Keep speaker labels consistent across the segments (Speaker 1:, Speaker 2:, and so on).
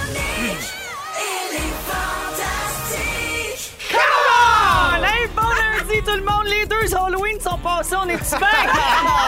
Speaker 1: Ah! cassé, on est petit bain.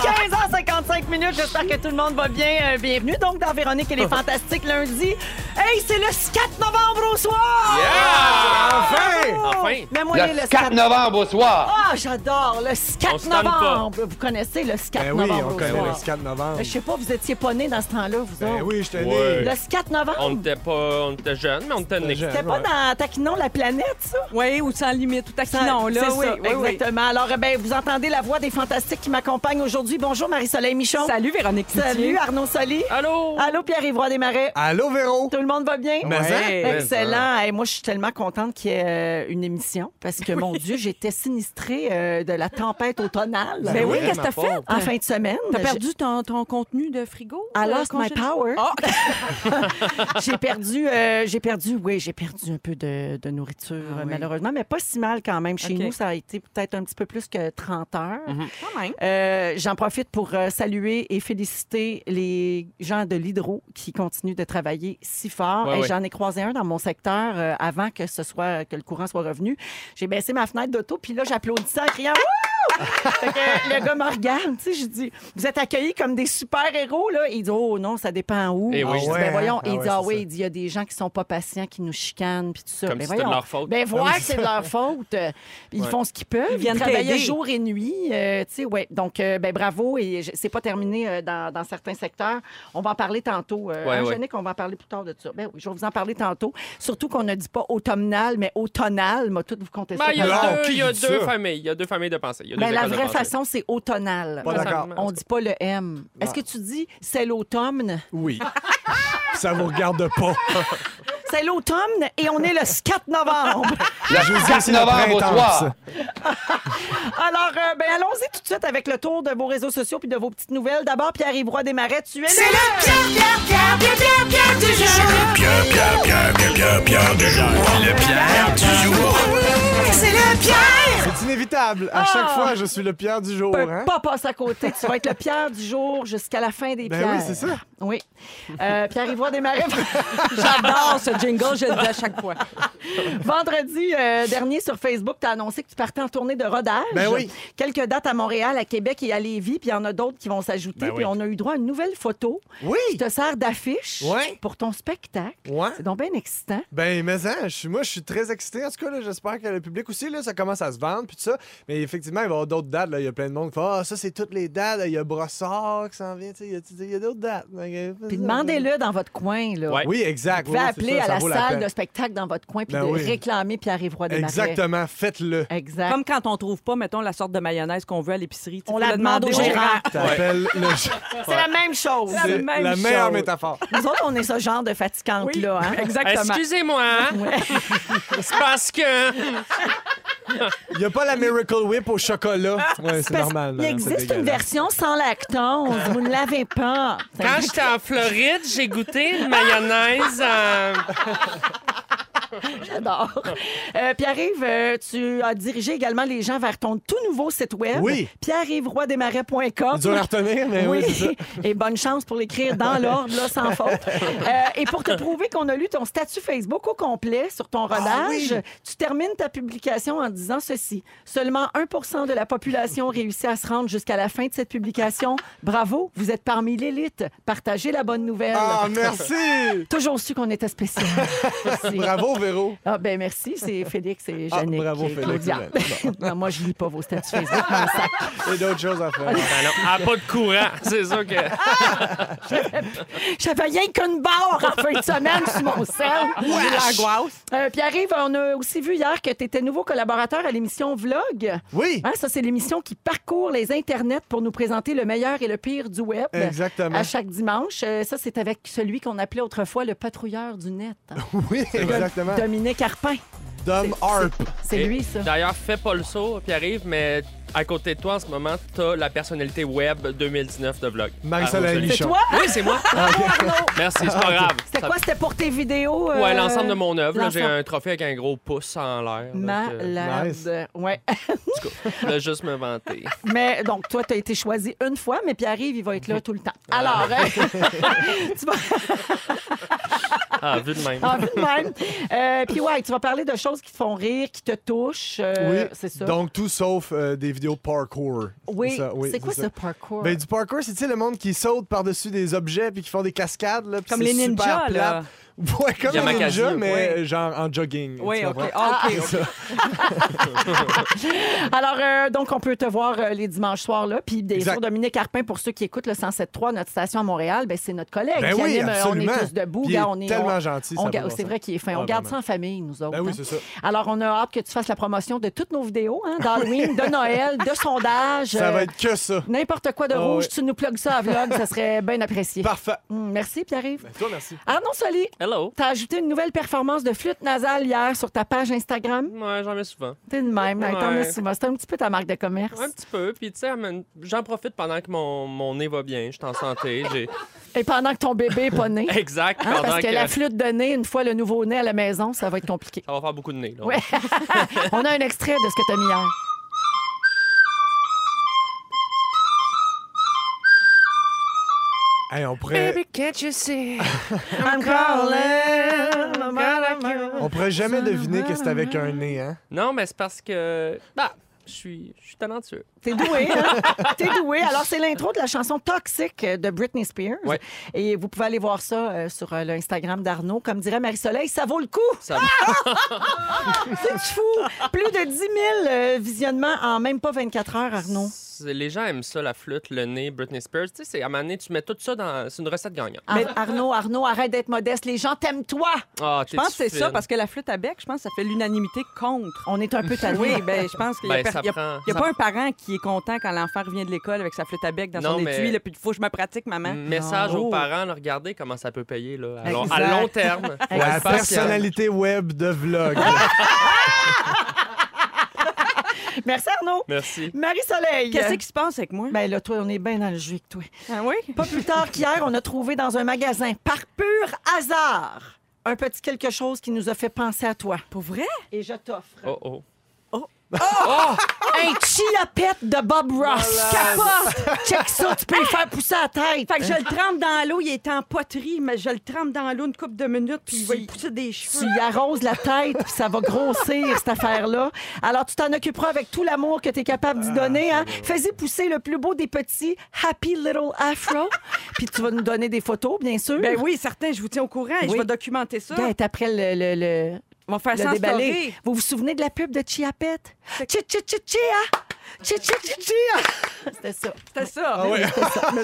Speaker 1: 15h55 minutes, j'espère que tout le monde va bien. Euh, bienvenue donc dans Véronique et les Fantastiques lundi. Hey, c'est le 4 novembre au soir!
Speaker 2: Yeah!
Speaker 1: Bravo!
Speaker 3: Enfin!
Speaker 1: Mets-moi les-
Speaker 4: Le 4 novembre au soir.
Speaker 1: Ah, j'adore! Le 4
Speaker 3: se tanne pas.
Speaker 1: novembre! Vous connaissez le 4
Speaker 2: Ben oui,
Speaker 1: novembre
Speaker 2: on
Speaker 1: au
Speaker 2: connaît
Speaker 1: soir. Euh,
Speaker 2: le 4 novembre.
Speaker 1: Je sais pas, vous étiez pas nés dans ce temps-là, vous
Speaker 2: Ben
Speaker 1: autres.
Speaker 2: oui, je te
Speaker 3: Ouais.
Speaker 2: dis.
Speaker 1: Le 4 novembre?
Speaker 3: On était pas, on était jeunes, mais on était nés.
Speaker 1: C'était pas dans Taquinon la planète, ça?
Speaker 5: Oui, ou sans limite, ou
Speaker 1: Sans-
Speaker 5: taquinons, là.
Speaker 1: c'est
Speaker 5: oui,
Speaker 1: ça,
Speaker 5: oui, oui.
Speaker 1: exactement. Alors, eh ben, vous entendez la voix des fantastiques qui m'accompagnent aujourd'hui. Bonjour, Marie-Soleil Michon.
Speaker 5: Salut, Véronique
Speaker 1: Salut,
Speaker 5: Cloutier.
Speaker 1: Arnaud Soli.
Speaker 3: Allô?
Speaker 1: Allô, Pierre-Yvroy Desmarais.
Speaker 2: Allô, Véro?
Speaker 1: Tout le monde va bien?
Speaker 2: Mais ça?
Speaker 5: Ouais.
Speaker 1: Excellent. Eh, moi, je suis tellement contente qu'il y ait euh, une émission parce que, mon Dieu, j'étais sinistrée euh, de la tempête automnale
Speaker 5: Ben oui,
Speaker 2: Vraiment
Speaker 5: qu'est-ce que t'as fait?
Speaker 1: en fin de semaine.
Speaker 5: T'as
Speaker 1: J'ai-
Speaker 5: perdu ton, ton contenu de frigo?
Speaker 1: Ah, ben, I
Speaker 5: euh,
Speaker 1: lost my
Speaker 5: congélateur?
Speaker 1: power.
Speaker 5: Ah,
Speaker 1: J'ai perdu, euh, j'ai perdu, oui, j'ai perdu un peu de, de nourriture,
Speaker 5: Ah oui.
Speaker 1: malheureusement, mais pas si mal quand même. Chez
Speaker 5: Ok.
Speaker 1: nous, ça a été peut-être un petit peu plus que 30 heures.
Speaker 5: quand même.
Speaker 1: Euh, J'en profite pour euh, saluer et féliciter les gens de l'Hydro qui continuent de travailler si fort.
Speaker 3: Ouais,
Speaker 1: Et
Speaker 3: ouais.
Speaker 1: J'en ai croisé un dans mon secteur euh, avant que ce soit que le courant soit revenu. J'ai baissé ma fenêtre d'auto, puis là, j'applaudissais en criant Wouh! Fait que le gars me regarde, tu sais, je dis Vous êtes accueillis comme des super-héros, là. Il dit Oh non, ça dépend où.
Speaker 3: Eh oui.
Speaker 1: Je dis,
Speaker 2: Ah ouais,
Speaker 1: Ben voyons,
Speaker 2: hein? Ah
Speaker 1: il dit
Speaker 2: ouais,
Speaker 1: Ah
Speaker 2: c'est
Speaker 1: oui,
Speaker 2: ça.
Speaker 1: il dit Il y a des gens qui sont pas patients, qui nous chicanent, puis tout ça.
Speaker 3: Comme
Speaker 1: Ben
Speaker 3: si c'était de
Speaker 1: voyons.
Speaker 3: leur faute.
Speaker 1: Ben voir que c'est de leur faute. Ils font ce qu'ils peuvent. Ils,
Speaker 5: viennent
Speaker 1: travaillent
Speaker 5: t'aider.
Speaker 1: jour et nuit. euh, tu sais, ouais. Donc, euh, ben, bravo. Et je- c'est pas terminé euh, dans, dans certains secteurs. On va en parler tantôt. Euh,
Speaker 3: Ouais,
Speaker 1: hein,
Speaker 3: ouais.
Speaker 1: Yannick, on va en parler plus tard de ça. Ben oui, je vais vous en parler tantôt. Surtout qu'on ne dit pas automnal, mais automnal. M'a tout vous comptez
Speaker 3: Ben,
Speaker 1: ça.
Speaker 3: il y a,
Speaker 2: Non,
Speaker 3: deux,
Speaker 2: qui
Speaker 3: il y a
Speaker 2: dit
Speaker 3: deux
Speaker 2: ça?
Speaker 3: familles. Il y a deux familles de pensée. Il y a deux
Speaker 1: Ben, la
Speaker 3: écoles de
Speaker 1: vraie
Speaker 3: pensée.
Speaker 1: façon, c'est automnal.
Speaker 2: Pas d'accord.
Speaker 1: On dit pas le M. Est-ce que tu dis c'est l'automne?
Speaker 2: Oui. Ça vous regarde pas.
Speaker 1: C'est l'automne et on est le 4 novembre.
Speaker 2: Je vous dis,
Speaker 4: 4
Speaker 2: c'est le
Speaker 4: novembre au
Speaker 2: printemps,
Speaker 4: soir.
Speaker 2: ça.
Speaker 1: Alors, euh, ben, allons-y tout de suite avec le tour de vos réseaux sociaux puis de vos petites nouvelles. D'abord, Pierre-Yvroy Desmarais, tu es le...
Speaker 6: Pierre, Pierre, Pierre, Pierre, Pierre, Pierre du jour. Le Pierre du jour.
Speaker 2: C'est inévitable. À chaque fois, je suis le Pierre du jour.
Speaker 1: peux
Speaker 2: Hein?
Speaker 1: Ah! pas passer à côté. Tu vas être le Pierre du jour jusqu'à la fin des
Speaker 2: Ben
Speaker 1: pierres.
Speaker 2: oui, c'est ça.
Speaker 1: Oui. Euh, Pierre-Yvoire Desmarais,
Speaker 5: J'adore ce jingle, je le dis à chaque fois.
Speaker 1: vendredi euh, dernier sur Facebook, tu as annoncé que tu partais en tournée de rodage.
Speaker 2: Ben oui.
Speaker 1: Quelques dates à Montréal, à Québec et à Lévis, puis il y en a d'autres qui vont s'ajouter.
Speaker 2: Ben oui.
Speaker 1: Puis on a eu droit à une nouvelle photo
Speaker 2: Oui.
Speaker 1: qui te sert d'affiche
Speaker 2: Ouais.
Speaker 1: pour ton spectacle.
Speaker 2: Ouais.
Speaker 1: C'est donc bien excitant.
Speaker 2: Ben, mais hein, je suis, moi, je suis très excité. En tout cas, là, j'espère que le public aussi, là, ça commence à se vendre, puis tout ça. Mais effectivement, il va y avoir d'autres dates. Là. Il y a plein de monde qui fait Ah, ça, c'est toutes les dates. Il y a Brossard qui s'en vient. tu sais, Il y a, tu sais, il y a d'autres dates.
Speaker 1: Puis demandez-le dans votre coin. Là.
Speaker 3: Ouais.
Speaker 2: Oui, exact.
Speaker 1: Vous pouvez
Speaker 2: Oui, oui, c'est
Speaker 1: appeler
Speaker 2: ça,
Speaker 1: à
Speaker 2: ça
Speaker 1: la
Speaker 2: vaut
Speaker 1: salle
Speaker 2: peine.
Speaker 1: de spectacle dans votre coin puis
Speaker 2: Ben
Speaker 1: de
Speaker 2: oui.
Speaker 1: réclamer Pierre-Yvoire Desmarais.
Speaker 2: Exactement. Faites-le.
Speaker 1: Exact.
Speaker 5: Comme quand on trouve pas, mettons, la sorte de mayonnaise qu'on veut à l'épicerie. tu sais,
Speaker 1: On
Speaker 5: faut
Speaker 1: la
Speaker 5: le
Speaker 1: demande au
Speaker 5: demander
Speaker 1: gérant.
Speaker 2: T'appelles le.
Speaker 1: C'est la même chose.
Speaker 2: C'est
Speaker 5: même
Speaker 2: la meilleure
Speaker 5: chose.
Speaker 2: métaphore.
Speaker 1: Nous autres, on est ce genre de fatigante
Speaker 5: Oui,
Speaker 1: là. Hein?
Speaker 5: exactement.
Speaker 3: Excusez-moi. hein. c'est parce que.
Speaker 2: Il n'y a pas la Miracle Whip au chocolat. Ouais, c'est
Speaker 1: Parce
Speaker 2: normal.
Speaker 1: Il
Speaker 2: madame, c'est
Speaker 1: existe une
Speaker 2: dégueulasse.
Speaker 1: version sans lactose. Vous ne l'avez pas.
Speaker 3: Quand j'étais en Floride, j'ai goûté une mayonnaise. euh,
Speaker 1: J'adore. Euh, Pierre-Yves, euh, tu as dirigé également les gens vers ton tout nouveau site web.
Speaker 2: Oui.
Speaker 1: pierre-yves-roy-desmarais.com.
Speaker 2: Dur à retenir, mais oui, c'est ça.
Speaker 1: et bonne chance pour l'écrire dans l'ordre, là, sans faute. Euh, et pour te prouver qu'on a lu ton statut Facebook au complet sur ton rodage,
Speaker 2: Ah oui.
Speaker 1: tu termines ta publication en disant ceci. Seulement 1 de la population réussit à se rendre jusqu'à la fin de cette publication. Bravo, vous êtes parmi l'élite. Partagez la bonne nouvelle.
Speaker 2: Ah, merci!
Speaker 1: Toujours su qu'on était spécial. Merci.
Speaker 2: Bravo, Véro.
Speaker 1: Ah ben merci, c'est Félix et
Speaker 2: Ah,
Speaker 1: Jannick.
Speaker 2: bravo,
Speaker 1: et
Speaker 2: Félix,
Speaker 1: Claudia. Non, moi, je lis pas vos statuts Facebook, mais ça
Speaker 2: Il y a d'autres choses à faire.
Speaker 3: Ben non, ah, pas de courant. C'est ça que.
Speaker 1: Ah, J'avais rien qu'une barre en fin de semaine sur mon sel.
Speaker 5: L'angoisse.
Speaker 1: Euh, Pierre-Yves, on a aussi vu hier que tu étais nouveau collaborateur à l'émission Vlog.
Speaker 2: Oui,
Speaker 1: Hein, ça, c'est l'émission qui parcourt les internets pour nous présenter le meilleur et le pire du web.
Speaker 2: Exactement.
Speaker 1: À chaque dimanche. Euh, ça, c'est avec celui qu'on appelait autrefois le patrouilleur du net. hein.
Speaker 2: oui, exactement.
Speaker 1: Dominique Arpin.
Speaker 2: Dom Harp.
Speaker 1: C'est
Speaker 3: Et
Speaker 1: lui, ça.
Speaker 3: D'ailleurs, fais pas le saut, puis arrive, mais à côté de toi en ce moment, t'as la personnalité web 2019 de Vlog.
Speaker 2: Marie-Soleil
Speaker 3: Arnaud
Speaker 1: C'est
Speaker 2: Michon.
Speaker 1: toi? Ah,
Speaker 3: Soleil. Oui, c'est moi. Merci, c'est pas grave.
Speaker 1: C'était
Speaker 3: Ça-
Speaker 1: quoi? C'était pour tes vidéos? euh,
Speaker 3: Ouais, l'ensemble de mon œuvre. là, J'ai
Speaker 1: l'ensemble.
Speaker 3: un trophée avec un gros pouce en l'air. euh, là, que-
Speaker 1: Malade.
Speaker 2: Nice.
Speaker 1: Ouais.
Speaker 3: Je voulais juste me vanter.
Speaker 1: Mais donc, toi, tu as été choisi une fois, mais Pierre-Yves, il va être là tout le temps. Alors, hein, tu vas.
Speaker 3: Ah, vu de même.
Speaker 1: En vue de même. Euh, Puis ouais, tu vas parler de choses qui te font rire, qui te touchent. euh,
Speaker 2: oui,
Speaker 1: C'est ça.
Speaker 2: Donc, tout sauf euh, des vidéos parkour.
Speaker 1: oui.
Speaker 2: ça, oui,
Speaker 1: c'est quoi
Speaker 2: ça.
Speaker 1: ce parcours?
Speaker 2: Ben, du parkour, c'est tu sais, le monde qui saute par-dessus des objets puis qui font des cascades. Là, puis
Speaker 5: Comme
Speaker 2: c'est
Speaker 5: les
Speaker 2: super
Speaker 5: ninjas,
Speaker 2: plate.
Speaker 5: là.
Speaker 2: Ouais, comme les
Speaker 3: Yamakasi,
Speaker 2: ninjas,
Speaker 3: oui.
Speaker 2: mais genre en jogging.
Speaker 5: Oui,
Speaker 2: tu
Speaker 5: OK.
Speaker 2: comprends?
Speaker 5: Ah, OK.
Speaker 1: Alors, euh, donc, on peut te voir euh, les dimanches soirs, là. Puis, bien
Speaker 2: Exact.
Speaker 1: sûr, Dominique Carpin, pour ceux qui écoutent le 107.3, notre station à Montréal, ben, c'est notre collègue
Speaker 2: Ben
Speaker 1: qui
Speaker 2: oui,
Speaker 1: anime, euh,
Speaker 2: absolument.
Speaker 1: On est tous debout.
Speaker 2: Puis il
Speaker 1: gars,
Speaker 2: est
Speaker 1: on est,
Speaker 2: tellement
Speaker 1: on-
Speaker 2: gentil,
Speaker 1: on
Speaker 2: ça
Speaker 1: ga-
Speaker 2: va voir
Speaker 1: c'est
Speaker 2: ça.
Speaker 1: vrai qu'il est fin. on
Speaker 2: Ah,
Speaker 1: garde ça
Speaker 2: vraiment.
Speaker 1: en famille, nous autres.
Speaker 2: Ben oui,
Speaker 1: hein.
Speaker 2: c'est ça.
Speaker 1: Alors, on a hâte que tu fasses la promotion de toutes nos vidéos, hein, d'Halloween, de Noël, de sondage.
Speaker 2: Ça
Speaker 1: euh,
Speaker 2: va être que ça.
Speaker 1: N'importe quoi de
Speaker 2: Ah,
Speaker 1: rouge,
Speaker 2: ouais.
Speaker 1: tu nous plugues ça à vlog, ça serait bien apprécié.
Speaker 2: Parfait.
Speaker 1: Hum, merci, Pierre-Yves.
Speaker 2: Ben, toi, merci.
Speaker 1: Arnaud Soli,
Speaker 3: Hello.
Speaker 1: t'as ajouté une nouvelle performance de flûte nasale hier sur ta page Instagram.
Speaker 3: Ouais, j'en mets souvent.
Speaker 1: T'es de même. hein, t'en
Speaker 3: Ouais.
Speaker 1: as souvent. C'est un petit peu ta marque de commerce.
Speaker 3: Un petit peu. Puis, tu sais, mais j'en profite pendant que mon, mon nez va bien. Je suis en santé. J'ai...
Speaker 1: Et pendant que ton bébé est pas né.
Speaker 3: Exact.
Speaker 5: Ah,
Speaker 1: Hein,
Speaker 3: pendant
Speaker 1: parce que la flûte de nez, une fois le nouveau-né à la maison, ça va être compliqué.
Speaker 3: Ça va faire beaucoup de nez. Là.
Speaker 1: Ouais. On a un extrait de ce que t'as mis hier.
Speaker 2: Hey, on pourrait.
Speaker 1: I'm calling.
Speaker 2: On pourrait jamais deviner que c'est avec un nez, hein?
Speaker 3: Non, mais c'est parce que. Bah, je suis, je suis talentueux.
Speaker 1: T'es doué, hein? T'es doué. Alors, c'est l'intro de la chanson Toxic de Britney Spears.
Speaker 3: Ouais.
Speaker 1: Et vous pouvez aller voir ça euh, sur euh, l'Instagram d'Arnaud. Comme dirait Marie-Soleil, ça vaut le coup.
Speaker 3: Ça...
Speaker 5: Ah,
Speaker 1: C'est fou. Plus de 10 000 euh, visionnements en même pas 24 heures, Arnaud.
Speaker 3: C'est- Les gens aiment ça, la flûte, le nez, Britney Spears. Tu sais, c'est- à un moment donné, tu mets tout ça dans. C'est une recette gagnante.
Speaker 1: Ar- Arnaud, Arnaud, arrête d'être modeste. Les gens t'aiment toi.
Speaker 3: Ah,
Speaker 5: Je pense que c'est ça, parce que la flûte à bec, je pense que ça fait l'unanimité contre.
Speaker 1: On est un peu tanné.
Speaker 5: Oui, ben je pense qu'il n'y a,
Speaker 3: Ben,
Speaker 5: per-
Speaker 3: ça
Speaker 5: il y a-
Speaker 3: prend-
Speaker 5: il y a
Speaker 3: ça
Speaker 5: pas un parent qui est content quand l'enfant revient de l'école avec sa flûte à bec dans
Speaker 3: Non,
Speaker 5: son
Speaker 3: mais- Mm.
Speaker 5: étui, là, puis il faut que je me pratique, maman. Oh.
Speaker 3: Message
Speaker 5: Non.
Speaker 3: aux parents, là, regardez comment ça peut payer là, à, long, à
Speaker 1: Exact.
Speaker 3: long terme. Faut
Speaker 2: La
Speaker 3: être patient.
Speaker 2: personnalité web de vlog.
Speaker 1: Ah, Merci, Arnaud.
Speaker 3: Merci.
Speaker 1: Marie-Soleil.
Speaker 5: Qu'est-ce qui se passe avec moi?
Speaker 1: Ben là, toi, on est bien dans le jus avec toi.
Speaker 5: Ah oui?
Speaker 1: Pas plus tard qu'hier, on a trouvé dans un magasin, par pur hasard, un petit quelque chose qui nous a fait penser à toi.
Speaker 5: Pour vrai?
Speaker 1: Et je t'offre
Speaker 3: Oh, oh.
Speaker 1: un chiapette de Bob Ross. Capote! Check ça, tu peux le faire pousser à la tête.
Speaker 5: Fait que je le trempe dans l'eau, il est en poterie, mais je le trempe dans l'eau une couple de minutes, puis il va y pousser des cheveux.
Speaker 1: tu y arroses la tête, puis ça va grossir, cette affaire-là. Alors, tu t'en occuperas avec tout l'amour que tu es capable
Speaker 5: Ah,
Speaker 1: d'y donner. Hein? Fais-y pousser le plus beau des petits Happy Little Afro. puis tu vas nous donner des photos, bien sûr.
Speaker 5: Ben oui, certain, je vous tiens au courant et
Speaker 1: Oui.
Speaker 5: je vais documenter ça.
Speaker 1: Gars, est après le, le, le,
Speaker 5: On va faire
Speaker 1: le
Speaker 5: ça en
Speaker 1: déballé.
Speaker 5: story.
Speaker 1: Vous vous souvenez de la pub de Chiapette? Chia, chia, chia, ah! chia. Chia, chia, chia, chia. C'était ça.
Speaker 5: C'était ça.
Speaker 2: Ah ouais.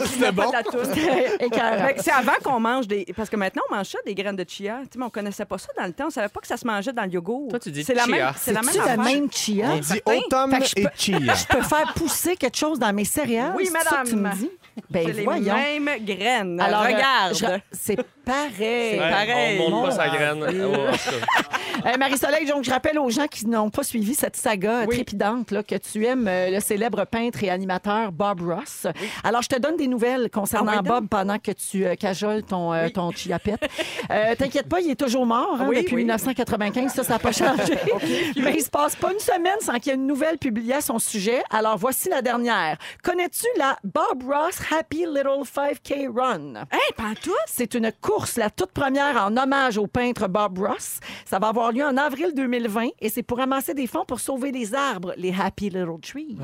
Speaker 2: C'était
Speaker 5: Pas
Speaker 2: bon.
Speaker 5: de la toune.
Speaker 1: Écœurant.
Speaker 5: Fait que C'est avant qu'on mange des. Parce que maintenant, on mange ça, des graines de chia. Tu sais, mais on connaissait pas ça dans le temps. On savait pas que ça se mangeait dans le yogourt.
Speaker 3: Toi, tu dis
Speaker 5: C'est la
Speaker 3: chia.
Speaker 5: même. C'est la même.
Speaker 1: C'est-tu la
Speaker 5: affaire.
Speaker 1: même chia?
Speaker 2: On dit autumn
Speaker 1: Fait que je
Speaker 2: et
Speaker 1: peux-
Speaker 2: chia.
Speaker 1: Je peux faire pousser quelque chose dans mes céréales?
Speaker 5: Oui,
Speaker 1: C'est ça que tu me
Speaker 5: madame.
Speaker 1: dis?
Speaker 5: C'est
Speaker 1: Ben
Speaker 5: les
Speaker 1: voyons.
Speaker 5: mêmes graines.
Speaker 1: Alors,
Speaker 5: Alors,
Speaker 1: euh,
Speaker 5: regarde.
Speaker 1: je- c'est pareil.
Speaker 5: C'est
Speaker 3: Ouais,
Speaker 5: pareil.
Speaker 3: On monte
Speaker 1: Mon
Speaker 3: pas sa graine. Oh, en tout cas.
Speaker 1: Euh, Marie-Soleil, donc, je rappelle aux gens qui n'ont pas suivi cette saga
Speaker 5: Oui.
Speaker 1: trépidante là, que tu aimes euh, le célèbre peintre et animateur Bob Ross. Alors, je te donne des nouvelles concernant
Speaker 5: Ah oui, donc.
Speaker 1: Bob pendant que tu euh, cajoles ton, euh, ton chiapette. Euh, T'inquiète pas, il est toujours mort hein,
Speaker 5: Oui,
Speaker 1: depuis
Speaker 5: oui.
Speaker 1: 1995. Ça, ça n'a pas changé. Mais il se passe pas une semaine sans qu'il y ait une nouvelle publiée à son sujet. Alors, voici la dernière. Connais-tu la Bob Ross Happy Little 5K Run?
Speaker 5: Hey, pantoute!
Speaker 1: C'est une course, la toute première en hommage au peintre Bob Ross. Ça va avoir lieu en avril 2020 et c'est pour amasser des fonds pour sauver les arbres, les Happy Little Trees.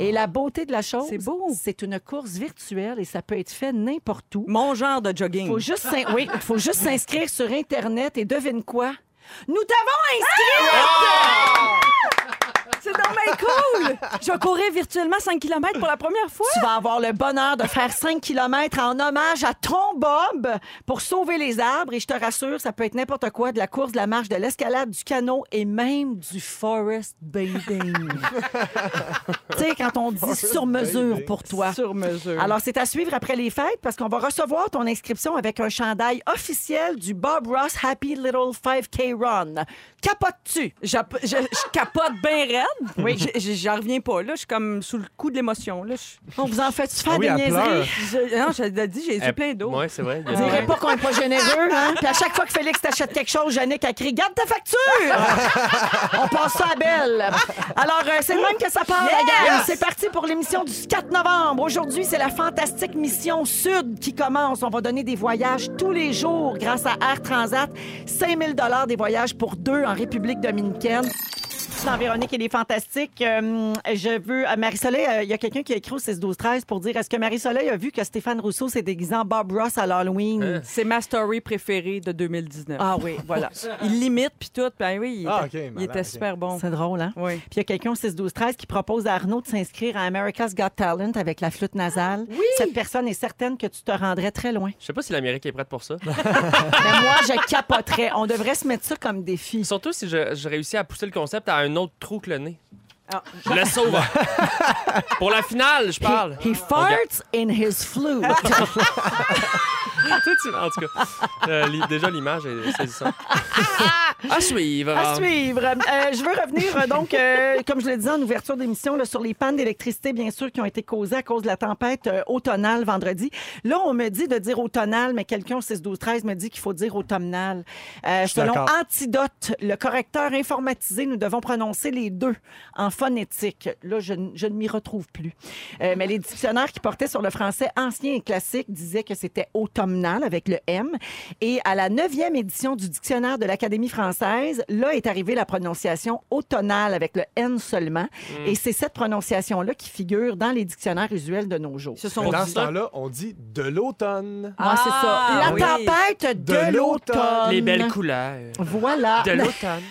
Speaker 1: Et la beauté de la chose,
Speaker 5: Ah. C'est beau.
Speaker 1: c'est une course virtuelle et ça peut être fait n'importe où.
Speaker 5: Mon genre de jogging.
Speaker 1: Faut juste s'in- oui, faut juste s'inscrire sur Internet et devine quoi? Nous t'avons inscrit!
Speaker 5: C'est dommage cool! Je vais courir virtuellement 5 km pour la première fois.
Speaker 1: Tu vas avoir le bonheur de faire 5 km en hommage à ton Bob pour sauver les arbres. Et je te rassure, ça peut être n'importe quoi, de la course, de la marche, de l'escalade, du canot et même du forest bathing. tu sais, quand on dit sur mesure
Speaker 2: bathing.
Speaker 1: pour toi.
Speaker 5: Sur mesure.
Speaker 1: Alors, c'est à suivre après les fêtes parce qu'on va recevoir ton inscription avec un chandail officiel du Bob Ross Happy Little 5K Run. Capotes-tu?
Speaker 5: J'ap- je, je capote bien raide.
Speaker 1: Oui.
Speaker 5: J'ai- j'ai- J'en reviens pas, là. Je suis comme sous le coup de l'émotion, là. Je-
Speaker 1: On vous en fait faire
Speaker 2: Ah oui,
Speaker 1: des
Speaker 2: elle pleure.
Speaker 1: niaiseries.
Speaker 5: je- non, je l'ai dit,
Speaker 2: Euh,
Speaker 5: j'ai les yeux plein d'eau.
Speaker 3: Ouais, c'est vrai. il y a-
Speaker 1: Je dirais pas qu'on est pas généreux, hein? Puis à chaque fois que Félix t'achète quelque chose, Yannick, elle crie Garde ta facture! On passe ça à belle. Alors, euh, c'est le même que ça part, la gang. C'est parti pour l'émission du 4 novembre. Aujourd'hui, c'est la fantastique mission Sud qui commence. On va donner des voyages tous les jours grâce à Air Transat. 5000 des voyages pour deux en République dominicaine dans Véronique et les Fantastiques. Euh, je veux. euh, Marie-Soleil, euh, il y a quelqu'un qui a écrit au 6-12-13 pour dire est-ce que Marie-Soleil a vu que Stéphane Rousseau s'est déguisé en Bob Ross à l'Halloween?
Speaker 5: C'est ma story préférée de 2019.
Speaker 1: Ah oui, voilà.
Speaker 5: Il l'imite, puis tout. Ben oui, il,
Speaker 2: Ah,
Speaker 5: était-
Speaker 2: ok,
Speaker 5: il
Speaker 2: malade,
Speaker 5: était
Speaker 2: ok.
Speaker 5: super bon.
Speaker 1: C'est drôle, hein?
Speaker 5: Oui.
Speaker 1: Puis il y a quelqu'un au 6-12-13 qui propose à Arnaud de s'inscrire à America's Got Talent avec la flûte nasale. Cette personne est certaine que tu te rendrais très loin.
Speaker 3: Je sais pas si l'Amérique est prête pour ça.
Speaker 1: Mais moi, je capoterais. On devrait se mettre ça comme défi.
Speaker 3: Surtout si je, je réussis à pousser le concept à un autre trou que le nez.
Speaker 5: Ah.
Speaker 3: Je le sauve. pour la finale, je parle.
Speaker 1: He, he farts in his flute.
Speaker 3: Toi, tu- En tout cas, euh, li- déjà l'image est saisissante. à suivre.
Speaker 1: À suivre. Euh, je veux revenir, euh, donc, euh, comme je le disais en ouverture d'émission, là, sur les pannes d'électricité, bien sûr, qui ont été causées à cause de la tempête euh, automnale vendredi. Là, on me dit de dire automnale, mais quelqu'un au 6-12-13 me dit qu'il faut dire automnale. Euh,
Speaker 2: suis
Speaker 1: selon
Speaker 2: d'accord.
Speaker 1: Antidote, le correcteur informatisé, nous devons prononcer les deux en phonétique. Là, je, n- je ne m'y retrouve plus. Euh, mais les dictionnaires qui portaient sur le français ancien et classique disaient que c'était automnal avec le M. Et à la neuvième édition du dictionnaire de l'Académie française, là est arrivée la prononciation automnale avec le N seulement.
Speaker 3: Hmm.
Speaker 1: Et c'est cette prononciation-là qui figure dans les dictionnaires usuels de nos jours.
Speaker 5: Ils se sont
Speaker 2: Mais dans ce
Speaker 5: dit ça.
Speaker 2: temps-là, on dit de l'automne.
Speaker 1: Ah, c'est ça. La
Speaker 5: oui.
Speaker 1: tempête de,
Speaker 2: De l'automne.
Speaker 1: l'automne.
Speaker 3: Les belles couleurs
Speaker 1: Voilà.
Speaker 3: de l'automne.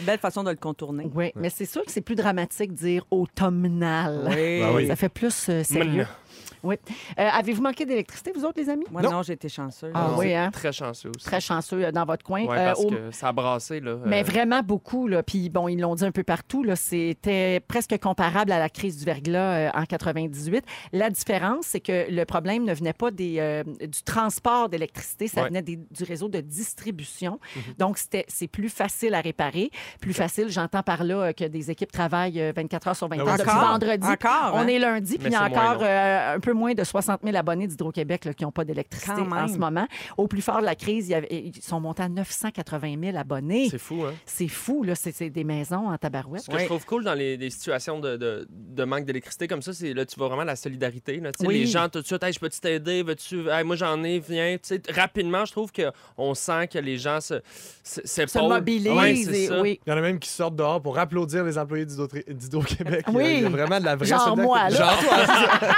Speaker 5: Belle façon de le contourner.
Speaker 1: Oui, mais c'est sûr que c'est plus dramatique de dire automnal.
Speaker 5: Oui.
Speaker 2: Ben oui.
Speaker 1: Ça fait plus euh, sérieux. Oui. Euh, Avez-vous manqué d'électricité, vous autres, les amis?
Speaker 5: Moi,
Speaker 2: Non.
Speaker 5: non, j'ai été chanceuse.
Speaker 1: Ah oui, hein?
Speaker 3: Très chanceux aussi.
Speaker 1: Très chanceux euh, dans votre coin.
Speaker 3: Ouais,
Speaker 1: Euh,
Speaker 3: parce
Speaker 1: au-
Speaker 3: que ça a brassé, là. euh,
Speaker 1: Mais vraiment beaucoup. Là. Puis bon, ils l'ont dit un peu partout. Là. C'était presque comparable à la crise du verglas euh, en 98. La différence, c'est que le problème ne venait pas des, euh, du transport d'électricité, ça
Speaker 3: Ouais.
Speaker 1: venait des- du réseau de distribution. Donc, c'était, c'est plus facile à réparer. Plus facile, j'entends par là euh, que des équipes travaillent euh, 24 heures sur 24
Speaker 2: Ah oui,
Speaker 1: depuis
Speaker 2: encore?
Speaker 1: vendredi.
Speaker 5: Encore,
Speaker 1: On
Speaker 5: hein?
Speaker 1: est lundi, puis
Speaker 3: Mais
Speaker 1: il y a
Speaker 3: c'est moins
Speaker 1: encore
Speaker 3: long.
Speaker 1: euh, un peu moins de 60 000 abonnés d'Hydro-Québec là, qui n'ont pas d'électricité
Speaker 5: Quand
Speaker 1: en
Speaker 5: même.
Speaker 1: ce moment. Au plus fort de la crise, il y avait- ils sont montés à 980 000 abonnés.
Speaker 3: C'est fou, hein?
Speaker 1: C'est fou, là. C'est c'est des maisons en tabarouette.
Speaker 3: Ce que je trouve cool dans les, les situations de, de- de manque d'électricité comme ça, c'est là, tu vois vraiment la solidarité. Là, Tu sais,
Speaker 1: Oui.
Speaker 3: Les gens, tout de suite, hey, je peux t'aider, veux-tu, Hey, moi j'en ai, viens. Tu sais, rapidement, je trouve qu'on sent que les gens se, se,
Speaker 1: Se
Speaker 3: s'épaulent. Ouais,
Speaker 1: mobilisent.
Speaker 3: c'est
Speaker 1: et-
Speaker 3: ça.
Speaker 1: oui.
Speaker 2: Il y en a même qui sortent dehors pour applaudir les employés d'Hydro- d'Hydro-Québec. Il y a-
Speaker 1: Oui.
Speaker 2: Il y a vraiment de la vraie
Speaker 1: Genre
Speaker 2: solidarité.
Speaker 1: moi, là.
Speaker 2: Genre toi.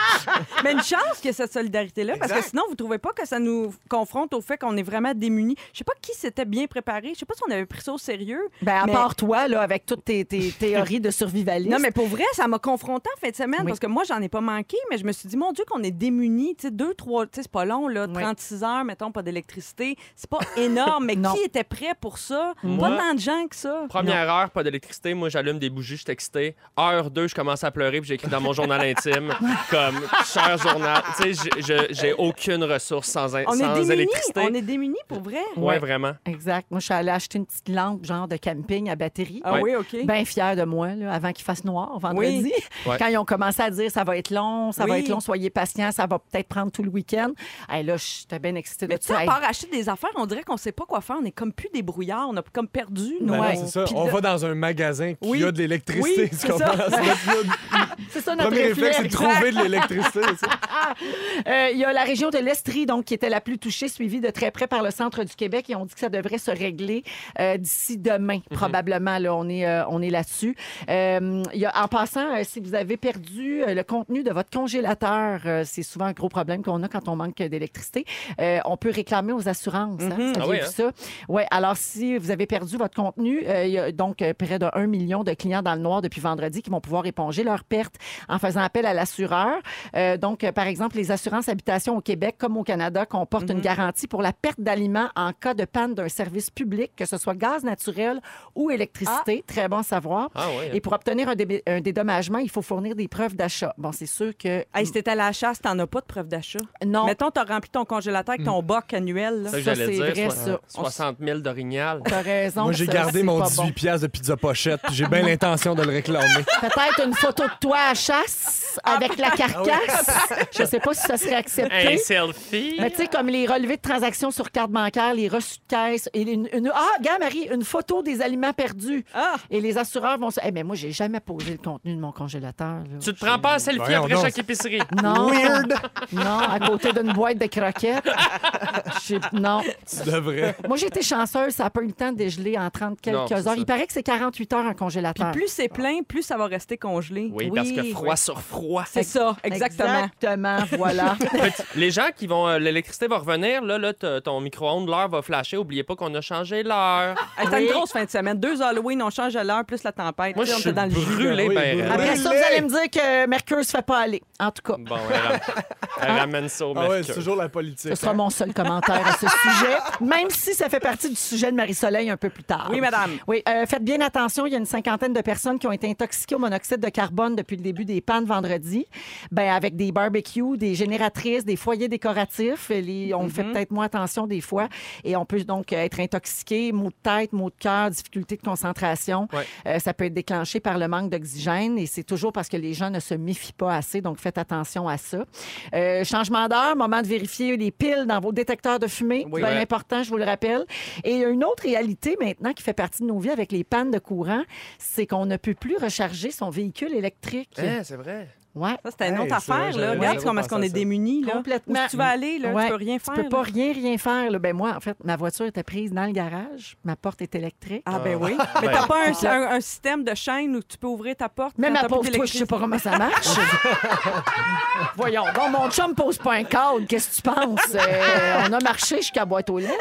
Speaker 5: Mais une chance qu'il y ait cette solidarité-là, parce que sinon, vous trouvez pas que ça nous confronte au fait qu'on est vraiment démunis. Je sais pas qui s'était bien préparé. Je sais pas si on avait pris ça au sérieux.
Speaker 1: Ben, à
Speaker 5: Mais-
Speaker 1: part toi, là, avec toutes tes, tes théories de survivalisme.
Speaker 5: Non, mais pour vrai, ça m'a confronté en fin de semaine
Speaker 1: Oui.
Speaker 5: parce que moi, j'en ai pas manqué, mais je me suis dit, mon Dieu, qu'on est démunis. Tu sais, deux, trois, tu sais, c'est pas long, là,
Speaker 1: Oui.
Speaker 5: 36 heures, mettons, pas d'électricité. C'est pas énorme, mais
Speaker 1: Non.
Speaker 5: qui était prêt pour ça?
Speaker 3: Moi-
Speaker 5: Pas tant de gens que ça.
Speaker 3: Première heure, pas d'électricité. Moi, j'allume des bougies, je suis excité. Heure 2, je commence à pleurer, puis j'écris dans mon journal intime, comme cher journal. Tu sais, j'ai- je- j'ai aucune ressource sans, in-
Speaker 5: On
Speaker 3: sans
Speaker 5: est démunis.
Speaker 3: électricité.
Speaker 5: On est démunis pour vrai.
Speaker 3: Ouais, vraiment.
Speaker 1: Exact. Moi, je suis allée acheter une petite lampe, genre de camping à batterie.
Speaker 5: Ah
Speaker 3: Ouais.
Speaker 5: oui, OK.
Speaker 1: Bien fière de moi, là, avant qu'il fasse noir vendredi.
Speaker 3: Ouais.
Speaker 1: Quand ils ont commencé à dire ça va être long, ça va
Speaker 5: Oui.
Speaker 1: être long, soyez patients, ça va peut-être prendre tout le week-end. Hey, là, j'étais bien excitée
Speaker 5: Mais
Speaker 1: de
Speaker 5: tu sais,
Speaker 1: ça.
Speaker 5: à
Speaker 1: Hey,
Speaker 5: part acheter des affaires, on dirait qu'on sait pas quoi faire. On est comme plus débrouillard. On a comme perdu
Speaker 2: Ben
Speaker 5: nos...
Speaker 2: non,
Speaker 1: Ouais.
Speaker 2: c'est ça.
Speaker 1: Puis
Speaker 2: On
Speaker 1: là-
Speaker 2: va dans un magasin qui
Speaker 5: Oui.
Speaker 2: a de l'électricité.
Speaker 5: Oui,
Speaker 2: tu
Speaker 5: c'est
Speaker 2: comprends?
Speaker 5: ça.
Speaker 2: C'est notre-
Speaker 1: c'est ça notre
Speaker 2: Premier
Speaker 1: réflexe.
Speaker 2: réflexe, c'est de trouver de l'électricité. c'est ça.
Speaker 1: Euh, Il y a la région de l'Estrie, donc, qui était la plus touchée, suivie de très près par le centre du Québec. Et on dit que ça devrait se régler euh, d'ici demain,
Speaker 3: Mhm.
Speaker 1: probablement. Là, on est, euh, on est là-dessus. Euh, il y a- en passant, euh, si vous avez perdu euh, le contenu de votre congélateur, euh, c'est souvent un gros problème qu'on a quand on manque d'électricité. Euh, on peut réclamer aux assurances. hein. Ça
Speaker 3: Ah
Speaker 1: vient
Speaker 3: oui,
Speaker 1: de
Speaker 3: hein?
Speaker 1: ça. Ouais, alors si vous avez perdu votre contenu, euh, il y a donc euh, près de 1 million de clients dans le noir depuis vendredi qui vont pouvoir éponger leurs pertes en faisant appel à l'assureur. Euh, donc, euh, par exemple, les assurances habitation au Québec, comme au Canada, comportent une garantie pour la perte d'aliments en cas de panne d'un service public, que ce soit gaz naturel ou électricité. Très bon à savoir.
Speaker 3: Ah ouais, hein.
Speaker 1: Et pour obtenir un, dé- un dédommagement, il faut fournir des preuves d'achat. Bon, c'est sûr que... ah,
Speaker 5: Hey, si t'es à la chasse, t'en as pas de preuve d'achat.
Speaker 1: non.
Speaker 5: Mettons, t'as rempli ton congélateur avec ton boc annuel. là.
Speaker 3: C'est Hmm. ça que
Speaker 1: ça,
Speaker 3: j'allais
Speaker 1: c'est
Speaker 3: dire.
Speaker 1: vrai,
Speaker 3: soi-
Speaker 1: ça. On s-
Speaker 3: 60 000 d'orignal.
Speaker 1: T'as raison.
Speaker 2: Moi, j'ai
Speaker 1: ça,
Speaker 2: gardé
Speaker 1: c'est
Speaker 2: mon
Speaker 1: pas
Speaker 2: 18
Speaker 1: bon.
Speaker 2: piastres de pizza pochette, puis j'ai bien l'intention de le réclamer.
Speaker 1: Peut-être une photo de toi à chasse avec la carcasse. Je sais pas si ça serait accepté.
Speaker 3: Un selfie.
Speaker 1: Mais tu sais, comme les relevés de transactions sur carte bancaire, les reçus de caisse, et une, une- ah, gars, Marie, une photo des aliments perdus.
Speaker 5: Ah!
Speaker 1: Et les assureurs vont se. Eh, mais moi, j'ai jamais posé le contenu de mon congélateur. là.
Speaker 3: Tu te prends pas en selfie
Speaker 2: Voyons
Speaker 3: après
Speaker 2: donc.
Speaker 3: chaque épicerie.
Speaker 1: Non.
Speaker 2: Weird!
Speaker 1: Non, à côté d'une boîte de croquettes. J'ai- Non.
Speaker 2: tu devrais.
Speaker 1: Moi, j'ai été chanceuse, ça n'a pas eu le temps de dégeler en 30 quelques
Speaker 3: Non, c'est
Speaker 1: heures.
Speaker 3: ça.
Speaker 1: Il paraît que c'est 48 heures un congélateur.
Speaker 5: Plus c'est plein, plus ça va rester congelé.
Speaker 3: Oui, parce que froid sur froid.
Speaker 5: C'est ça, exactement.
Speaker 1: Exactement, voilà.
Speaker 3: Fait, les gens qui vont. euh, L'électricité va revenir, là, là t- ton micro-ondes, l'heure va flasher. Oubliez pas qu'on a changé l'heure.
Speaker 5: Hey, C'était une grosse fin de semaine. Deux Halloween, on change à l'heure, plus la tempête.
Speaker 3: Moi,
Speaker 5: Tu
Speaker 3: je
Speaker 5: sais, on
Speaker 3: suis
Speaker 5: était dans le jus, là.
Speaker 3: brûlé,
Speaker 2: oui,
Speaker 3: ben.
Speaker 2: brûlé.
Speaker 3: raide.
Speaker 1: Après ça, vous allez me dire que Mercure se fait pas aller. En tout cas,
Speaker 3: Bon, elle ram- elle ramène ça au
Speaker 2: Ah ouais, c'est
Speaker 3: mercure.
Speaker 2: toujours la politique.
Speaker 1: ce sera
Speaker 2: hein.
Speaker 1: mon seul commentaire à ce sujet, même si ça fait partie du sujet de Marie-Soleil un peu plus tard.
Speaker 5: Oui, madame.
Speaker 1: Oui, euh, faites bien attention, il y a une cinquantaine de personnes qui ont été intoxiquées au monoxyde de carbone depuis le début des pannes vendredi. Ben avec des barbecues, des génératrices, des foyers décoratifs, les- on
Speaker 3: Mhm.
Speaker 1: fait peut-être moins attention des fois et on peut donc euh, être intoxiqué, maux de tête, maux de cœur, difficulté de concentration.
Speaker 3: Ouais.
Speaker 1: Euh, ça peut être déclenché par le manque d'oxygène et c'est toujours parce que les gens ne se méfient pas assez, donc faites attention à ça. Euh, changement d'heure, moment de vérifier les piles dans vos détecteurs de fumée,
Speaker 3: Oui.
Speaker 1: bien
Speaker 3: Ouais.
Speaker 1: important, je vous le rappelle. Et il y a une autre réalité maintenant qui fait partie de nos vies avec les pannes de courant, c'est qu'on ne peut plus recharger son véhicule électrique.
Speaker 3: Hein, c'est vrai.
Speaker 1: Ouais.
Speaker 5: Ça, c'était une
Speaker 2: Hey,
Speaker 5: autre
Speaker 2: c'est vrai,
Speaker 5: affaire,
Speaker 2: j'avais-
Speaker 5: là.
Speaker 2: j'avais
Speaker 5: Regarde
Speaker 2: pas
Speaker 5: comment est-ce qu'on
Speaker 2: pensé à
Speaker 5: est
Speaker 2: ça.
Speaker 5: démunis, là.
Speaker 1: Complètement.
Speaker 5: Où est-ce que tu vas aller, là,
Speaker 1: Ouais,
Speaker 5: tu peux rien faire.
Speaker 1: Tu peux
Speaker 5: là.
Speaker 1: pas rien, rien faire. là. Ben moi, en fait, ma voiture était prise dans le garage. Ma porte est électrique.
Speaker 5: Ah, ben
Speaker 3: Ah.
Speaker 5: oui. Mais
Speaker 3: Ben.
Speaker 5: t'as pas un, un- un système de chaîne où tu peux ouvrir ta porte.
Speaker 1: Même
Speaker 5: quand
Speaker 1: à
Speaker 5: t'as plus
Speaker 1: pauvre toi, je sais pas comment ça marche. Voyons. Bon, mon chum pose pas un cadre. Qu'est-ce que tu penses? Euh, on a marché jusqu'à boîte aux lettres.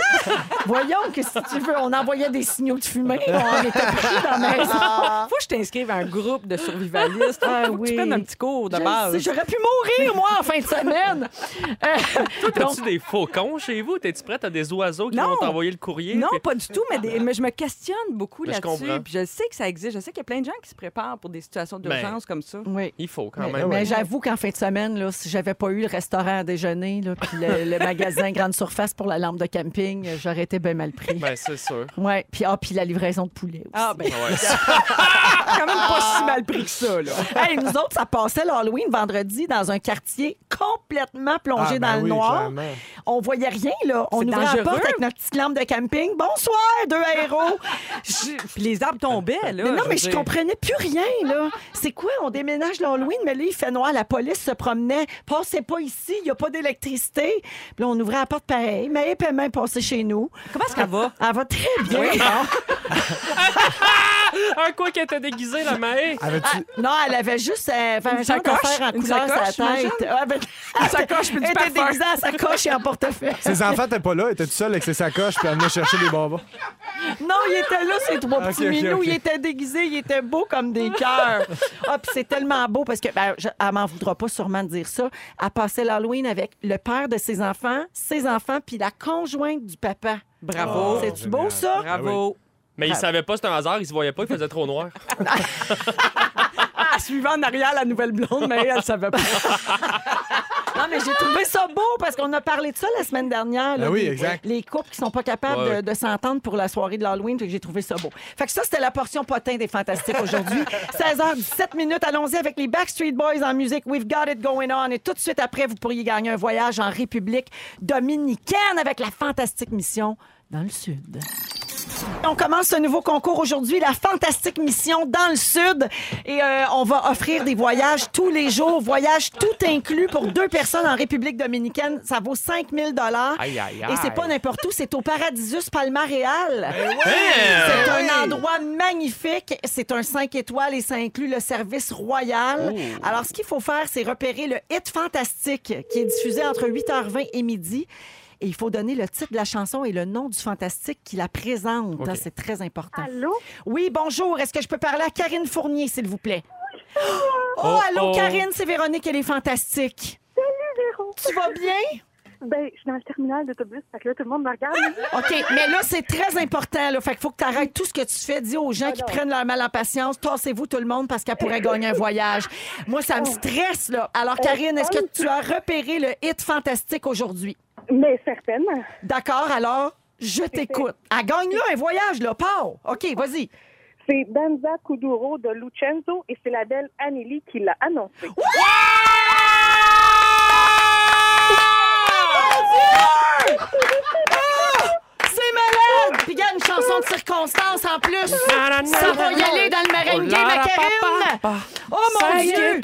Speaker 1: Voyons, qu'est-ce que tu veux? On envoyait des signaux de fumée. On était pris dans la maison.
Speaker 5: d'électricité. Faut que je t'inscrive à un groupe de survivalistes.
Speaker 1: Ah
Speaker 5: Faut que
Speaker 1: oui.
Speaker 5: tu prennes un petit cours de
Speaker 1: Je
Speaker 5: base.
Speaker 1: sais, J'aurais pu mourir, moi, en fin de semaine. Euh, donc,
Speaker 3: T'as-tu des faucons chez vous? T'es-tu prête à des oiseaux qui
Speaker 5: Non.
Speaker 3: vont t'envoyer le courrier?
Speaker 5: Non,
Speaker 3: Puis-
Speaker 5: pas du tout, mais, des- mais je me questionne beaucoup
Speaker 3: Mais je
Speaker 5: là-dessus.
Speaker 3: comprends.
Speaker 5: Puis je sais que ça existe. Je sais qu'il y a plein de gens qui se préparent pour des situations d'urgence comme ça.
Speaker 1: oui.
Speaker 3: Il faut quand
Speaker 1: Mais,
Speaker 3: même.
Speaker 1: mais j'avoue qu'en fin de semaine, là, si j'avais pas eu le restaurant à déjeuner, là, puis le, le magasin grande surface pour la lampe de camping, euh, j'aurais été bien mal pris.
Speaker 3: Ben, c'est sûr.
Speaker 1: Ouais. Puis ah, puis la livraison de poulet. Aussi.
Speaker 5: Ah, ben,
Speaker 3: Ouais.
Speaker 5: quand même pas si mal pris que ça, là.
Speaker 1: Hey, nous autres, ça passait l'Halloween vendredi dans un quartier complètement
Speaker 2: Ah,
Speaker 1: plongé
Speaker 2: ben
Speaker 1: dans le
Speaker 2: oui,
Speaker 1: noir.
Speaker 2: clairement.
Speaker 1: On voyait rien, là. On
Speaker 5: C'est
Speaker 1: ouvrait la
Speaker 5: dangereux.
Speaker 1: porte avec notre petite lampe de camping. Bonsoir, deux héros. Je-
Speaker 5: Puis les arbres tombaient, là.
Speaker 1: Mais non, mais
Speaker 5: veux
Speaker 1: je
Speaker 5: dire.
Speaker 1: comprenais plus rien, là. C'est quoi? On déménage l'Halloween, mais là, il fait noir. La police se promenait. Passez pas ici, il n'y a pas d'électricité. Puis là, on ouvrait la porte pareil. Mais elle même passer chez nous.
Speaker 5: Comment est-ce qu'elle va?
Speaker 1: Elle va
Speaker 5: Ah,
Speaker 1: très bien. bon.
Speaker 3: Un quoi qu'elle t'a déguisé, la Maë?
Speaker 2: Avais-tu-
Speaker 1: Ah, non, elle avait juste euh, fait
Speaker 5: Une
Speaker 1: un genre
Speaker 5: sacoche?
Speaker 1: d'affaire en
Speaker 5: Une
Speaker 1: couleur sur la
Speaker 5: sacoche, j'imagine?
Speaker 1: tête. Ouais, ben,
Speaker 5: Une sacoche, puis du
Speaker 1: elle était
Speaker 5: parfum.
Speaker 1: déguisée en sacoche et en portefeuille.
Speaker 2: Ses enfants étaient pas là, étaient tout seuls avec ses sacoches, puis elle venait chercher des bonbons.
Speaker 1: Non, il était là, ces trois
Speaker 2: Ok,
Speaker 1: petits
Speaker 2: ok,
Speaker 1: minous.
Speaker 2: ok.
Speaker 1: Il était déguisé, il était beau comme des cœurs. Ah, puis c'est tellement beau parce que, ben, je- elle m'en voudra pas sûrement de dire ça. Elle passait l'Halloween avec le père de ses enfants, ses enfants, puis la conjointe du papa.
Speaker 5: Bravo.
Speaker 1: C'est-tu beau,
Speaker 2: Oh, génial.
Speaker 1: ça?
Speaker 5: Bravo.
Speaker 3: Mais il savait pas, c'était un hasard, il se voyait pas, il faisait trop noir.
Speaker 5: Ah, suivant en arrière la nouvelle blonde, mais elle, elle savait pas.
Speaker 1: Non, mais j'ai trouvé ça beau parce qu'on a parlé de ça la semaine dernière. là,
Speaker 2: Ah oui,
Speaker 1: des-
Speaker 2: exact.
Speaker 1: Les couples qui sont pas capables
Speaker 3: Ouais,
Speaker 1: de-
Speaker 3: ouais.
Speaker 1: de, s'entendre pour la soirée de l'Halloween. Fait que j'ai trouvé ça beau. Fait que ça, c'était la portion potin des Fantastiques aujourd'hui. 16h17 minutes. Allons-y avec les Backstreet Boys en musique. We've got it going on. Et tout de suite après, vous pourriez gagner un voyage en République dominicaine avec la fantastique mission dans le Sud. On commence ce nouveau concours aujourd'hui, la fantastique mission dans le Sud. Et euh, on va offrir des voyages tous les jours, voyages tout inclus pour deux personnes en République dominicaine. Ça vaut 5 000
Speaker 3: Aïe, aïe,
Speaker 1: Et c'est
Speaker 3: aïe.
Speaker 1: pas n'importe où, c'est au Paradisus Palmaréal.
Speaker 3: Hein?
Speaker 1: C'est un endroit magnifique. C'est un 5 étoiles et ça inclut le service royal.
Speaker 3: Oh.
Speaker 1: Alors, ce qu'il faut faire, c'est repérer le hit fantastique qui est diffusé entre 8h20 et midi. Et il faut donner le titre de la chanson et le nom du fantastique qui la présente.
Speaker 3: Ok.
Speaker 1: C'est très important.
Speaker 4: Allô?
Speaker 1: Oui, bonjour. Est-ce que je peux parler à Karine Fournier, s'il vous plaît? Oh,
Speaker 3: Oh,
Speaker 1: allô,
Speaker 3: oh.
Speaker 1: Karine, c'est Véronique, elle est fantastique.
Speaker 4: C'est Véro.
Speaker 1: Tu vas bien?
Speaker 4: Ben, je suis dans le terminal d'autobus, fait que là, tout le monde me regarde.
Speaker 1: OK, mais là, c'est très important. Là. Fait qu'il faut que tu arrêtes tout ce que tu fais. Dis aux gens qui prennent leur mal en patience, tassez-vous tout le monde parce qu'elle pourrait gagner un voyage. Moi, ça me stresse, là. Alors, Karine, est-ce que tu as repéré le hit fantastique aujourd'hui?
Speaker 4: Mais certainement.
Speaker 1: D'accord, alors, je t'écoute. Elle gagne là un voyage, là. Pars! OK, vas-y.
Speaker 4: C'est Danza Kuduro de Lucenzo et c'est la belle Anneli qui l'a annoncé.
Speaker 1: Ah! C'est malade! Puis, il y a une chanson de circonstance en plus.
Speaker 5: Ah!
Speaker 1: Ça va y aller dans le meringue game à Karine. Oh, mon Dieu!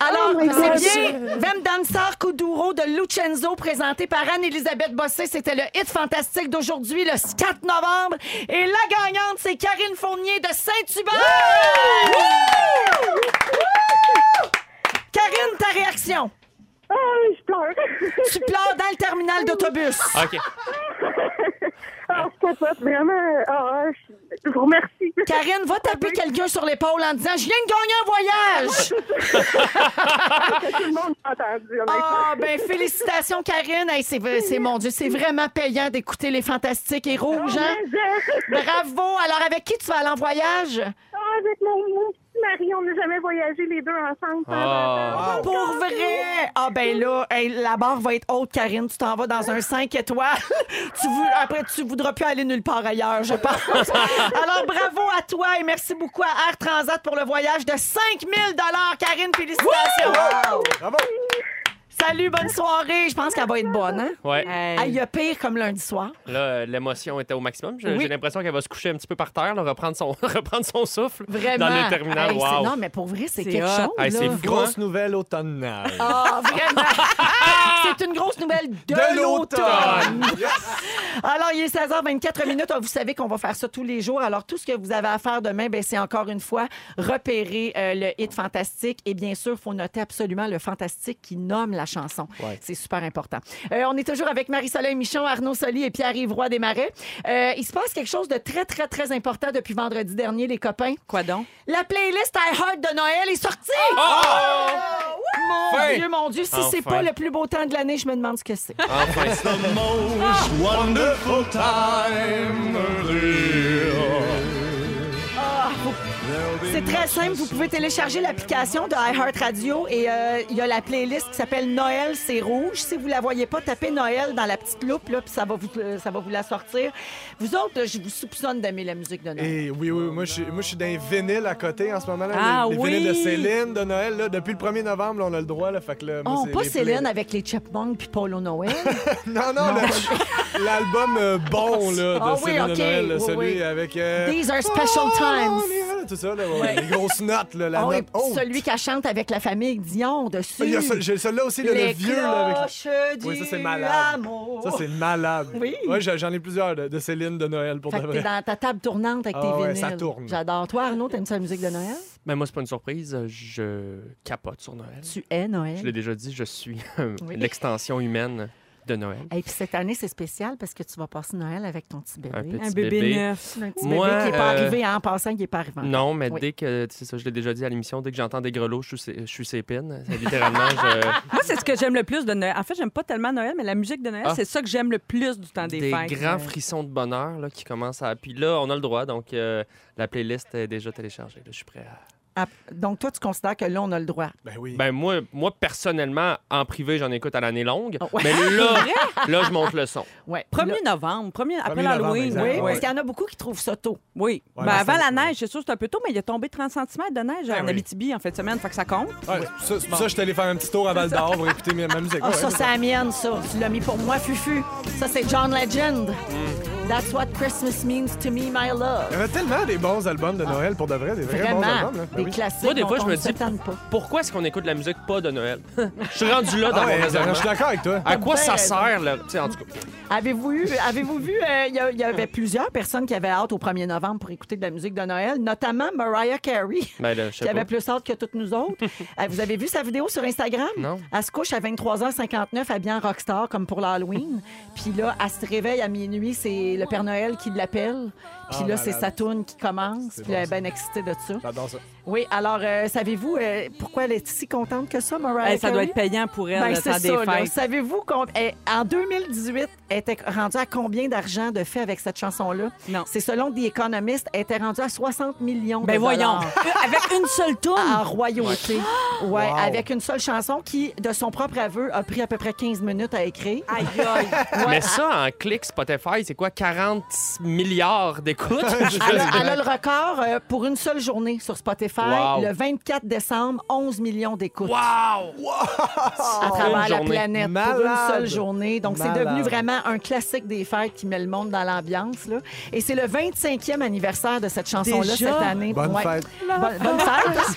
Speaker 5: Ah!
Speaker 1: Alors, c'est bien Vem Dancer Kuduro de Lucenzo, présenté par Anne-Elisabeth Bossé. C'était le hit fantastique d'aujourd'hui, le 4 novembre. Et la gagnante, c'est Karine Fournier de Saint-Hubert! Wouh! Wouh! Karine, ta réaction?
Speaker 4: Ah, je pleure.
Speaker 1: Tu pleures dans le terminal d'autobus.
Speaker 3: OK.
Speaker 4: Ah, je capote vraiment. Ah, je je vous remercie.
Speaker 1: Karine, va taper quelqu'un sur l'épaule en disant Je viens de gagner un voyage!
Speaker 4: Tout le monde m'a entendu. honnêtement.
Speaker 1: Ah, ben félicitations, Karine. Hey, c'est, c'est- mon Dieu, c'est vraiment payant d'écouter les fantastiques et rouges. hein?
Speaker 4: Mais, euh,
Speaker 1: Bravo! Alors, avec qui tu vas aller en voyage?
Speaker 4: ah, avec mon, mon petit mari, on n'a jamais voyagé les deux ensemble.
Speaker 3: Ah.
Speaker 1: Pour vrai! Ah, ben là, hey, la barre va être haute, Karine. Tu t'en vas dans un 5 étoiles. tu vou- après, tu voudras plus aller nulle part ailleurs, je pense. Alors, bravo à toi et merci beaucoup à Air Transat pour le voyage de 5000 Karine, félicitations!
Speaker 2: Bravo!
Speaker 1: Salut, bonne soirée. Je pense qu'elle va être bonne, hein?
Speaker 3: Ouais.
Speaker 1: Ah, Il y a pire comme lundi soir.
Speaker 3: Là, euh, l'émotion était au maximum. J'ai
Speaker 1: Oui.
Speaker 3: j'ai l'impression qu'elle va se coucher un petit peu par terre, là, reprendre, son, reprendre son souffle
Speaker 1: Vraiment.
Speaker 3: dans le terminal.
Speaker 1: Hey, c'est-
Speaker 3: wow.
Speaker 1: Non, mais pour vrai, c'est
Speaker 5: C'est
Speaker 1: quelque
Speaker 5: hot.
Speaker 1: chose.
Speaker 3: Hey, c'est
Speaker 1: là.
Speaker 3: fou.
Speaker 2: Grosse nouvelle automnale.
Speaker 1: Ah, vraiment. c'est une grosse nouvelle de,
Speaker 2: De
Speaker 1: l'automne.
Speaker 2: l'automne!
Speaker 1: Alors, il est 16h24 minutes. Ah, Vous savez qu'on va faire ça tous les jours. Alors, tout ce que vous avez à faire demain, ben, c'est encore une fois repérer euh, le hit fantastique. Et bien sûr, il faut noter absolument le fantastique qui nomme la chanson. C'est super important. Euh, on est toujours avec Marie-Soleil Michon, Arnaud Soli et Pierre-Yves Roy Desmarais. Euh, il se passe quelque chose de très, très, très important depuis vendredi dernier, les copains.
Speaker 5: Quoi donc?
Speaker 1: La playlist I Heart de Noël est sortie! Ah!
Speaker 3: Oh!
Speaker 1: Mon
Speaker 3: Enfin!
Speaker 1: Dieu, mon Dieu, si c'est
Speaker 3: Enfin.
Speaker 1: pas le plus beau temps de l'année, je me demande ce que c'est. Ah!
Speaker 3: Enfin, c'est-
Speaker 6: Wonderful time
Speaker 1: Ah! C'est très simple, vous pouvez télécharger l'application de iHeartRadio et euh, il y a la playlist qui s'appelle Noël, c'est rouge. Si vous la voyez pas, tapez Noël dans la petite loupe, là, puis ça, va vous, euh, ça va vous la sortir. Vous autres, là, je vous soupçonne d'aimer la musique de Noël.
Speaker 2: Et oui, oui, moi je, suis- moi, je suis dans les vinyles à côté en ce moment. Là,
Speaker 5: Ah
Speaker 2: les, les
Speaker 5: oui!
Speaker 2: vinyles de Céline, de Noël. Là, depuis le 1er novembre, là, on a le droit. Là, fait que là, moi,
Speaker 1: Oh,
Speaker 2: c'est
Speaker 1: pas
Speaker 2: les Ben,
Speaker 1: Céline
Speaker 2: play-
Speaker 1: avec les Chipmunks puis Polo Noël.
Speaker 2: Non, non, le- l'album euh, bon là, de
Speaker 1: Ah oui,
Speaker 2: Céline
Speaker 1: ok,
Speaker 2: de Noël. là,
Speaker 1: oui,
Speaker 2: celui
Speaker 1: oui.
Speaker 2: avec. euh,
Speaker 1: These are special times.
Speaker 2: Tout ça, là, ouais, les grosses notes. Là, la
Speaker 1: Oh, et
Speaker 2: note haute.
Speaker 1: celui qui chante avec la famille Dion dessus.
Speaker 2: Ah, Il y a ce- J'ai celui-là aussi, là, le
Speaker 1: les
Speaker 2: vieux. Là, avec...
Speaker 1: cloches du
Speaker 2: Oui, ça, c'est malade.
Speaker 1: amour.
Speaker 2: Ça, c'est malade.
Speaker 1: Oui.
Speaker 2: Ouais, j'en j'en ai plusieurs de, de Céline de Noël pour
Speaker 1: Fait
Speaker 2: de
Speaker 1: que t'es
Speaker 2: vrai.
Speaker 1: dans ta table tournante avec
Speaker 2: Ah
Speaker 1: tes
Speaker 2: ouais,
Speaker 1: vinyles.
Speaker 2: ça tourne.
Speaker 1: J'adore. Toi, Arnaud, t'aimes ça la musique de Noël?
Speaker 3: Mais moi, c'est pas une surprise. Je capote sur Noël.
Speaker 1: Tu es Noël.
Speaker 3: Je l'ai déjà dit, je suis
Speaker 1: Oui.
Speaker 3: l'extension humaine de Noël.
Speaker 1: Et puis cette année, c'est spécial parce que tu vas passer Noël avec ton petit bébé.
Speaker 3: Un petit
Speaker 5: Un bébé,
Speaker 3: bébé.
Speaker 5: neuf.
Speaker 1: Un petit
Speaker 3: Moi,
Speaker 1: bébé qui n'est pas
Speaker 3: euh,
Speaker 1: arrivé hein, en passant, qui n'est pas arrivé. encore.
Speaker 3: Non, mais
Speaker 1: Oui.
Speaker 3: dès que, c'est ça, je l'ai déjà dit à l'émission, dès que j'entends des grelots, je suis, ses- je suis ses pines. C'est Littéralement, je-
Speaker 5: Moi, c'est ce que j'aime le plus de Noël. En fait, j'aime pas tellement Noël, mais la musique de Noël,
Speaker 3: Ah.
Speaker 5: c'est ça que j'aime le plus du temps des,
Speaker 3: des
Speaker 5: fêtes.
Speaker 3: grands frissons de bonheur là, qui commencent à... Puis là, on a le droit, donc euh, la playlist est déjà téléchargée. là. je suis prêt à...
Speaker 1: Ah, donc toi, tu considères que là, on a le droit.
Speaker 2: Ben oui.
Speaker 3: Ben moi, moi personnellement, en privé, j'en écoute à l'année longue.
Speaker 1: Ah ouais.
Speaker 3: Mais là, là, je monte le son.
Speaker 1: Ouais. Là-
Speaker 5: 1er novembre, premier, après
Speaker 2: 1er novembre,
Speaker 5: l'Halloween.
Speaker 1: oui,
Speaker 2: exact.
Speaker 5: Oui,
Speaker 1: parce
Speaker 5: oui.
Speaker 1: qu'il y en a beaucoup qui trouvent ça tôt.
Speaker 5: Oui.
Speaker 2: Ouais,
Speaker 5: Ben,
Speaker 2: mais
Speaker 5: avant
Speaker 2: c'est- Ah
Speaker 5: la neige, c'est sûr, c'est un peu tôt, mais il a tombé 30 cm de neige hein, en
Speaker 2: oui.
Speaker 5: Abitibi en fin de semaine, fait que ça compte.
Speaker 2: Ouais, c'est pour ça, c'est pour ça que je suis allé faire un petit tour à Val d'Or pour écouter ma, ma musique.
Speaker 1: Ah,
Speaker 2: Ouais,
Speaker 1: ça,
Speaker 2: ouais.
Speaker 1: c'est la mienne, ça. Tu l'as mis pour moi, Fufu. Ça, c'est John Legend.
Speaker 2: Mm.
Speaker 1: That's what Christmas means to me, my
Speaker 2: Il
Speaker 1: love.
Speaker 2: y avait tellement des bons albums de Noël pour de vrai, des vrais
Speaker 1: Vraiment,
Speaker 2: bons albums. là. Ben
Speaker 1: des
Speaker 2: oui.
Speaker 1: classiques.
Speaker 3: Moi, des
Speaker 1: dont
Speaker 3: fois, je
Speaker 1: on
Speaker 3: me
Speaker 1: ne
Speaker 3: dis-
Speaker 1: s'étonne pas.
Speaker 3: Pourquoi est-ce qu'on écoute la musique pas de Noël? je suis rendu là dans
Speaker 2: Ah
Speaker 3: mon
Speaker 2: ouais, exactement,
Speaker 3: raisonnement.
Speaker 2: je suis d'accord avec toi.
Speaker 3: À quoi
Speaker 1: Ben,
Speaker 3: ça sert, là? Tu sais, en tout cas,
Speaker 1: Avez-vous eu- avez-vous vu, euh, il y a- il y, avait plusieurs personnes qui avaient hâte au 1er novembre pour écouter de la musique de Noël, notamment Mariah Carey,
Speaker 3: ben, là, je sais
Speaker 1: qui avait
Speaker 3: pas.
Speaker 1: plus hâte que toutes nous autres. Euh, Vous avez vu sa vidéo sur Instagram?
Speaker 3: Non.
Speaker 1: Elle se couche à 23h59 habillée en rockstar, comme pour l'Halloween. Puis là, elle se réveille à minuit, c'est le Père Noël qui l'appelle. Puis
Speaker 2: Ah,
Speaker 1: là, c'est
Speaker 2: malade.
Speaker 1: sa toune qui commence. Puis
Speaker 2: bon,
Speaker 1: elle est
Speaker 2: ça.
Speaker 1: bien excitée de ça.
Speaker 2: J'adore ça.
Speaker 1: Oui, alors, euh, savez-vous euh, pourquoi elle est si contente que ça, Mariah
Speaker 5: Eh, ça doit
Speaker 1: Carey?
Speaker 5: être payant pour elle,
Speaker 1: Ben,
Speaker 5: le
Speaker 1: c'est
Speaker 5: temps
Speaker 1: ça,
Speaker 5: des
Speaker 1: là.
Speaker 5: fêtes.
Speaker 1: Savez-vous eh, qu'en 2018, elle était rendue à combien d'argent de fait avec cette chanson-là?
Speaker 5: Non.
Speaker 1: C'est selon The Economist, elle était rendue à 60 millions de
Speaker 5: Ben voyons,
Speaker 1: dollars
Speaker 5: avec une seule tourne.
Speaker 1: en royauté. Ouais,
Speaker 2: Wow.
Speaker 1: avec une seule chanson qui, de son propre aveu, a pris à peu près 15 minutes à écrire.
Speaker 5: Aïe, aïe.
Speaker 3: Mais ça, en clic Spotify, c'est quoi? 40 milliards d'écoutes?
Speaker 1: Elle a, elle a le record euh, pour une seule journée sur Spotify,
Speaker 3: Wow.
Speaker 1: le 24 décembre, 11 millions d'écoutes
Speaker 3: Wow!
Speaker 1: à travers
Speaker 3: Une
Speaker 1: la
Speaker 3: journée.
Speaker 1: planète pour
Speaker 2: Malade.
Speaker 1: une seule journée. Donc, c'est
Speaker 2: Malade.
Speaker 1: devenu vraiment un classique des fêtes qui met le monde dans l'ambiance. là. Et c'est le 25e anniversaire de cette chanson-là cette
Speaker 5: Déjà?
Speaker 1: année.
Speaker 2: Bonne
Speaker 1: Ouais.
Speaker 2: fête.
Speaker 1: Bonne, bonne fête.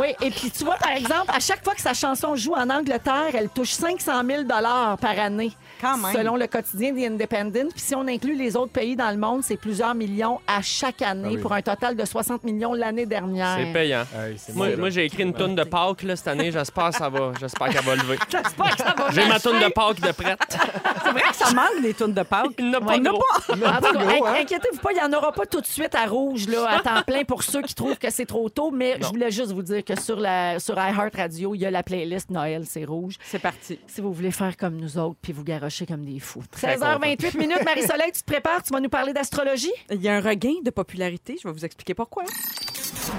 Speaker 1: oui, et puis tu vois, par exemple, à chaque fois que sa chanson joue en Angleterre, elle touche 500 000 par année.
Speaker 5: Quand même.
Speaker 1: Selon le quotidien The Independent. Puis si on inclut les autres pays dans le monde, c'est plusieurs millions à chaque année
Speaker 2: Ah oui.
Speaker 1: pour un total de 60 millions l'année dernière.
Speaker 3: C'est payant.
Speaker 2: Hey, c'est
Speaker 3: Moi,
Speaker 2: bon,
Speaker 3: moi,
Speaker 2: là.
Speaker 3: j'ai écrit une tonne de Pâques là, cette année. J'espère que ça va. J'espère qu'elle va lever.
Speaker 1: J'espère que ça va
Speaker 3: J'ai ma tonne de Pâques de prête.
Speaker 5: C'est vrai que ça manque des tunes de Pâques.
Speaker 3: Il n'y en a
Speaker 5: On
Speaker 3: pas
Speaker 5: n'a
Speaker 3: gros.
Speaker 1: En tout cas,
Speaker 2: gros,
Speaker 1: in-
Speaker 2: hein?
Speaker 1: inquiétez-vous pas, il n'y en aura pas tout de suite à rouge, là, à temps plein pour ceux qui trouvent que c'est trop tôt, mais je voulais juste vous dire que sur, la, sur iHeart Radio, il y a la playlist Noël, c'est rouge.
Speaker 5: C'est parti.
Speaker 1: Si vous voulez faire comme nous autres, puis vous garochez comme des fous.
Speaker 3: Très
Speaker 1: 16h28 minutes, Marie-Soleil, tu te prépares, tu vas nous parler d'astrologie?
Speaker 5: Il y a un regain de popularité, je vais vous expliquer pourquoi.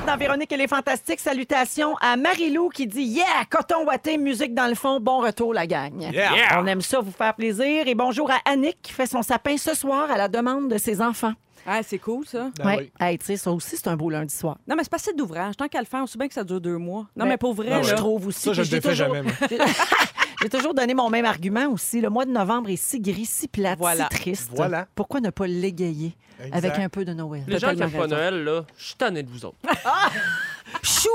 Speaker 1: Dans Véronique et les Fantastiques, salutations à Marie-Lou qui dit Yeah, coton ouaté, musique dans le fond, bon retour la gang.
Speaker 2: Yeah.
Speaker 3: Yeah!
Speaker 1: On aime ça vous faire plaisir. Et bonjour à Annick qui fait son sapin ce soir à la demande de ses enfants.
Speaker 5: Ah, c'est cool, ça.
Speaker 2: Ben
Speaker 1: Ouais.
Speaker 2: oui.
Speaker 1: Hey, tu sais, ça aussi, c'est un beau lundi soir.
Speaker 5: Non, mais c'est pas assez d'ouvrage. Tant qu'à le faire, on sait bien que ça dure deux mois. Non,
Speaker 1: Ben,
Speaker 5: mais pour vrai,
Speaker 2: Ah ouais.
Speaker 1: Je
Speaker 5: là.
Speaker 1: trouve aussi.
Speaker 2: Ça, je
Speaker 1: puis
Speaker 2: le
Speaker 1: j'ai
Speaker 2: défais
Speaker 1: toujours-
Speaker 2: jamais, moi.
Speaker 1: J'ai toujours donné mon même argument aussi. Le mois de novembre est si gris, si plate,
Speaker 5: Voilà.
Speaker 1: si triste.
Speaker 2: Voilà.
Speaker 1: Pourquoi ne pas l'égayer
Speaker 2: Exact.
Speaker 1: avec un peu de Noël?
Speaker 3: Les gens qui
Speaker 5: Totalement
Speaker 3: n'aiment pas
Speaker 5: raison.
Speaker 3: Noël, là, je suis tanné de vous autres.
Speaker 1: Chou!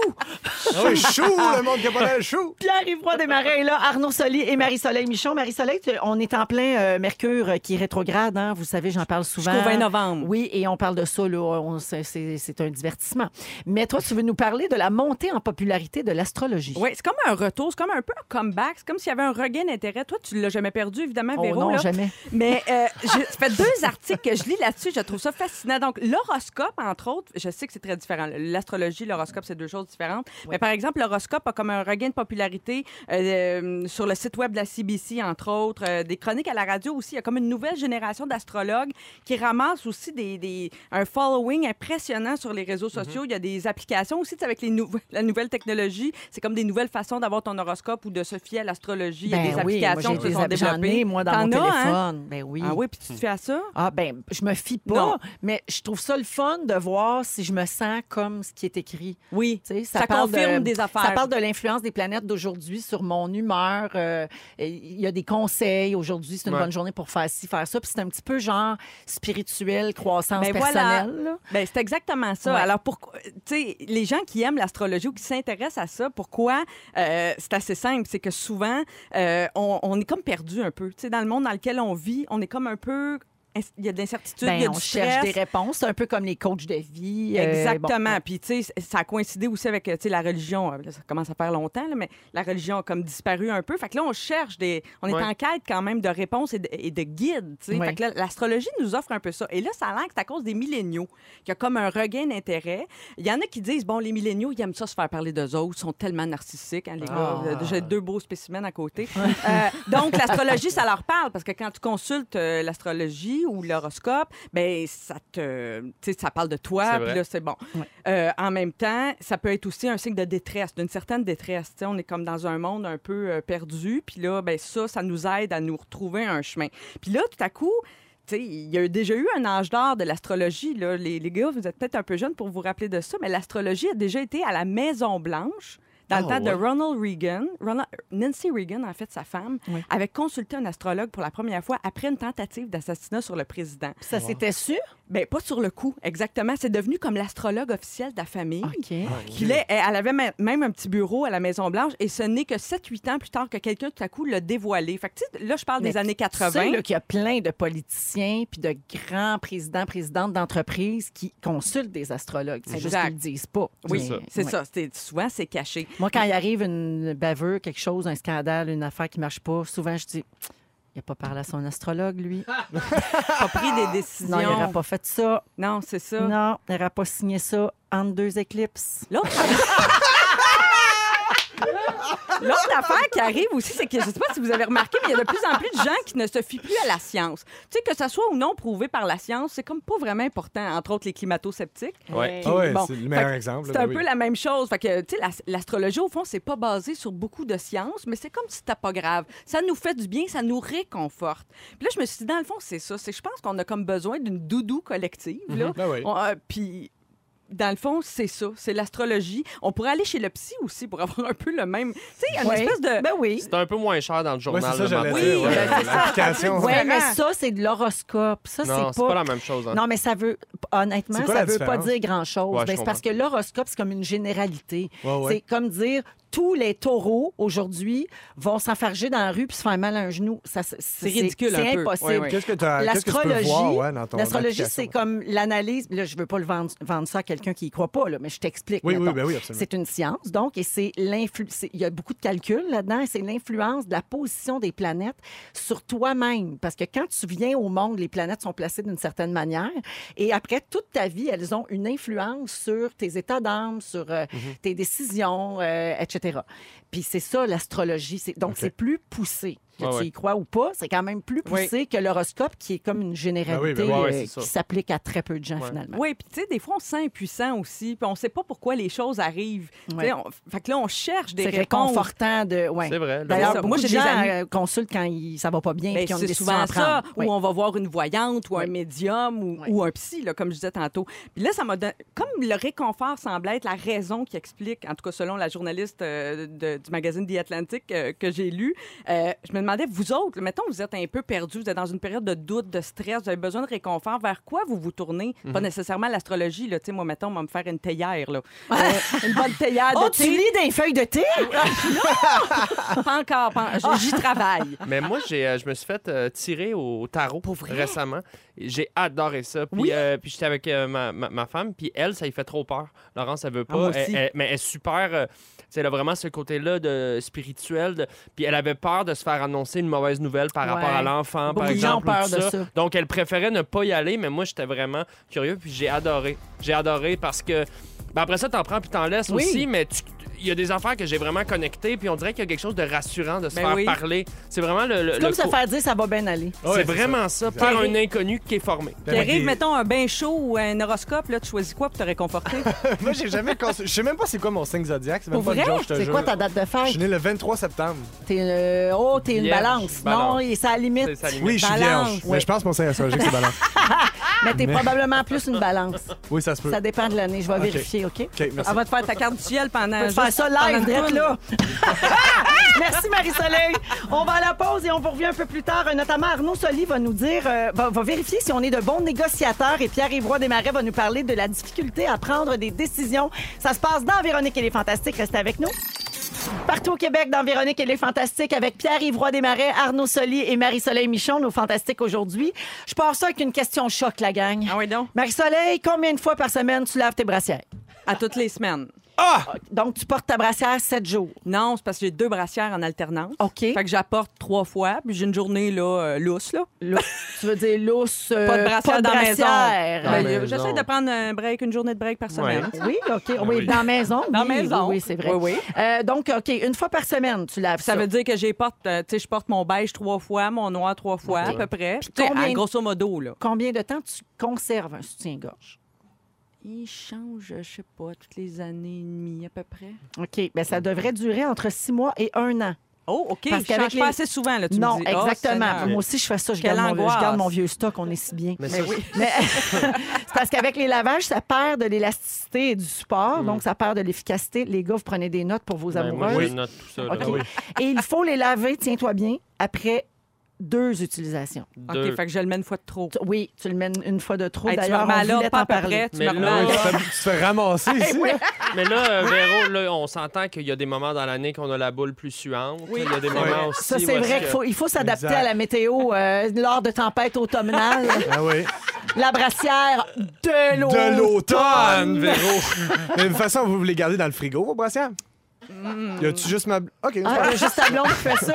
Speaker 2: Ah oui, chou, le monde qui a pas le chou.
Speaker 1: Pierre-Yvroy Desmarais est là, Arnaud Soli et Marie-Soleil Michon. Marie-Soleil, tu- on est en plein euh, Mercure euh, qui est rétrograde. hein. Vous savez, j'en parle souvent.
Speaker 5: Jusqu'au 20 novembre.
Speaker 1: Oui, et on parle de ça. là, on- c'est- C'est c'est un divertissement. Mais toi, tu veux nous parler de la montée en popularité de l'astrologie.
Speaker 5: Oui, c'est comme un retour, c'est comme un peu un comeback. C'est comme s'il y avait un regain d'intérêt. Toi, tu l'as jamais perdu, évidemment,
Speaker 1: Oh
Speaker 5: Véro.
Speaker 1: non,
Speaker 5: là.
Speaker 1: jamais.
Speaker 5: Mais euh, j'ai- ça fait deux articles que je lis là-dessus. Je trouve ça fascinant. Donc, l'horoscope, entre autres, je sais que c'est très différent. L'astrologie, l'horoscope, c'est deux choses différentes. Mais par exemple, l'horoscope a comme un regain de popularité euh, euh, sur le site web de la CBC, entre autres. euh, des chroniques à la radio aussi. Il y a comme une nouvelle génération d'astrologues qui ramassent aussi des, des- un following impressionnant sur les réseaux
Speaker 1: Mhm.
Speaker 5: sociaux. Il y a des applications aussi tu sais, avec les nou- la nouvelle technologie. C'est comme des nouvelles façons d'avoir ton horoscope ou de se fier à l'astrologie. Il y a des
Speaker 1: Ben oui,
Speaker 5: applications
Speaker 1: moi, j'ai
Speaker 5: qui se
Speaker 1: des
Speaker 5: sont
Speaker 1: app- j'en
Speaker 5: développées.
Speaker 1: ai, moi, dans
Speaker 5: T'en
Speaker 1: mon
Speaker 5: as, hein?
Speaker 1: téléphone. Ben oui.
Speaker 5: Ah oui, puis tu te fais à ça?
Speaker 1: Ah ben, je me fie pas,
Speaker 5: Non.
Speaker 1: mais je trouve ça le fun de voir si je me sens comme ce qui est écrit.
Speaker 5: Oui.
Speaker 1: Tu sais,
Speaker 5: Ça
Speaker 1: parle
Speaker 5: confirme
Speaker 1: de-
Speaker 5: des affaires.
Speaker 1: Ça parle de l'influence des planètes d'aujourd'hui sur mon humeur. Euh, et Il y a des conseils. Aujourd'hui, c'est une
Speaker 3: Ouais.
Speaker 1: bonne journée pour faire ci, faire ça. Puis c'est un petit peu genre spirituel, croissance
Speaker 5: Ben voilà.
Speaker 1: personnelle. là.
Speaker 5: Ben, c'est exactement ça.
Speaker 1: Ouais.
Speaker 5: Alors, pourquoi, tu sais, les gens qui aiment l'astrologie ou qui s'intéressent à ça, pourquoi? Euh, c'est assez simple. C'est que souvent, euh, on, on est comme perdu un peu. Tu sais, dans le monde dans lequel on vit, on est comme un peu. Il y a de l'incertitude, il y a
Speaker 1: Ben, on
Speaker 5: du
Speaker 1: cherche
Speaker 5: stress.
Speaker 1: des réponses. C'est un peu comme les coachs de vie. euh,
Speaker 5: Exactement.
Speaker 1: bon.
Speaker 5: Puis, tu sais, ça a coïncidé aussi avec euh, tu sais, la religion. Euh, là, ça commence à faire longtemps, là, mais la religion a comme disparu un peu. Fait que là, on cherche des. On est
Speaker 3: Ouais.
Speaker 5: en quête quand même de réponses et de, et de guides. tu sais.
Speaker 1: Ouais.
Speaker 5: Fait que là, l'astrologie nous offre un peu ça. Et là, ça a l'air que c'est à cause des milléniaux qu'il y a comme un regain d'intérêt. Il y en a qui disent bon, les milléniaux, ils aiment ça se faire parler d'eux autres. Ils sont tellement narcissiques, hein, les
Speaker 2: Ah.
Speaker 5: gars. Euh, J'ai deux beaux spécimens à côté. Euh, donc, l'astrologie, ça leur parle parce que quand tu consultes euh, l'astrologie ou l'horoscope, ben ça te. Tu sais, ça parle de
Speaker 3: C'est
Speaker 5: toi. Puis
Speaker 3: vrai.
Speaker 5: là, c'est bon.
Speaker 1: Ouais.
Speaker 5: Euh, en même temps, ça peut être aussi un signe de détresse, d'une certaine détresse. Tu sais, on est comme dans un monde un peu euh, perdu, puis là, ben ça, ça nous aide à nous retrouver un chemin. Puis là, tout à coup, tu sais, il y a eu- déjà eu un âge d'or de l'astrologie. là. Les, les gars, vous êtes peut-être un peu jeunes pour vous rappeler de ça, mais l'astrologie a déjà été à la Maison-Blanche. Dans le
Speaker 3: Ah,
Speaker 5: temps de
Speaker 3: ouais.
Speaker 5: Ronald Reagan, Ronald- Nancy Reagan, en fait, sa femme,
Speaker 1: Oui.
Speaker 5: avait consulté un astrologue pour la première fois après une tentative d'assassinat sur le président.
Speaker 1: Puis Ça, c'était sûr?
Speaker 5: Ben, pas sur le coup, exactement. C'est devenu comme l'astrologue officiel de la famille.
Speaker 1: OK.
Speaker 5: Puis là, elle elle avait ma- même un petit bureau à la Maison-Blanche et ce n'est que 7-8 ans plus tard que quelqu'un tout à coup l'a dévoilé. Fait que, tu sais, là, je parle
Speaker 1: Mais
Speaker 5: des années
Speaker 1: Tu sais,
Speaker 5: 80.
Speaker 1: là, qu'il y a plein de politiciens puis de grands présidents, présidentes d'entreprises qui consultent des astrologues. C'est juste
Speaker 5: Exact.
Speaker 1: qu'ils le disent pas.
Speaker 5: Oui,
Speaker 1: Mais-
Speaker 5: c'est
Speaker 1: ouais.
Speaker 5: ça. C'est- Souvent, c'est caché.
Speaker 1: Moi, quand il arrive une baveur, quelque chose, un scandale, une affaire qui marche pas, souvent, je dis... Il n'a pas parlé à son astrologue, lui.
Speaker 5: Pas pris des décisions.
Speaker 1: Non, il n'aurait pas fait ça.
Speaker 5: Non, c'est ça.
Speaker 1: Non, il n'aurait pas signé ça entre deux éclipses.
Speaker 5: L'autre. L'autre affaire qui arrive aussi, c'est que je ne sais pas si vous avez remarqué, mais il y a de plus en plus de gens qui ne se fient plus à la science. Tu sais, que ça soit ou non prouvé par la science, c'est comme pas vraiment important, entre autres les climato-sceptiques.
Speaker 3: Ouais.
Speaker 2: Ah ouais,
Speaker 5: Bon,
Speaker 2: c'est le
Speaker 5: fait
Speaker 2: meilleur
Speaker 5: que
Speaker 2: exemple.
Speaker 5: C'est
Speaker 2: là,
Speaker 5: un
Speaker 2: ben oui.
Speaker 5: peu la même chose. Fait que, tu sais, l'as- l'astrologie, au fond, c'est pas basé sur beaucoup de sciences, mais c'est comme si c'était pas grave. Ça nous fait du bien, ça nous réconforte. Puis là, je me suis dit, dans le fond, c'est ça. C'est, je pense qu'on a comme besoin d'une doudou collective, là.
Speaker 2: Ben oui.
Speaker 5: On- euh, puis. Dans le fond, c'est ça, c'est l'astrologie. On pourrait aller chez le psy aussi pour avoir un peu le même. Tu sais, une
Speaker 1: Ouais.
Speaker 5: espèce de.
Speaker 1: Ben oui.
Speaker 3: C'est un peu moins cher dans le
Speaker 2: Ouais,
Speaker 3: journal.
Speaker 2: c'est ça,
Speaker 3: le
Speaker 2: j'allais
Speaker 3: matin.
Speaker 2: dire.
Speaker 5: Oui,
Speaker 2: ouais,
Speaker 5: ben, c'est ça.
Speaker 2: L'application.
Speaker 5: Ouais.
Speaker 1: Ouais, mais ça, c'est de l'horoscope. Ça, c'est
Speaker 3: Non,
Speaker 1: pas.
Speaker 3: c'est pas la même chose. hein.
Speaker 1: Non, mais ça veut. Honnêtement,
Speaker 2: C'est quoi
Speaker 1: ça
Speaker 2: la
Speaker 1: veut pas
Speaker 2: différence?
Speaker 1: dire grand-chose.
Speaker 3: Ouais, je
Speaker 1: Ben, c'est parce que l'horoscope, c'est comme une généralité.
Speaker 2: Ouais, ouais.
Speaker 1: C'est comme dire tous les taureaux aujourd'hui vont s'enfarger dans la rue puis se faire mal à un genou. Ça, c'est c'est-
Speaker 5: ridicule un
Speaker 1: C'est
Speaker 5: peu.
Speaker 1: impossible.
Speaker 5: Ouais, ouais.
Speaker 2: Qu'est-ce que t'as- qu'est-ce que tu peux voir ouais, dans ton
Speaker 1: L'astrologie,
Speaker 2: application?
Speaker 1: c'est comme l'analyse. Là, je veux pas le vendre, vendre ça à quelqu'un qui y croit pas, là, mais je t'explique.
Speaker 2: Oui, oui,
Speaker 1: mettons.
Speaker 2: ben oui, absolument.
Speaker 1: C'est une science, donc, et c'est l'influence. Il y a beaucoup de calculs là-dedans, et c'est l'influence de la position des planètes sur toi-même. Parce que quand tu viens au monde, les planètes sont placées d'une certaine manière, et après toute ta vie, elles ont une influence sur tes états d'âme, sur euh, tes décisions, euh, etc. Puis c'est ça, l'astrologie. C'est- Donc, c'est plus poussé. Que
Speaker 3: Ouais,
Speaker 1: tu
Speaker 3: ouais.
Speaker 1: y crois ou pas, c'est quand même plus
Speaker 5: Oui.
Speaker 1: poussé que l'horoscope, qui est comme une généralité
Speaker 2: Ben oui,
Speaker 3: ben oui,
Speaker 1: euh,
Speaker 3: c'est ça.
Speaker 1: qui s'applique à très peu de gens,
Speaker 3: Ouais.
Speaker 1: finalement.
Speaker 5: Oui, puis tu sais, des fois, on se sent impuissant aussi, puis on sait pas pourquoi les choses arrivent. Tu sais,
Speaker 1: Ouais.
Speaker 5: On... Fait que là, on cherche des
Speaker 1: C'est
Speaker 5: réponses.
Speaker 1: réconfortant de. ouais.
Speaker 3: C'est vrai. le-
Speaker 5: C'est ça.
Speaker 1: D'ailleurs,
Speaker 5: Moi,
Speaker 1: moi,
Speaker 5: j'ai
Speaker 1: j'ai
Speaker 5: des
Speaker 1: des gens
Speaker 5: amis-
Speaker 1: euh, consultent quand ils, ça va pas bien et
Speaker 5: Ben,
Speaker 1: qui ont des
Speaker 5: c'est
Speaker 1: décisions
Speaker 5: souvent
Speaker 1: à
Speaker 5: ça,
Speaker 1: prendre. Oui.
Speaker 5: où on va voir une voyante ou un
Speaker 1: Oui.
Speaker 5: médium ou,
Speaker 1: Oui.
Speaker 5: ou un psy, là, comme je disais tantôt. Puis là, ça m'a donné... Comme le réconfort semble être la raison qui explique, en tout cas selon la journaliste euh, de- du magazine The Atlantic euh, que j'ai lu, euh, je me demandais, vous autres, mettons, vous êtes un peu perdus, vous êtes dans une période de doute, de stress, vous avez besoin de réconfort, vers quoi vous vous tournez?
Speaker 1: Mhm.
Speaker 5: Pas nécessairement à l'astrologie, là, tu sais, moi, mettons, on va me faire une théière, là. Euh, une bonne théière de
Speaker 1: Oh, tu
Speaker 5: thé.
Speaker 1: lis des feuilles de thé?
Speaker 5: Pas encore, pas- j'y travaille.
Speaker 3: Mais moi, j'ai, euh, je me suis fait euh, tirer au tarot récemment. J'ai adoré ça. Puis, euh, puis j'étais avec euh, ma, ma, ma femme, puis elle, ça lui fait trop peur. Laurence, elle veut
Speaker 1: Ah,
Speaker 3: pas.
Speaker 5: moi aussi.
Speaker 3: Elle- elle- mais elle est super. euh, tu sais, elle a vraiment ce côté-là de spirituel. de- puis elle avait peur de se faire annoncer une mauvaise nouvelle par
Speaker 1: Ouais.
Speaker 3: rapport à l'enfant,
Speaker 1: Beaucoup
Speaker 3: par
Speaker 1: de gens
Speaker 3: exemple.
Speaker 1: ont
Speaker 3: ou
Speaker 1: peur
Speaker 3: tout
Speaker 1: de
Speaker 3: ça.
Speaker 1: ça.
Speaker 3: Donc elle préférait ne pas y aller, mais moi, j'étais vraiment curieux, puis j'ai adoré. J'ai adoré parce que. ben, après ça, t'en prends puis t'en laisses
Speaker 1: Oui.
Speaker 3: aussi, mais tu- il y a des affaires que j'ai vraiment connectées, puis on dirait qu'il y a quelque chose de rassurant de se
Speaker 5: Ben
Speaker 3: faire
Speaker 5: oui.
Speaker 3: parler. C'est vraiment le. le-
Speaker 1: C'est
Speaker 3: le
Speaker 1: Comme se
Speaker 3: co-
Speaker 1: faire dire, ça va bien aller.
Speaker 2: Ouais,
Speaker 3: c'est vraiment ça,
Speaker 2: Exact.
Speaker 3: par un inconnu qui est formé.
Speaker 2: Puis
Speaker 5: Qui
Speaker 2: avec
Speaker 5: arrive,
Speaker 2: des-
Speaker 5: mettons, un bain chaud ou un horoscope, là, tu choisis quoi pour te réconforter?
Speaker 2: Moi, j'ai jamais. conçu- Je sais même pas c'est quoi mon signe zodiac. C'est même
Speaker 5: Pour
Speaker 2: pas une
Speaker 5: vrai?
Speaker 2: joke, je te
Speaker 1: C'est
Speaker 2: jure.
Speaker 1: quoi ta date de
Speaker 2: Je suis
Speaker 1: fête?
Speaker 2: né le 23 septembre.
Speaker 1: T'es, euh, oh, t'es une
Speaker 3: Vierge,
Speaker 1: balance.
Speaker 3: balance.
Speaker 1: Non, et ça
Speaker 3: C'est
Speaker 1: limite.
Speaker 3: ça, limite.
Speaker 2: Oui, je suis
Speaker 5: Balance.
Speaker 2: vierge.
Speaker 1: Ouais.
Speaker 2: Mais je pense que mon signe astrologique, c'est balance.
Speaker 1: Mais t'es
Speaker 2: Mais-
Speaker 1: probablement plus une balance.
Speaker 2: Oui, ça se peut.
Speaker 1: Ça dépend de l'année. Je vais
Speaker 2: Ok.
Speaker 1: vérifier, OK?
Speaker 2: OK, merci.
Speaker 5: On va te faire ta carte du ciel pendant.
Speaker 1: On peut faire
Speaker 5: Euh, juste
Speaker 1: ça
Speaker 5: pendant
Speaker 1: live,
Speaker 5: une
Speaker 1: drette
Speaker 5: tourne.
Speaker 1: là. Ah! Merci Marie-Soleil. On va à la pause et on vous revient un peu plus tard. Euh, Notamment Arnaud Soli va nous dire, euh, va, va vérifier si on est de bons négociateurs et Pierre Évroy Desmarais va nous parler de la difficulté à prendre des décisions. Ça se passe dans Véronique et les Fantastiques. Restez avec nous. Partout au Québec, dans Véronique et les Fantastiques, avec Pierre-Yves Roy Desmarais, Arnaud Soli et Marie-Soleil Michon, nos Fantastiques aujourd'hui. Je pars ça avec une question choc, la gang.
Speaker 5: Ah oui, donc.
Speaker 1: Marie-Soleil, combien de fois par semaine tu laves tes brassières?
Speaker 5: À toutes les semaines.
Speaker 1: Donc, tu portes ta brassière sept jours.
Speaker 5: Non, c'est parce que j'ai deux brassières en alternance.
Speaker 1: OK.
Speaker 5: Fait que j'apporte trois fois, puis j'ai une journée, là, euh, lousse, là.
Speaker 1: Lou- tu veux dire lousse, euh,
Speaker 5: Pas de brassière dans la maison.
Speaker 1: brassière. Ben,
Speaker 3: Dans la
Speaker 5: Ben, euh,
Speaker 3: maison.
Speaker 5: J'essaie de prendre un break, une journée de break par semaine.
Speaker 3: Ouais.
Speaker 1: Oui, OK. Oui,
Speaker 3: Ah oui.
Speaker 1: dans la maison.
Speaker 5: Dans la
Speaker 1: oui,
Speaker 5: maison.
Speaker 1: Oui, oui, c'est vrai.
Speaker 5: Oui, oui.
Speaker 1: Euh, donc, OK, une fois par semaine, tu laves ça.
Speaker 5: Ça veut dire que j'ai porte, euh, tu sais, je porte mon beige trois fois, mon noir trois fois, à peu près.
Speaker 1: Puis
Speaker 5: Tu sais,
Speaker 1: combien-
Speaker 5: à grosso modo, là.
Speaker 1: Combien de temps tu conserves un soutien-gorge?
Speaker 5: Il change, je sais pas, toutes les années et demie, à peu près.
Speaker 1: OK. Ben, ça devrait durer entre six mois et un an.
Speaker 5: Oh, OK.
Speaker 1: Parce
Speaker 5: il change
Speaker 1: qu'avec les-
Speaker 5: pas assez souvent, là, tu me
Speaker 1: non,
Speaker 5: dis. Oh,
Speaker 1: exactement.
Speaker 5: Seigneur.
Speaker 1: Moi aussi, je fais ça. Je
Speaker 5: Quelle
Speaker 1: garde, mon, vieux- je
Speaker 5: angoisse.
Speaker 1: garde mon vieux stock. On est si bien.
Speaker 3: Mais ça,
Speaker 1: Mais c'est parce qu'avec les lavages, ça perd de l'élasticité et du support. Donc, ça perd de l'efficacité. Les gars, vous prenez des notes pour vos
Speaker 3: Mm. ben, moi,
Speaker 1: amoureux.
Speaker 3: je note tout ça. là.
Speaker 1: OK.
Speaker 2: oui.
Speaker 1: Et il faut les laver, tiens-toi bien, après deux utilisations.
Speaker 3: Deux.
Speaker 5: OK, fait que je le mets une fois de trop.
Speaker 1: Tu- Oui, tu le mènes une fois de trop.
Speaker 5: Hey, tu me
Speaker 1: D'ailleurs,
Speaker 5: remets
Speaker 1: on
Speaker 5: à l'ordre,
Speaker 1: voulait
Speaker 5: pas
Speaker 1: t'en
Speaker 5: à peu
Speaker 1: parler.
Speaker 5: près, tu
Speaker 3: Mais
Speaker 5: me
Speaker 3: là,
Speaker 5: remets à
Speaker 2: Tu
Speaker 5: l'ordre.
Speaker 2: te fais- tu te fais ramasser ici. là.
Speaker 3: Mais là, euh, Véro, là, on s'entend qu'il y a des moments dans l'année qu'on a la boule plus suante. Il y a des moments aussi.
Speaker 1: Ça,
Speaker 3: où
Speaker 1: c'est
Speaker 3: est-ce
Speaker 1: vrai
Speaker 3: que-
Speaker 1: qu'il faut, il faut s'adapter
Speaker 2: Exact.
Speaker 1: à la météo euh, lors de tempêtes automnales.
Speaker 2: Ah oui.
Speaker 1: la brassière de l'eau.
Speaker 2: De l'automne, Véro. Mais de toute façon, vous voulez garder dans le frigo, vos brassières? Y a-tu juste ma. Ok,
Speaker 1: Ah, il y a juste ta blonde qui fait ça.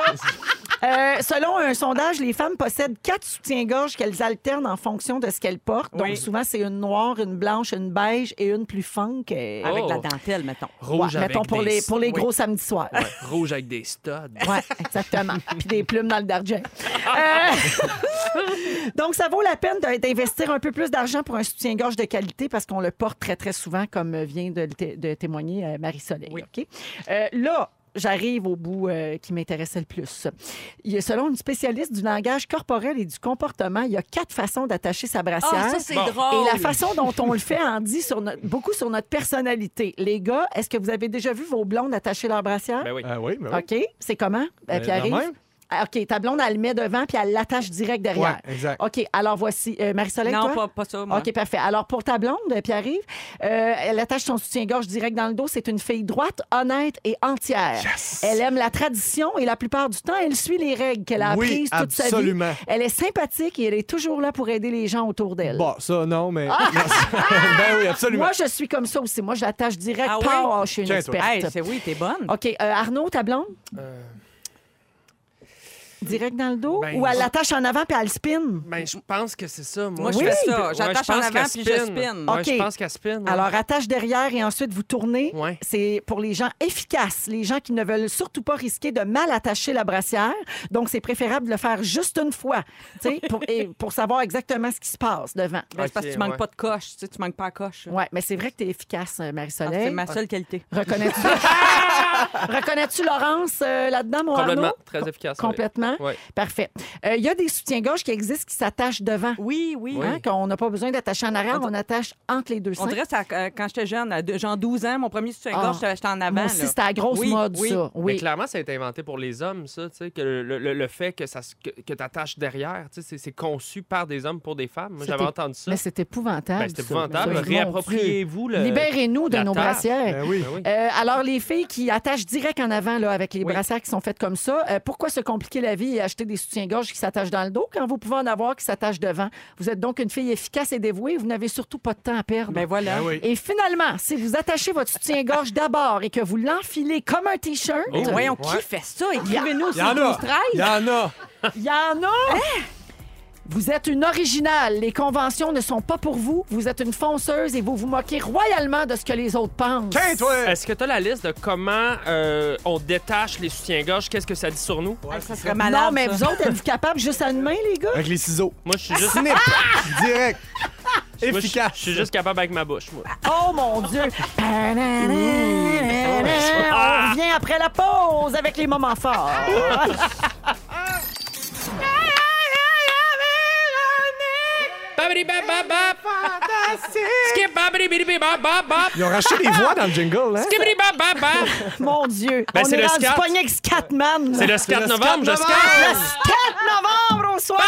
Speaker 1: Euh, selon un sondage, les femmes possèdent quatre soutiens-gorge qu'elles alternent en fonction de ce qu'elles portent. Donc,
Speaker 5: Oui.
Speaker 1: souvent, c'est une noire, une blanche, une beige et une plus funk. euh,
Speaker 3: Ah,
Speaker 5: Avec
Speaker 3: Oh.
Speaker 5: la dentelle, mettons.
Speaker 2: Ah,
Speaker 3: Rouge
Speaker 1: ouais,
Speaker 3: avec
Speaker 1: mettons, pour
Speaker 3: des...
Speaker 1: les, pour les gros samedis soirs.
Speaker 3: Ouais, rouge avec des studs.
Speaker 1: Oui, exactement. Puis des plumes dans le dargent. Euh, Donc, ça vaut la peine de- d'investir un peu plus d'argent pour un soutien-gorge de qualité parce qu'on le porte très, très souvent, comme vient de, le té- de témoigner euh, Marie-Soleil. OK? Euh, là, J'arrive au bout euh, qui m'intéressait le plus. Il y a, selon une spécialiste du langage corporel et du comportement, il y a quatre façons d'attacher sa brassière.
Speaker 5: Ah, ça, c'est
Speaker 3: Bon.
Speaker 5: drôle.
Speaker 2: Oh,
Speaker 1: Et la façon dont on le fait en dit sur notre- beaucoup sur notre personnalité. Les gars, est-ce que vous avez déjà vu vos blondes attacher leur brassière?
Speaker 3: Ben oui.
Speaker 2: Ah oui, mais oui.
Speaker 1: OK, c'est comment?
Speaker 2: Euh,
Speaker 1: Euh, puis
Speaker 2: de
Speaker 1: arrive.
Speaker 2: même?
Speaker 1: Ah, OK, ta blonde, elle le met devant puis elle l'attache direct derrière.
Speaker 2: Ouais, exact.
Speaker 1: OK, alors voici. Euh, Marie-Soleil,
Speaker 5: Non,
Speaker 1: toi?
Speaker 5: pas, pas ça, moi.
Speaker 1: OK, parfait. Alors, pour ta blonde, euh, Pierre-Yves, euh, elle attache son soutien-gorge direct dans le dos. C'est une fille droite, honnête et entière. Elle aime la tradition et la plupart du temps, elle suit les règles qu'elle a
Speaker 2: Oui,
Speaker 1: apprises toute
Speaker 2: absolument.
Speaker 1: sa vie. Elle est sympathique et elle est toujours là pour aider les gens autour d'elle.
Speaker 2: Bon, ça, non, mais.
Speaker 3: Ah!
Speaker 2: Merci. ben oui, absolument.
Speaker 1: Moi, je suis comme ça aussi. Moi, je l'attache direct.
Speaker 5: Ah oui?
Speaker 1: Pow! je suis une
Speaker 2: Tiens, toi.
Speaker 1: experte.
Speaker 5: Hey, c'est oui, t'es bonne.
Speaker 1: OK, euh, Arnaud, ta blonde? Direct dans le dos?
Speaker 3: Euh, Ben,
Speaker 1: ou elle
Speaker 3: je-
Speaker 1: l'attache en avant puis elle spin?
Speaker 3: Ben, je pense que c'est ça. Moi,
Speaker 5: Moi, je
Speaker 1: Oui.
Speaker 5: fais
Speaker 3: Ouais,
Speaker 5: ça.
Speaker 3: je
Speaker 5: J'attache en
Speaker 3: pense
Speaker 5: avant,
Speaker 3: qu'elle
Speaker 5: puis je spin.
Speaker 3: Ouais,
Speaker 1: OK.
Speaker 3: Je pense qu'elle spin. ouais.
Speaker 1: Alors, attache derrière et ensuite vous tournez.
Speaker 3: Ouais.
Speaker 1: C'est pour les gens efficaces, les gens qui ne veulent surtout pas risquer de mal attacher la brassière. Donc, c'est préférable de le faire juste une fois, tu sais, pour, et pour savoir exactement ce qui se passe devant.
Speaker 5: Ben, c'est parce que
Speaker 3: Ok,
Speaker 5: tu manques
Speaker 3: ouais.
Speaker 5: pas de coche, tu sais, tu manques pas à coche.
Speaker 1: Ouais, mais c'est vrai que tu es efficace, euh,
Speaker 5: Ah, C'est
Speaker 1: Marie-Soleil.
Speaker 5: ma seule qualité.
Speaker 1: Reconnais-tu Reconnais-tu Laurence euh, là-dedans, mon
Speaker 3: Complètement.
Speaker 1: Arnaud?
Speaker 3: Très efficace. oui.
Speaker 1: Complètement.
Speaker 3: Ouais.
Speaker 1: Parfait. Euh, Il y a des soutiens-gorge qui existent qui s'attachent devant.
Speaker 5: Oui, oui.
Speaker 1: Hein, qu'on n'a pas besoin d'attacher en arrière, on attache entre les deux seins.
Speaker 5: On dirait ça, euh, quand j'étais jeune, à deux- genre 12 ans, mon premier soutien-gorge,
Speaker 1: Ah.
Speaker 5: j'étais en avant.
Speaker 1: Moi
Speaker 5: là.
Speaker 1: aussi, c'était à grosse
Speaker 5: Oui,
Speaker 1: mode,
Speaker 5: oui.
Speaker 1: ça.
Speaker 3: Mais
Speaker 1: Oui.
Speaker 3: clairement, ça a été inventé pour les hommes, ça, tu sais, que le, le- le fait que, ça se- que, tu attaches derrière, tu sais, c'est- c'est conçu par des hommes pour des femmes. Moi,
Speaker 1: C'était-
Speaker 3: j'avais entendu ça.
Speaker 1: Mais c'est épouvantable.
Speaker 3: Ben, c'est
Speaker 1: ça.
Speaker 3: épouvantable.
Speaker 1: Mon Dieu.
Speaker 3: Réappropriez-vous le.
Speaker 1: Libérez-nous de
Speaker 3: la
Speaker 1: nos
Speaker 3: table.
Speaker 1: brassières.
Speaker 2: Ben oui.
Speaker 3: Ben oui.
Speaker 1: Euh, alors, les filles qui attachent direct en avant là, avec les
Speaker 3: Oui.
Speaker 1: brassières qui sont faites comme ça, euh, pourquoi se compliquer la vie et acheter des soutiens-gorge qui s'attachent dans le dos quand vous pouvez en avoir qui s'attachent devant? Vous êtes donc une fille efficace et dévouée. Vous n'avez surtout pas de temps à perdre.
Speaker 5: Ben voilà.
Speaker 2: Ben oui.
Speaker 1: Et finalement, si vous attachez votre soutien-gorge d'abord et que vous l'enfilez comme un T-shirt,
Speaker 5: Mais
Speaker 3: Oh.
Speaker 5: Voyons,
Speaker 2: Ouais.
Speaker 5: qui fait ça? Écrivez-nous
Speaker 2: Il y en a.
Speaker 5: sur 13.
Speaker 2: Il y en a.
Speaker 1: il y en a! Vous êtes une originale. Les conventions ne sont pas pour vous. Vous êtes une fonceuse et vous vous moquez royalement de ce que les autres pensent.
Speaker 2: Tiens, toi.
Speaker 3: Euh, Est-ce que tu as la liste de comment euh, on détache les soutiens-gorge? Qu'est-ce que ça dit sur nous?
Speaker 5: Ça serait
Speaker 1: non,
Speaker 5: malade.
Speaker 1: mais
Speaker 5: ça.
Speaker 1: vous autres, êtes-vous capables juste à une main, les gars?
Speaker 2: Avec les ciseaux.
Speaker 3: Moi, je suis juste.
Speaker 2: Snip. Direct.
Speaker 3: moi, Ah! je-
Speaker 2: Efficace.
Speaker 3: Je suis juste capable avec ma bouche, moi.
Speaker 1: Oh mon Dieu! On revient après la pause avec les moments forts.
Speaker 3: Babidi-bababa. Skip-babidi-bidi-bababa.
Speaker 2: Ils ont racheté des voix dans le jingle, hein?
Speaker 3: Skibidi-bababa.
Speaker 1: Mon Dieu!
Speaker 3: Ben,
Speaker 1: on
Speaker 3: c'est
Speaker 1: est
Speaker 3: le
Speaker 1: rendu
Speaker 3: scat.
Speaker 1: pogné avec Scatman.
Speaker 3: C'est le
Speaker 2: C'est le
Speaker 3: 4 novembre, je
Speaker 2: novembre.
Speaker 3: scatte.
Speaker 1: 4 novembre au soir!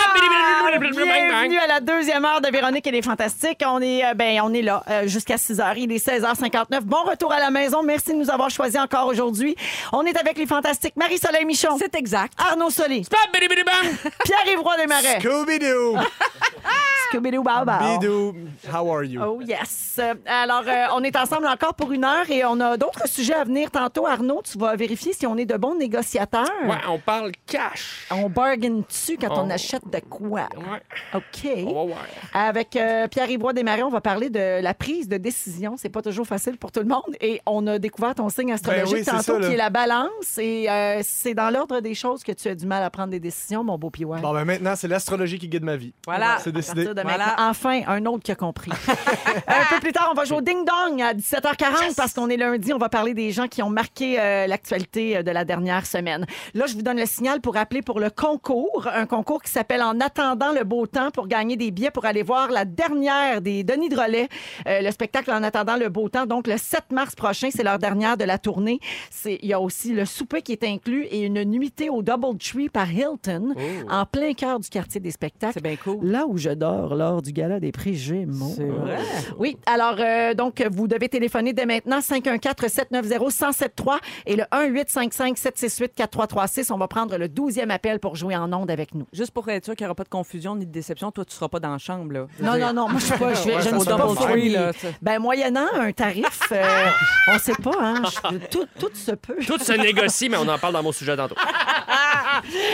Speaker 1: Bienvenue à la deuxième heure de Véronique et les Fantastiques. On est, euh, ben, on est là euh, jusqu'à 6h. Il est 16h59. Bon retour à la maison. Merci de nous avoir choisis encore aujourd'hui. On est avec les Fantastiques Marie-Soleil Michon,
Speaker 5: C'est exact.
Speaker 1: Arnaud Solé,
Speaker 3: Babidi-bidi-bam.
Speaker 1: Pierre-Yves Roy Desmarais,
Speaker 2: Scooby-Doo.
Speaker 3: Ah,
Speaker 1: Scooby-Doo Bao Bao.
Speaker 2: Bidou. How are
Speaker 3: Ah,
Speaker 2: you?
Speaker 1: Oh yes. Euh, Alors, euh, on est ensemble encore pour une heure et on a d'autres sujets à venir tantôt. Arnaud, tu vas vérifier si on est de bons négociateurs.
Speaker 3: Ouais, on parle cash.
Speaker 1: On bargaine dessus quand on
Speaker 3: On-
Speaker 1: achète de quoi.
Speaker 3: Ouais,
Speaker 1: OK.
Speaker 3: on va voir.
Speaker 1: Avec euh, Pierre Ibois Desmarais, on va parler de la prise de décision. C'est pas toujours facile pour tout le monde. Et on a découvert ton signe astrologique
Speaker 2: Ben oui, c'est
Speaker 1: tantôt
Speaker 2: ça, là.
Speaker 1: qui est la balance. Et euh, c'est dans l'ordre des choses que tu as du mal à prendre des décisions, mon beau Piouin.
Speaker 2: Bon, ben maintenant, c'est l'astrologie qui guide ma vie.
Speaker 5: Voilà.
Speaker 2: C'est
Speaker 1: À partir
Speaker 2: décidé.
Speaker 1: de
Speaker 5: Voilà.
Speaker 1: maintenant. Enfin, un autre qui a compris. un peu plus tard, on va jouer au ding-dong à 17h40 parce qu'on est lundi. On va parler des gens qui ont marqué euh, l'actualité euh, de la dernière semaine. Là, je vous donne le signal pour appeler pour le concours. Un concours qui s'appelle En attendant le beau temps pour gagner des billets pour aller voir la dernière des Denis Drolet. Euh, le spectacle En attendant le beau temps, donc le 7 mars prochain, c'est leur dernière de la tournée. C'est- Il y a aussi le souper qui est inclus et une nuitée au Double Tree par Hilton en plein cœur du quartier des spectacles.
Speaker 5: C'est bien cool.
Speaker 1: Là où je dors lors du gala des prix Gémeaux.
Speaker 5: C'est vrai.
Speaker 1: Oui, alors euh, donc vous devez téléphoner dès maintenant 514 790 1073 et le 1855 768 4336. On va prendre le 12e appel pour jouer en onde avec nous.
Speaker 5: Juste pour être sûr qu'il n'y aura pas de confusion ni de déception, toi, tu seras pas dans la chambre. Là.
Speaker 1: Non, non, non, moi je, suis pas, je, vais-
Speaker 2: Ouais,
Speaker 1: je
Speaker 2: ça
Speaker 1: ne
Speaker 2: se
Speaker 1: suis pas
Speaker 2: peut pas faire.
Speaker 1: fournie.
Speaker 5: là, ça.
Speaker 1: Ben moyennant un tarif, euh, on sait pas, hein, je- tout, tout se peut.
Speaker 3: Tout se négocie, mais on en parle dans mon sujet tantôt.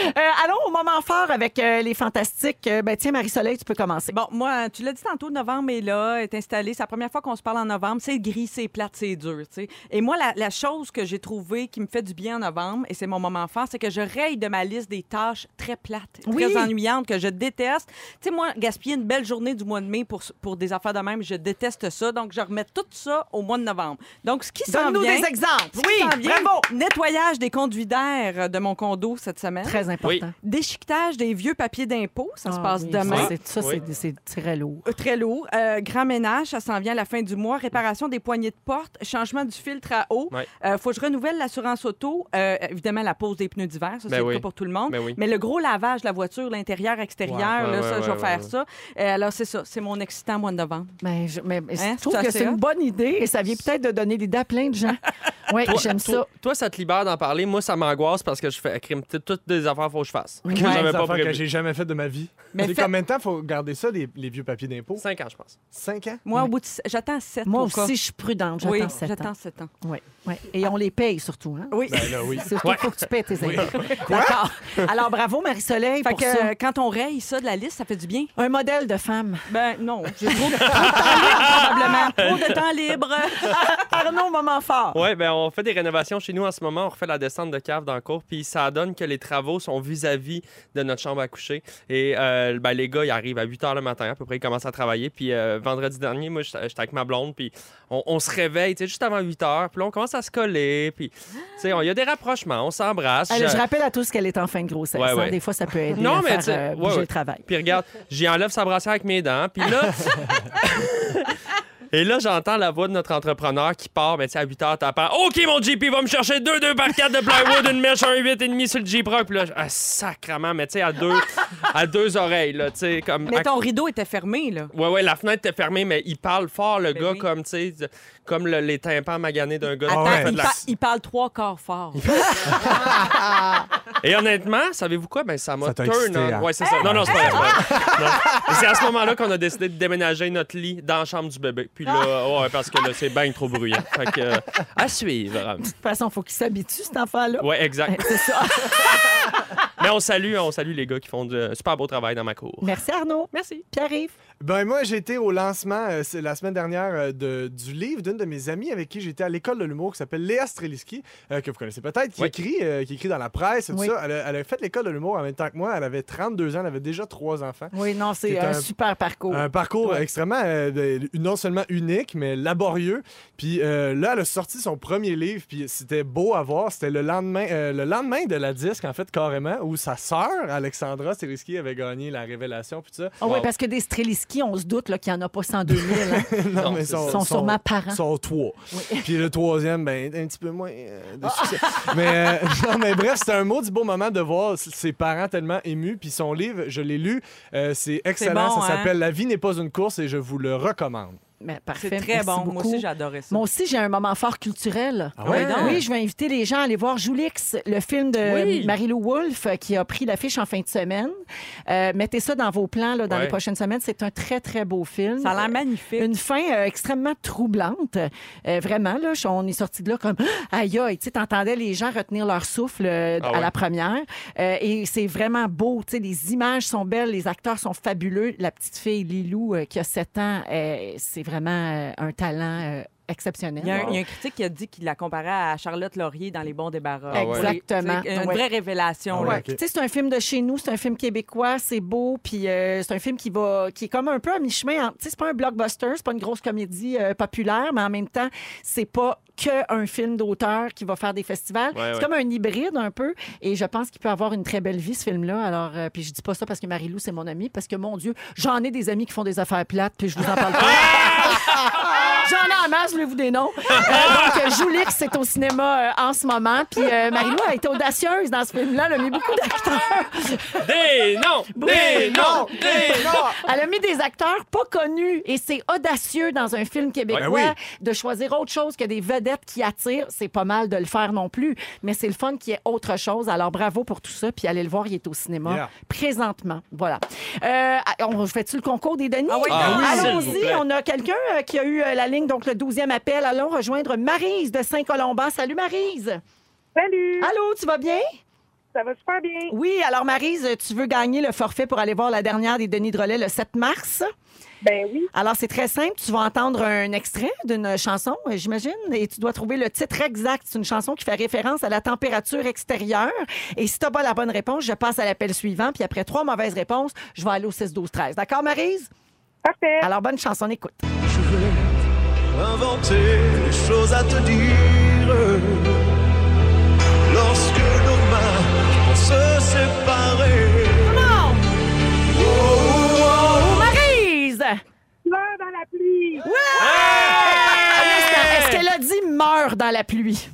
Speaker 1: Euh, allons au moment fort avec euh, les fantastiques. Euh, ben, tiens, Marie-Soleil, tu peux commencer.
Speaker 5: Bon, moi, tu l'as dit tantôt, novembre est là, est installé. C'est la première fois qu'on se parle en novembre. C'est gris, c'est plate, c'est dur, tu sais. Et moi, la, la chose que j'ai trouvée qui me fait du bien en novembre, et c'est mon moment fort, c'est que je raye de ma liste des tâches très plates,
Speaker 1: Oui.
Speaker 5: très ennuyantes, que je déteste. Tu sais, moi, gaspiller une belle journée du mois de mai pour, pour des affaires de même, je déteste ça. Donc, je remets tout ça au mois de novembre. Donc, ce qui s'en
Speaker 1: Donne-nous
Speaker 5: vient...
Speaker 1: des exemples.
Speaker 5: ce qui
Speaker 1: Oui,
Speaker 5: s'en vient,
Speaker 1: bravo.
Speaker 5: Nettoyage des conduits d'air de mon condo cette semaine.
Speaker 1: Très important.
Speaker 3: Oui.
Speaker 5: Déchiquetage des vieux papiers d'impôt, ça se
Speaker 1: Ah
Speaker 5: passe
Speaker 1: oui,
Speaker 5: demain.
Speaker 1: ça, c'est- Ça,
Speaker 3: Oui.
Speaker 1: c'est- c'est très lourd.
Speaker 5: Euh, Très lourd. Euh, grand ménage, ça s'en vient à la fin du mois. Réparation des poignées de porte, changement du filtre à eau.
Speaker 3: Ouais.
Speaker 5: Euh, faut que je renouvelle l'assurance auto. Euh, évidemment, la pose des pneus d'hiver, ça,
Speaker 3: Ben
Speaker 5: c'est le
Speaker 3: oui.
Speaker 5: cas pour tout le monde.
Speaker 3: Ben oui.
Speaker 5: Mais le gros lavage de la voiture, l'intérieur, extérieur,
Speaker 3: Ouais,
Speaker 5: là,
Speaker 3: ouais,
Speaker 5: ça,
Speaker 3: ouais,
Speaker 5: je vais
Speaker 3: ouais,
Speaker 5: faire
Speaker 3: ouais.
Speaker 5: ça. Euh, alors, c'est ça. C'est mon excitant mois de novembre.
Speaker 1: Mais Ben, je, mais, mais je
Speaker 5: Hein,
Speaker 1: trouve
Speaker 5: c'est
Speaker 1: que
Speaker 5: assez
Speaker 1: c'est une
Speaker 5: hot.
Speaker 1: bonne idée et ça vient peut-être de donner l'idée à plein de gens. Oui, j'aime ça.
Speaker 3: Toi, toi, ça te libère d'en parler. Moi, ça m'angoisse parce que je fais crime, t- toutes des affaires faut que je fasse. Que
Speaker 2: Des
Speaker 3: j'avais pas
Speaker 2: affaires que
Speaker 3: prévu.
Speaker 2: j'ai jamais fait de ma vie.
Speaker 5: Mais
Speaker 2: Mais
Speaker 5: fait-
Speaker 2: combien de temps faut garder ça, les, les vieux papiers d'impôt?
Speaker 3: 5 ans, je pense.
Speaker 2: Cinq ans?
Speaker 5: Moi, au bout de... j'attends 7
Speaker 1: Moi aussi, je suis prudente. J'attends
Speaker 5: oui,
Speaker 1: sept ans.
Speaker 5: j'attends 7 ans.
Speaker 1: Oui, oui. Et on les paye surtout.
Speaker 3: Ah
Speaker 1: Hein?
Speaker 5: Oui.
Speaker 2: Ben là, oui.
Speaker 1: C'est surtout pour que tu payes tes impôts. D'accord. Alors, bravo, Marie-Soleil,
Speaker 5: Fait
Speaker 1: pour
Speaker 5: que
Speaker 1: ça.
Speaker 5: euh, quand on raye ça de la liste, ça fait du bien.
Speaker 1: Un modèle de femme.
Speaker 5: Ben non, j'ai trop de trop de temps libre, probablement. Trop de temps libre.
Speaker 1: Arnaud, moment fort.
Speaker 3: Ouais, ben on fait des rénovations chez nous en ce moment. On refait la descente de cave dans le cours, puis ça donne que les travaux sont vis-à-vis de notre chambre à coucher. Et euh, ben, les gars, ils arrivent à 8 h le matin à peu près, ils commencent à travailler. Puis euh, vendredi dernier, moi, j'étais j'étais avec ma blonde, puis on, on se réveille, tu sais, juste avant 8 h Puis là, on commence à se coller, puis tu sais, on- il y a des rapprochements, on s'embrasse.
Speaker 1: Elle-
Speaker 3: Je-
Speaker 1: je rappelle à tous qu'elle est en fin de grossesse.
Speaker 3: Ouais,
Speaker 1: hein.
Speaker 3: ouais.
Speaker 1: Des fois, ça peut aider
Speaker 3: Non,
Speaker 1: à
Speaker 3: mais tu sais,
Speaker 1: faire euh,
Speaker 3: ouais,
Speaker 1: bouger
Speaker 3: ouais.
Speaker 1: le travail.
Speaker 3: Puis regarde, j'y enlève sa brassière avec mes dents. Puis là. Et là, j'entends la voix de notre entrepreneur qui part, mais tu sais, à 8 heures, tapant OK, mon JP va me chercher 2 2 par 4 de plywood, une mèche, un 8,5 sur le Jeep Rock. Puis là, je- ah, sacrement, mais tu sais, à deux, à deux oreilles, là, tu sais, comme.
Speaker 5: Mais
Speaker 3: à-
Speaker 5: ton rideau était fermé, là.
Speaker 3: Ouais, ouais, la fenêtre était fermée, mais il parle fort, le
Speaker 5: Ben
Speaker 3: gars,
Speaker 5: oui.
Speaker 3: comme, tu sais, comme le- les tympans maganés d'un gars.
Speaker 5: Attends,
Speaker 3: qui fait Ah de
Speaker 5: il,
Speaker 3: la-
Speaker 5: pa- il parle trois quarts fort.
Speaker 3: Et honnêtement, savez-vous quoi? Ben, ça m'a
Speaker 2: Ça t'a
Speaker 3: turn
Speaker 2: excité,
Speaker 3: on.
Speaker 2: hein?
Speaker 3: Ouais, c'est ça. Non, non, c'est pas vrai. c'est pas vrai. Non. C'est à ce moment-là qu'on a décidé de déménager notre lit dans la chambre du bébé. Puis là, ouais, parce que là, c'est bien trop bruyant. Fait que, euh, à suivre.
Speaker 1: De toute façon, il faut qu'il s'habitue, cet enfant-là.
Speaker 3: Ouais, exact.
Speaker 1: C'est ça.
Speaker 3: Mais on salue, on salue les gars qui font du euh, super beau travail dans ma cour.
Speaker 1: Merci, Arnaud. Merci. Pierre-Yves.
Speaker 2: Ben moi, j'ai été au lancement euh, c'est la semaine dernière euh, de, du livre d'une de mes amies avec qui j'étais à l'école de l'humour qui s'appelle Léa Streliski, euh, que vous connaissez peut-être, qui,
Speaker 3: Oui.
Speaker 2: écrit, euh, qui écrit dans la presse, tout
Speaker 1: Oui.
Speaker 2: ça. Elle a, elle a fait l'école de l'humour en même temps que moi. Elle avait 32 ans, elle avait déjà trois enfants.
Speaker 1: Oui, non, c'est
Speaker 2: C'est
Speaker 1: un,
Speaker 2: un-
Speaker 1: super parcours.
Speaker 2: Un parcours
Speaker 1: Oh. Ouais.
Speaker 2: extrêmement, euh, de- non seulement unique, mais laborieux. Puis euh, là, elle a sorti son premier livre, puis c'était beau à voir. C'était le lendemain, euh, le lendemain de la disque, en fait, carrément, où sa sœur, Alexandra Streliski, avait gagné la révélation, puis tout ça.
Speaker 1: Ah oui,
Speaker 3: Wow.
Speaker 1: parce que des Streliski, on se doute là, qu'il n'y en a pas 102 000. hein.
Speaker 2: Non,
Speaker 3: Non,
Speaker 2: mais
Speaker 3: c'est
Speaker 2: son,
Speaker 1: Ils sont
Speaker 2: son-
Speaker 1: sûrement parents.
Speaker 2: sont trois. Puis le troisième, ben, un petit peu moins euh, de succès. mais, euh, non, mais bref, c'était un mot du beau moment de voir s- ses parents tellement émus. Puis son livre, je l'ai lu, euh, c'est excellent.
Speaker 5: bon,
Speaker 2: ça
Speaker 5: hein?
Speaker 2: s'appelle La vie n'est pas une course et je vous le recommande.
Speaker 1: Mais parfait.
Speaker 5: C'est très
Speaker 1: Merci
Speaker 5: bon.
Speaker 1: beaucoup.
Speaker 5: Moi aussi, j'adorais ça.
Speaker 1: Moi aussi, j'ai un moment fort culturel.
Speaker 2: Ah ouais?
Speaker 5: Ouais, hein? donc.
Speaker 1: Oui, je vais inviter les gens à aller voir Joulix, le film de
Speaker 3: Oui.
Speaker 1: Marie-Lou Wolfe euh, qui a pris l'affiche en fin de semaine. Euh, mettez ça dans vos plans là, dans
Speaker 3: Ouais.
Speaker 1: les prochaines semaines. C'est un très, très beau film.
Speaker 5: Ça a l'air magnifique.
Speaker 1: Une fin euh, extrêmement troublante. Euh, vraiment, là, je- on est sorti de là comme Ah, aïe aïe. Tu sais, t'entendais les gens retenir leur souffle euh,
Speaker 3: Ah
Speaker 1: à
Speaker 3: ouais.
Speaker 1: la première. Euh, et c'est vraiment beau. Tu sais, les images sont belles, les acteurs sont fabuleux. La petite fille Lilou euh, qui a 7 ans, euh, c'est vraiment euh, un talent euh, exceptionnel.
Speaker 5: Il y, a un, il y a un critique qui a dit qu'il la comparait à Charlotte Laurier dans Les Bons Débarras.
Speaker 3: Ah ouais.
Speaker 1: Exactement.
Speaker 5: C'est Une
Speaker 1: Ouais.
Speaker 5: vraie révélation.
Speaker 2: Ah
Speaker 5: là.
Speaker 1: Ouais,
Speaker 2: ok.
Speaker 1: puis tu sais, c'est un film de chez nous, c'est un film québécois, c'est beau, puis euh, c'est un film qui va, qui est comme un peu à mi-chemin. entre- Tu sais, c'est pas un blockbuster, c'est pas une grosse comédie euh, populaire, mais en même temps, c'est pas que un film d'auteur qui va faire des festivals.
Speaker 3: Ouais,
Speaker 1: c'est
Speaker 3: ouais.
Speaker 1: comme un hybride un peu, et je pense qu'il peut avoir une très belle vie ce film-là. Alors, euh, puis je dis pas ça parce que Marie-Lou c'est mon amie, parce que mon Dieu, j'en ai des amis qui font des affaires plates, puis je vous en parle pas. J'en ai en masse, voulez-vous des noms. Euh, donc, euh, Joulix, c'est au cinéma euh, en ce moment. Puis euh, Marie-Lou a été audacieuse dans ce film-là. Elle a mis beaucoup d'acteurs.
Speaker 3: Des noms! Des noms! Des noms!
Speaker 1: Elle a mis des acteurs pas connus. Et c'est audacieux dans un film québécois
Speaker 2: Ouais, ben
Speaker 1: de choisir autre chose que des vedettes qui attirent. C'est pas mal de le faire non plus. Mais c'est le fun qui est autre chose. Alors, bravo pour tout ça. Puis allez le voir, il est au cinéma
Speaker 2: Yeah.
Speaker 1: présentement. Voilà. Euh, on fait-tu le concours des Denis?
Speaker 3: Ah oui, s'il vous
Speaker 1: Allons-y.
Speaker 3: plaît.
Speaker 1: On a quelqu'un euh, qui a eu euh, la ligne, donc le 12e appel. Allons rejoindre Marise de Saint-Colomban. Salut, Marise.
Speaker 4: Salut!
Speaker 1: Allô, tu vas bien?
Speaker 4: Ça va super bien.
Speaker 1: Oui, alors Marise, tu veux gagner le forfait pour aller voir la dernière des Denis Drolet le 7 mars.
Speaker 4: Ben oui.
Speaker 1: Alors c'est très simple, tu vas entendre un extrait d'une chanson, euh, j'imagine, et tu dois trouver le titre exact. C'est une chanson qui fait référence à la température extérieure. Et si tu pas la bonne réponse, je passe à l'appel suivant, puis après trois mauvaises réponses, je vais aller au 6-12-13. D'accord, Marise?
Speaker 4: Parfait.
Speaker 1: Alors bonne chanson, écoute.
Speaker 7: inventer des choses à te dire. Lorsque nos mains vont se séparer. Oh,
Speaker 1: Oh, Marise!
Speaker 4: Pleure dans la pluie.
Speaker 1: Est-ce qu'elle a dit meurt dans la pluie?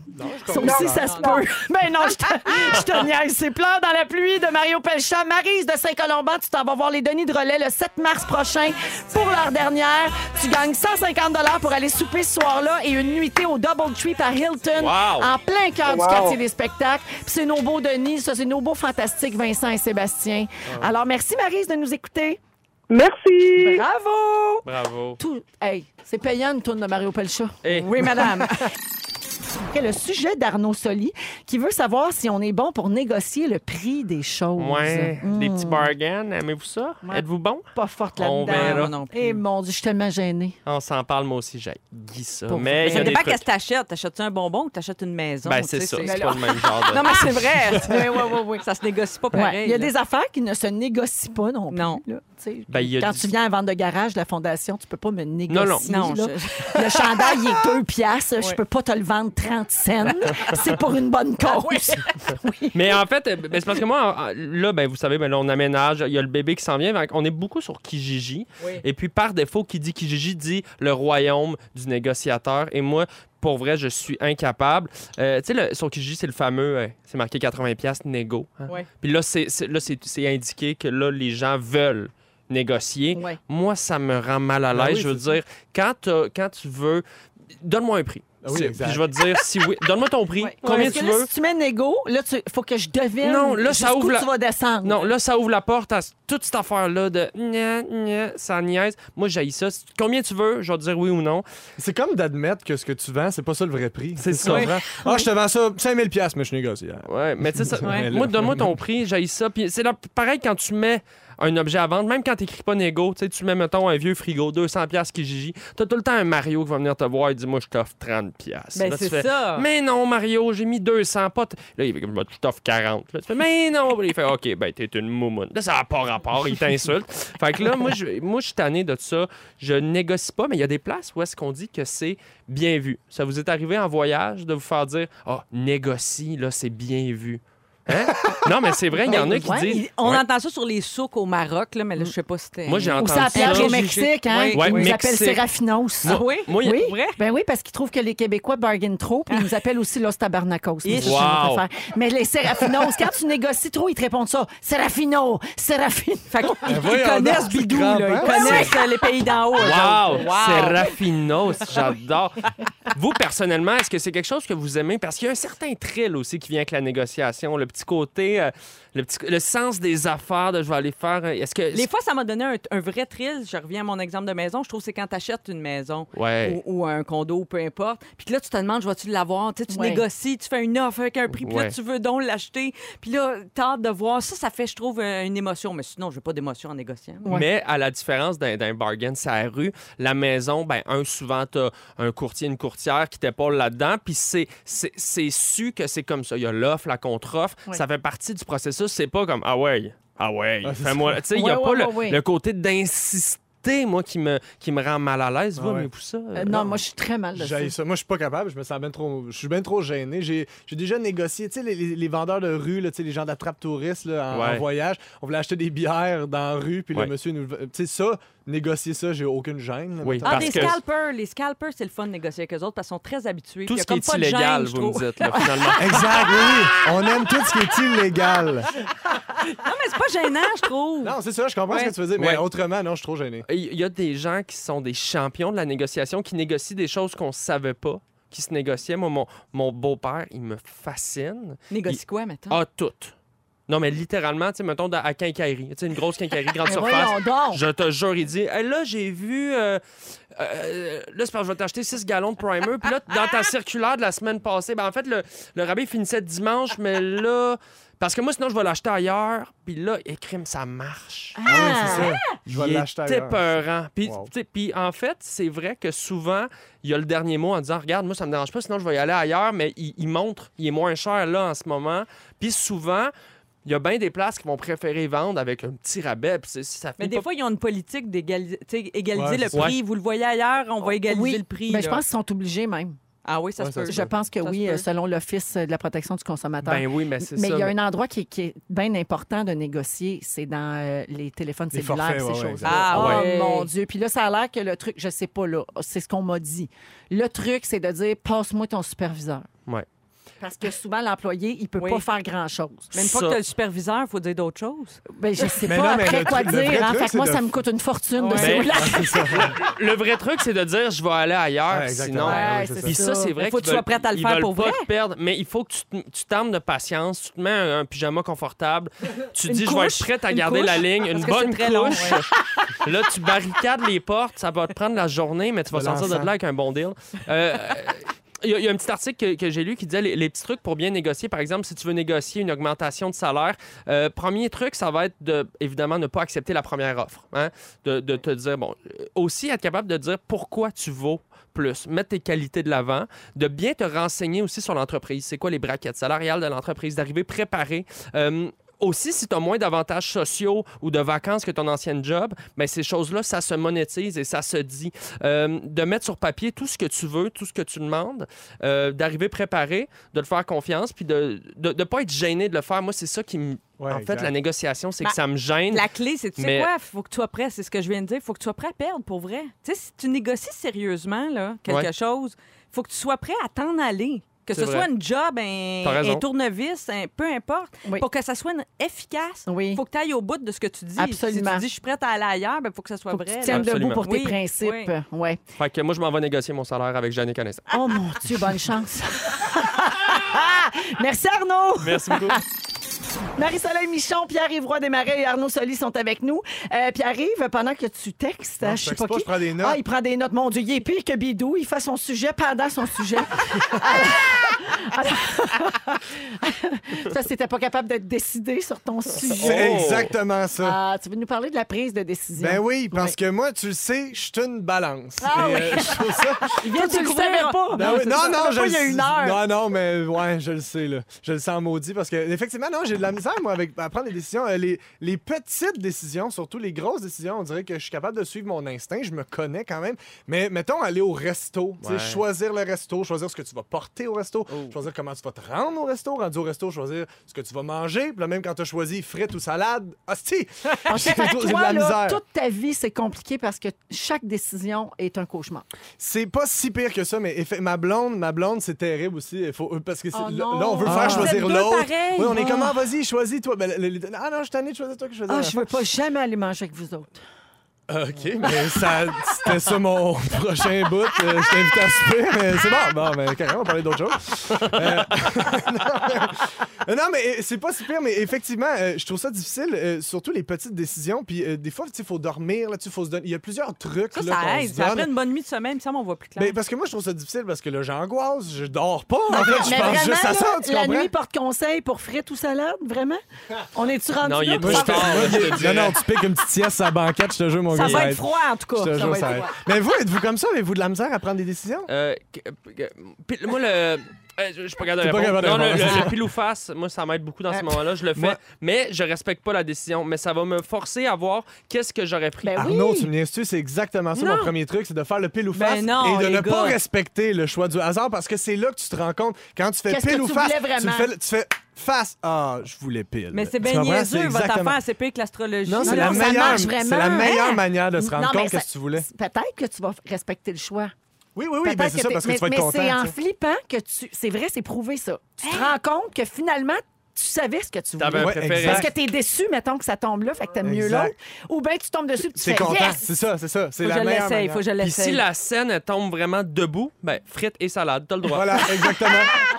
Speaker 1: Ça aussi, ça se peut. Mais non, je te, je te niaise. C'est Pleurs dans la pluie de Mario Pelchat. Marise de Saint-Colomban, tu t'en vas voir les Denis de Relais le 7 mars prochain pour l'heure dernière. Tu gagnes 150 pour aller souper ce soir-là et une nuitée au Double Tree par Hilton
Speaker 3: Wow.
Speaker 1: en plein cœur du quartier des spectacles. Puis c'est nos beaux Denis, ça, c'est nos beaux fantastiques Vincent et Sébastien.
Speaker 3: Ah.
Speaker 1: Alors, merci Marise de nous écouter.
Speaker 4: Merci.
Speaker 1: Bravo!
Speaker 3: Bravo.
Speaker 1: Tout, hey, c'est payant une tourne de Mario Pelchat.
Speaker 3: Hey.
Speaker 1: Oui, madame. Après, le sujet d'Arnaud Soli, qui veut savoir si on est bon pour négocier le prix des choses.
Speaker 3: Ouais,
Speaker 1: Hmm,
Speaker 3: des petits bargains, aimez-vous ça?
Speaker 1: Ouais.
Speaker 3: Êtes-vous bon?
Speaker 1: Pas forte
Speaker 3: On verra.
Speaker 1: là-dedans.
Speaker 5: Moi non plus.
Speaker 1: Eh mon Dieu, je suis tellement gênée.
Speaker 3: On s'en parle, moi aussi, j'ai Guy ça.
Speaker 1: Pour vrai.
Speaker 3: Mais il y
Speaker 5: Ça
Speaker 3: a des
Speaker 5: dépend
Speaker 3: trucs.
Speaker 5: qu'est-ce que t'achètes. T'achètes-tu un bonbon ou t'achètes une maison?
Speaker 3: Ben,
Speaker 5: tu
Speaker 3: c'est
Speaker 5: sais,
Speaker 3: ça, c'est pas le même genre de...
Speaker 5: Non, mais c'est vrai.
Speaker 1: Oui, oui, oui, oui.
Speaker 5: Ça se négocie pas
Speaker 1: Ouais.
Speaker 5: pareil.
Speaker 1: Il y a
Speaker 5: là.
Speaker 1: des affaires qui ne se négocient pas non plus.
Speaker 5: Non.
Speaker 1: là. Tu sais,
Speaker 3: Ben, il y a
Speaker 1: Quand
Speaker 3: du-
Speaker 1: tu viens à vendre de garage de la fondation, tu peux pas me négocier.
Speaker 5: Non,
Speaker 1: là.
Speaker 5: je-
Speaker 1: Le chandail, il est 2 piastres. Je peux pas te le vendre 30 cents. C'est pour une bonne
Speaker 3: Ah
Speaker 1: cause.
Speaker 3: Mais en fait, euh, ben, c'est parce que moi, en- en- là, ben, vous savez, ben, là, on aménage, il y a le bébé qui s'en vient. fait qu'on est beaucoup sur Kijiji. Et puis, par défaut, qui dit Kijiji dit le royaume du négociateur. Et moi, pour vrai, je suis incapable. Euh, tu sais, le- sur Kijiji, c'est le fameux, euh, c'est marqué 80$ négo. hein.
Speaker 5: Ouais.
Speaker 3: Puis là, c'est c'est- là, c'est- c'est indiqué que là, les gens veulent négocier.
Speaker 1: Ouais.
Speaker 3: Moi, ça me rend mal à l'aise.
Speaker 2: Ben oui,
Speaker 3: je veux dire, quand, t'as- quand tu veux, donne-moi un prix.
Speaker 2: Ah oui,
Speaker 3: C'est-
Speaker 2: exact.
Speaker 3: puis je vais te dire si oui. Donne-moi ton prix. Combien
Speaker 1: Parce
Speaker 3: tu
Speaker 1: que
Speaker 3: veux?
Speaker 1: là, si tu mets négo, là, tu... faut que je devine
Speaker 3: Non, là, ça
Speaker 1: jusqu'où
Speaker 3: ouvre la-
Speaker 1: tu vas descendre.
Speaker 3: Non, là, ça ouvre la porte à toute cette affaire-là de gna, gna, ça niaise. Moi, j'ai ça. Combien tu veux? Je vais te dire oui ou non.
Speaker 2: C'est comme d'admettre que ce que tu vends, c'est pas ça le vrai prix.
Speaker 3: C'est
Speaker 2: Tu
Speaker 3: ça.
Speaker 2: comprends? Ah, je te vends ça 5000 pièces, mais je négocie. hein.
Speaker 3: Ouais, mais tu sais, ça-
Speaker 2: Ouais.
Speaker 3: moi, donne-moi ton prix, j'ai ça. Puis c'est là- pareil quand tu mets un objet à vendre, même quand t'écris pas négo, tu sais, tu mets, mettons, un vieux frigo, 200$ qui gigi. T'as tout le temps un Mario qui va venir te voir et dit, moi, je t'offre 30$.
Speaker 5: Ben,
Speaker 3: Là, tu
Speaker 5: c'est
Speaker 3: fais,
Speaker 5: ça.
Speaker 3: Mais non, Mario, j'ai mis 200 potes. Là, il fait comme, Bah, je t'offre 40. Là, tu fais, mais non. Il fait, OK, ben, t'es une moumoune. Là, ça n'a pas rapport. Il t'insulte. fait que là, moi, je, moi, je suis tanné de ça. Je négocie pas, mais il y a des places où est-ce qu'on dit que c'est bien vu. Ça vous est arrivé en voyage de vous faire dire, ah, négocie, là, c'est bien vu. Hein? non, mais c'est vrai, il y en a qui
Speaker 5: Ouais,
Speaker 3: disent.
Speaker 5: il- On
Speaker 3: Ouais.
Speaker 5: entend ça sur les souks au Maroc, là, mais là, je sais pas si c'était. Ah
Speaker 3: Moi, j'ai
Speaker 1: Ou
Speaker 3: entendu
Speaker 1: ça
Speaker 3: ça.
Speaker 1: appelle au
Speaker 5: Préjugé.
Speaker 1: Mexique, hein?
Speaker 5: Oui,
Speaker 1: Ils
Speaker 3: oui.
Speaker 1: nous appellent
Speaker 3: Mexique.
Speaker 1: Serafinos.
Speaker 5: Ah oui?
Speaker 3: Moi, il y a-
Speaker 1: Oui,
Speaker 5: Vrai? Ah.
Speaker 1: ben oui, parce qu'ils trouvent que les Québécois bargainent trop, puis ils nous appellent aussi Los Tabarnakos. Mais, ça, c'est une autre
Speaker 3: Wow.
Speaker 1: affaire. Mais les Serafinos, quand tu négocies trop, ils te répondent ça. Serafino, Serafino.
Speaker 5: Fait qu'ils
Speaker 3: Ben
Speaker 5: ils
Speaker 2: voyons
Speaker 5: connaissent
Speaker 2: donc,
Speaker 5: Bidou,
Speaker 2: c'est
Speaker 5: là.
Speaker 2: crampant.
Speaker 5: Ils connaissent euh, les pays d'en haut. eux
Speaker 3: Wow!
Speaker 5: autres.
Speaker 3: C'est raffinos, j'adore. vous, personnellement, est-ce que c'est quelque chose que vous aimez? Parce qu'il y a un certain thrill aussi qui vient avec la négociation, le petit côté, euh, le, petit, le sens des affaires de je vais aller faire. euh, Est-ce que.
Speaker 5: Les fois, ça m'a donné un, un vrai thrill. Je reviens à mon exemple de maison. Je trouve que c'est quand tu achètes une maison
Speaker 3: Ouais.
Speaker 5: ou, ou un condo ou peu importe. Puis que là, tu te demandes, je vais-tu l'avoir? Tu, sais, tu
Speaker 1: Ouais.
Speaker 5: négocies, tu fais une offre avec un prix, puis
Speaker 3: Ouais.
Speaker 5: là, tu veux donc l'acheter. Puis là, t'as hâte de voir. Ça, ça fait, je trouve, euh, une émotion. Mais sinon, je veux pas d'émotion en négociant. Ah,
Speaker 1: Ouais.
Speaker 3: Mais à la différence d'un d'un bargain, c'est à la rue. La maison, ben un, souvent, t'as un courtier, une courtière qui t'épaule là-dedans, puis c'est c'est- c'est su que c'est comme ça. Il y a l'offre, la contre-offre.
Speaker 1: Ouais.
Speaker 3: Ça fait partie du processus. C'est pas comme, ah ouais, ah ouais,
Speaker 2: Ah, c'est
Speaker 3: fais-moi. Tu sais, il n'y a
Speaker 1: Ouais,
Speaker 3: pas
Speaker 1: ouais,
Speaker 3: le,
Speaker 1: ouais, ouais.
Speaker 3: le côté d'insister, moi, qui me, qui me rend mal à l'aise.
Speaker 2: Ah
Speaker 3: Va,
Speaker 2: ouais.
Speaker 3: mais pour ça. euh,
Speaker 1: Euh, non, moi, je suis très mal de ça.
Speaker 2: J'ai ça. Moi, je suis pas capable. Je me sens bien trop. Je suis bien trop gêné. J'ai j'ai déjà négocié. Tu sais, les, les- les vendeurs de rue, là, tu sais, les gens d'attrape touristes là, en,
Speaker 3: Ouais.
Speaker 2: en voyage, on voulait acheter des bières dans la rue, puis
Speaker 3: Ouais.
Speaker 2: le monsieur nous. Tu sais, ça, négocier ça, j'ai aucune gêne. là,
Speaker 3: Oui.
Speaker 2: mettons.
Speaker 5: Ah,
Speaker 3: Parce
Speaker 5: des
Speaker 3: que-
Speaker 5: scalpers. Les scalpers, c'est le fun de négocier avec eux autres parce qu'ils sont très habitués.
Speaker 3: tout
Speaker 5: Il y a
Speaker 3: ce qui
Speaker 5: comme
Speaker 3: est
Speaker 5: pas de gêne,
Speaker 3: illégal,
Speaker 5: je
Speaker 3: vous me
Speaker 5: trouve.
Speaker 3: dites, là, finalement.
Speaker 2: Exact, oui, oui. On aime tout ce qui est illégal.
Speaker 5: Non, Ah, mais c'est pas gênant, je trouve.
Speaker 2: Non, c'est ça, je comprends
Speaker 5: Ouais.
Speaker 2: ce que tu veux dire, mais
Speaker 3: Ouais.
Speaker 2: autrement, non, je suis trop gêné.
Speaker 3: Il y a des gens qui sont des champions de la négociation, qui négocient des choses qu'on ne savait pas, qui se négociaient. Moi, mon, mon beau-père, il me fascine.
Speaker 5: Négocie quoi, maintenant?
Speaker 3: Ah, toutes. Non, mais littéralement, tu sais, mettons, dans- à quincaillerie. Tu sais, une grosse quincaillerie, grande
Speaker 1: Mais
Speaker 3: surface.
Speaker 1: voyons donc.
Speaker 3: Je te jure, il dit, Hey, là, j'ai vu. euh, euh, là, c'est parce que je vais t'acheter 6 gallons de primer. Puis là, dans ta circulaire de la semaine passée, ben, en fait, le, le rabais finissait dimanche, mais là. Parce que moi, sinon, je vais l'acheter ailleurs. Puis là, écrime, ça marche.
Speaker 2: Ah ouais, c'est ça. Je vais
Speaker 3: Il
Speaker 2: l'acheter
Speaker 3: était
Speaker 2: ailleurs.
Speaker 3: peurant. Puis,
Speaker 2: hein. Wow.
Speaker 3: tu sais, puis en fait, c'est vrai que souvent, il y a le dernier mot en disant Regarde, moi, ça me dérange pas, sinon je vais y aller ailleurs, mais il, il montre, il est moins cher là en ce moment. Puis souvent, il y a bien des places qui vont préférer vendre avec un petit rabais. Puis c'est- ça fait
Speaker 5: Mais des fois, ils ont une politique d'égaliser tu sais, égaliser
Speaker 2: Ouais,
Speaker 5: le
Speaker 3: c'est-
Speaker 5: prix. Vous le voyez ailleurs, on va égaliser
Speaker 1: Oui,
Speaker 5: le prix.
Speaker 1: Mais je
Speaker 5: là.
Speaker 1: pense qu'ils sont obligés même.
Speaker 5: Ah oui, ça
Speaker 2: Ouais,
Speaker 5: se
Speaker 2: ça
Speaker 5: peut.
Speaker 2: se
Speaker 1: Je pense que
Speaker 5: Ça
Speaker 1: oui,
Speaker 5: se peut.
Speaker 1: euh, selon l'Office de la protection du consommateur.
Speaker 3: Ben oui, mais c'est
Speaker 1: mais
Speaker 3: ça.
Speaker 1: il y a un endroit qui, est- qui est bien important de négocier, c'est dans euh, les téléphones
Speaker 2: Les
Speaker 1: cellulaires,
Speaker 2: forfaits,
Speaker 1: ces
Speaker 2: ouais, ouais,
Speaker 1: choses-là.
Speaker 5: Ah
Speaker 1: oh
Speaker 5: ouais.
Speaker 1: mon Dieu. Puis là, ça a l'air que le truc, je sais pas là, c'est ce qu'on m'a dit. Le truc, c'est de dire passe-moi ton superviseur.
Speaker 3: Ouais.
Speaker 1: Parce que souvent, l'employé, il peut
Speaker 5: Oui.
Speaker 1: pas faire grand-chose.
Speaker 5: Même pas
Speaker 3: Ça.
Speaker 5: que tu le superviseur, il faut dire d'autres choses.
Speaker 1: Ben, je sais
Speaker 2: Mais
Speaker 1: pas
Speaker 2: non, mais
Speaker 1: après
Speaker 2: le
Speaker 1: quoi
Speaker 2: truc- le
Speaker 1: dire.
Speaker 2: vrai
Speaker 1: hein.
Speaker 2: truc,
Speaker 1: Fait que moi,
Speaker 2: c'est
Speaker 1: ça
Speaker 2: de-
Speaker 1: me coûte une fortune de
Speaker 5: Ouais.
Speaker 1: cellulaire.
Speaker 3: Ben, Le vrai truc, c'est de dire je vais aller ailleurs.
Speaker 2: Ouais, exactement.
Speaker 3: sinon,
Speaker 2: Ouais,
Speaker 1: Ouais,
Speaker 2: oui, c'est
Speaker 1: c'est
Speaker 2: ça.
Speaker 3: Puis ça, c'est vrai
Speaker 5: Faut
Speaker 3: qu'ils
Speaker 5: que tu sois
Speaker 3: veulent-
Speaker 5: prête à le
Speaker 3: ils
Speaker 5: faire
Speaker 3: veulent
Speaker 5: pour
Speaker 3: pas
Speaker 5: vrai.
Speaker 3: te perdre, mais il faut que tu te- tu t'armes de patience, tu te mets un, un pyjama confortable, tu
Speaker 1: Une
Speaker 3: dis je vais être
Speaker 1: couche,
Speaker 3: prête à
Speaker 1: une
Speaker 3: garder la
Speaker 1: couche,
Speaker 3: ligne, une
Speaker 5: parce que c'est
Speaker 3: bonne
Speaker 5: très long,
Speaker 3: couche. là, tu barricades les portes, ça va te prendre la journée, mais tu vas
Speaker 2: De
Speaker 3: sortir de là
Speaker 2: l'encens.
Speaker 3: avec un bon deal. Euh, Il y, a- il y a un petit article que, que j'ai lu qui disait les, les petits trucs pour bien négocier. Par exemple, si tu veux négocier une augmentation de salaire, euh, premier truc, ça va être de, évidemment, ne pas accepter la première offre. hein. de, de te dire, bon, euh, aussi être capable de dire pourquoi tu vaux plus, mettre tes qualités de l'avant, de bien te renseigner aussi sur l'entreprise. C'est quoi les braquettes salariales de l'entreprise, d'arriver préparé. Euh, aussi, si tu as moins d'avantages sociaux ou de vacances que ton ancienne job, mais Ben, ces choses-là, ça se monétise et ça se dit. Euh, de mettre sur papier tout ce que tu veux, tout ce que tu demandes, euh, d'arriver préparé, de le faire confiance, puis de ne pas être gêné de le faire. Moi, c'est ça qui me...
Speaker 2: Ouais,
Speaker 3: en fait,
Speaker 2: exact.
Speaker 3: la négociation, c'est
Speaker 5: Ben,
Speaker 1: Bah,
Speaker 3: que ça me gêne.
Speaker 5: La clé, c'est tu sais
Speaker 3: Mais-
Speaker 5: quoi? Faut que tu sois prêt, c'est ce que je viens de dire. Faut que tu sois prêt à perdre pour vrai. Tu sais, si tu négocies sérieusement là, quelque
Speaker 3: Ouais.
Speaker 5: chose, faut que tu sois prêt à t'en aller. Que
Speaker 3: C'est
Speaker 5: ce
Speaker 3: vrai.
Speaker 5: soit une job, un,
Speaker 3: T'as raison.
Speaker 5: un tournevis, un, peu importe,
Speaker 1: Oui.
Speaker 5: pour que ça soit une- efficace,
Speaker 1: Oui.
Speaker 5: faut que tu ailles au bout de ce que tu dis.
Speaker 1: Absolument.
Speaker 5: Si tu dis je suis prête à aller ailleurs, ben, faut que ça soit
Speaker 1: Faut que
Speaker 5: vrai.
Speaker 1: tu te
Speaker 5: là.
Speaker 1: tiennes debout
Speaker 3: Absolument.
Speaker 1: pour tes
Speaker 5: Oui,
Speaker 1: principes. Ouais.
Speaker 3: Fait que moi, je m'en vais négocier mon salaire avec Jeanne Connaissant.
Speaker 1: Oh mon Dieu, bonne chance. Merci Arnaud.
Speaker 3: Merci beaucoup.
Speaker 1: Marie-Soleil Michon, Pierre-Yves Roy Desmarais et Arnaud Soli sont avec nous. Euh, Pierre-Yves, pendant que tu textes,
Speaker 2: Non,
Speaker 1: hein,
Speaker 2: je
Speaker 1: je sais
Speaker 2: texte
Speaker 1: pas,
Speaker 2: pas,
Speaker 1: qui.
Speaker 2: je prends des notes.
Speaker 1: Ah, il prend des notes. Mon Dieu, il est pire que Bidou. Il fait son sujet pendant son sujet. Alors- Ça, c'était pas capable d'être décidé sur ton
Speaker 2: C'est
Speaker 1: sujet.
Speaker 3: Oh.
Speaker 2: exactement ça.
Speaker 1: Ah, tu veux nous parler de la prise de décision?
Speaker 2: Ben oui, parce
Speaker 1: Ouais.
Speaker 2: que moi, tu le sais, je suis une balance.
Speaker 1: Ah
Speaker 2: Et,
Speaker 1: oui.
Speaker 2: euh, je trouve ça-
Speaker 1: Il vient de
Speaker 5: Toi, tu le savais
Speaker 1: pas.
Speaker 2: Ben oui, Non, non, je
Speaker 1: Il y a
Speaker 2: le-
Speaker 1: une heure.
Speaker 2: Non, non, mais ouais, je le sais, là. Je le sens maudit parce que, effectivement, non, j'ai de la misère, moi, avec, à prendre des décisions. Euh, Les, les petites décisions, surtout les grosses décisions, on dirait que je suis capable de suivre mon instinct, je me connais quand même. Mais mettons, aller au resto, tu sais,
Speaker 3: Ouais.
Speaker 2: choisir le resto, choisir ce que tu vas porter au resto,
Speaker 1: Oh.
Speaker 2: choisir comment tu vas te rendre au resto, rendu au resto, choisir ce que tu vas manger. Puis là, même quand tu as choisi frites ou salade, hostie, j'ai
Speaker 1: Fait que
Speaker 2: j'ai de
Speaker 1: toi,
Speaker 2: la
Speaker 1: là,
Speaker 2: misère.
Speaker 1: toute ta vie, c'est compliqué parce que chaque décision est un cauchemar.
Speaker 2: C'est pas si pire que ça, mais effe- ma blonde, ma blonde, c'est terrible aussi. Il faut, euh, parce que c'est-
Speaker 5: Oh
Speaker 2: là,
Speaker 5: non.
Speaker 2: là, on veut
Speaker 1: Ah.
Speaker 2: faire
Speaker 1: Vous
Speaker 2: choisir
Speaker 5: êtes deux
Speaker 2: l'autre.
Speaker 5: pareils.
Speaker 2: Oui, on est
Speaker 5: Ah.
Speaker 2: comment? Vas-y, choisis toi. Ben, le- le- ah non, je t'en ai de choisir toi que je choisis.
Speaker 1: Ah, je veux pas jamais aller manger avec vous autres.
Speaker 2: Ok, mais ça, c'était ça mon prochain bout. Euh, je t'invite à souper, mais c'est bon. Bon, mais carrément, on va parler d'autre chose. Euh, non, non, mais euh, c'est pas super, mais effectivement, euh, je trouve ça difficile, euh, surtout les petites décisions. Puis euh, des fois, tu sais, faut dormir, là, tu faut se donner. Il y a plusieurs trucs.
Speaker 5: Ça,
Speaker 2: là, qu'on
Speaker 5: ça aide.
Speaker 2: se
Speaker 5: Ça
Speaker 2: donne.
Speaker 5: après une bonne nuit de sommeil, il me semble, on voit plus clair.
Speaker 2: Ben, parce que moi, je trouve ça difficile parce que là, j'angoisse, je dors pas. En fait, je
Speaker 1: Mais
Speaker 2: pense
Speaker 1: vraiment,
Speaker 2: juste à
Speaker 1: là,
Speaker 2: ça, tu
Speaker 1: la
Speaker 2: comprends?
Speaker 1: nuit porte conseil pour frites ou salade, vraiment? On est-tu rendu
Speaker 3: Non, il
Speaker 1: là
Speaker 3: est
Speaker 1: pour
Speaker 2: Moi, je
Speaker 3: Pas
Speaker 1: faire-
Speaker 3: tard,
Speaker 2: fais-
Speaker 3: je te dirais.
Speaker 2: non, non, tu piques une petite sieste à la banquette, je te jure, mon
Speaker 5: ça
Speaker 2: gars.
Speaker 5: va être froid, en tout
Speaker 2: Je
Speaker 5: cas.
Speaker 2: te
Speaker 5: Ça
Speaker 2: jure,
Speaker 5: va
Speaker 2: ça va
Speaker 5: être
Speaker 2: être.
Speaker 5: froid.
Speaker 2: Mais vous, êtes-vous comme ça? Avez-vous de la misère à prendre des décisions?
Speaker 3: Euh, que- que- puis moi, le. euh, Je suis pas capable de
Speaker 2: T'es pas
Speaker 3: répondre.
Speaker 2: capable de
Speaker 3: non, le,
Speaker 2: répondre.
Speaker 3: le- le pile ou face, moi, ça m'aide beaucoup dans
Speaker 1: Euh,
Speaker 3: ce moment-là. Je le fais.
Speaker 2: moi-
Speaker 3: Mais je respecte pas la décision. Mais ça va me forcer à voir qu'est-ce que j'aurais pris.
Speaker 1: Ben oui.
Speaker 2: Arnaud, tu me niaises-tu? C'est exactement ça
Speaker 3: Euh, Non.
Speaker 2: mon premier truc, c'est de faire le pile ou
Speaker 5: Ben
Speaker 2: face
Speaker 5: non,
Speaker 2: et de
Speaker 5: les
Speaker 2: ne pas
Speaker 5: gars.
Speaker 2: respecter le choix du hasard parce que c'est là que tu te rends compte. Quand tu fais
Speaker 1: Qu'est-ce
Speaker 2: pile
Speaker 1: que
Speaker 2: ou
Speaker 1: tu
Speaker 2: face,
Speaker 1: voulais
Speaker 2: tu,
Speaker 1: vraiment?
Speaker 2: fais, tu fais face. Ah, je voulais pile.
Speaker 5: Mais c'est
Speaker 2: Tu
Speaker 5: bien
Speaker 2: comprends?
Speaker 5: niaiseux,
Speaker 2: C'est
Speaker 5: votre
Speaker 2: exactement-
Speaker 5: affaire, c'est pire que l'astrologie.
Speaker 2: Non, c'est
Speaker 1: Non,
Speaker 2: la
Speaker 1: non, ça
Speaker 2: meilleure,
Speaker 1: marche
Speaker 2: c'est la
Speaker 1: vraiment.
Speaker 2: meilleure manière de se rendre
Speaker 1: Non, mais
Speaker 2: compte
Speaker 1: ça-
Speaker 2: qu'est-ce que tu voulais.
Speaker 1: Peut-être que tu vas respecter le choix.
Speaker 2: Oui, oui, oui,
Speaker 1: Peut-être
Speaker 2: ben c'est ça
Speaker 1: t'es-
Speaker 2: parce que
Speaker 1: mais,
Speaker 2: tu vas être
Speaker 1: mais
Speaker 2: content.
Speaker 1: c'est en
Speaker 2: tu sais.
Speaker 1: flippant que tu... C'est vrai, c'est prouvé, ça. Tu te rends compte que finalement, tu savais ce que tu voulais.
Speaker 3: T'avais un
Speaker 2: Ouais,
Speaker 3: préféré.
Speaker 2: exact.
Speaker 1: Parce que t'es déçu, mettons, que ça tombe là, fait que t'aimes mieux
Speaker 2: Exact.
Speaker 1: l'autre. Ou bien tu tombes dessus et tu
Speaker 2: C'est
Speaker 1: fais
Speaker 2: content,
Speaker 1: yes!
Speaker 2: c'est ça, c'est ça. C'est
Speaker 5: Faut que
Speaker 2: la
Speaker 5: je
Speaker 2: meilleure
Speaker 5: l'essaye,
Speaker 2: manière.
Speaker 5: faut que je
Speaker 3: Puis
Speaker 5: l'essaye.
Speaker 3: si la scène elle tombe vraiment debout, ben frites et salade, t'as le droit.
Speaker 2: Voilà, exactement.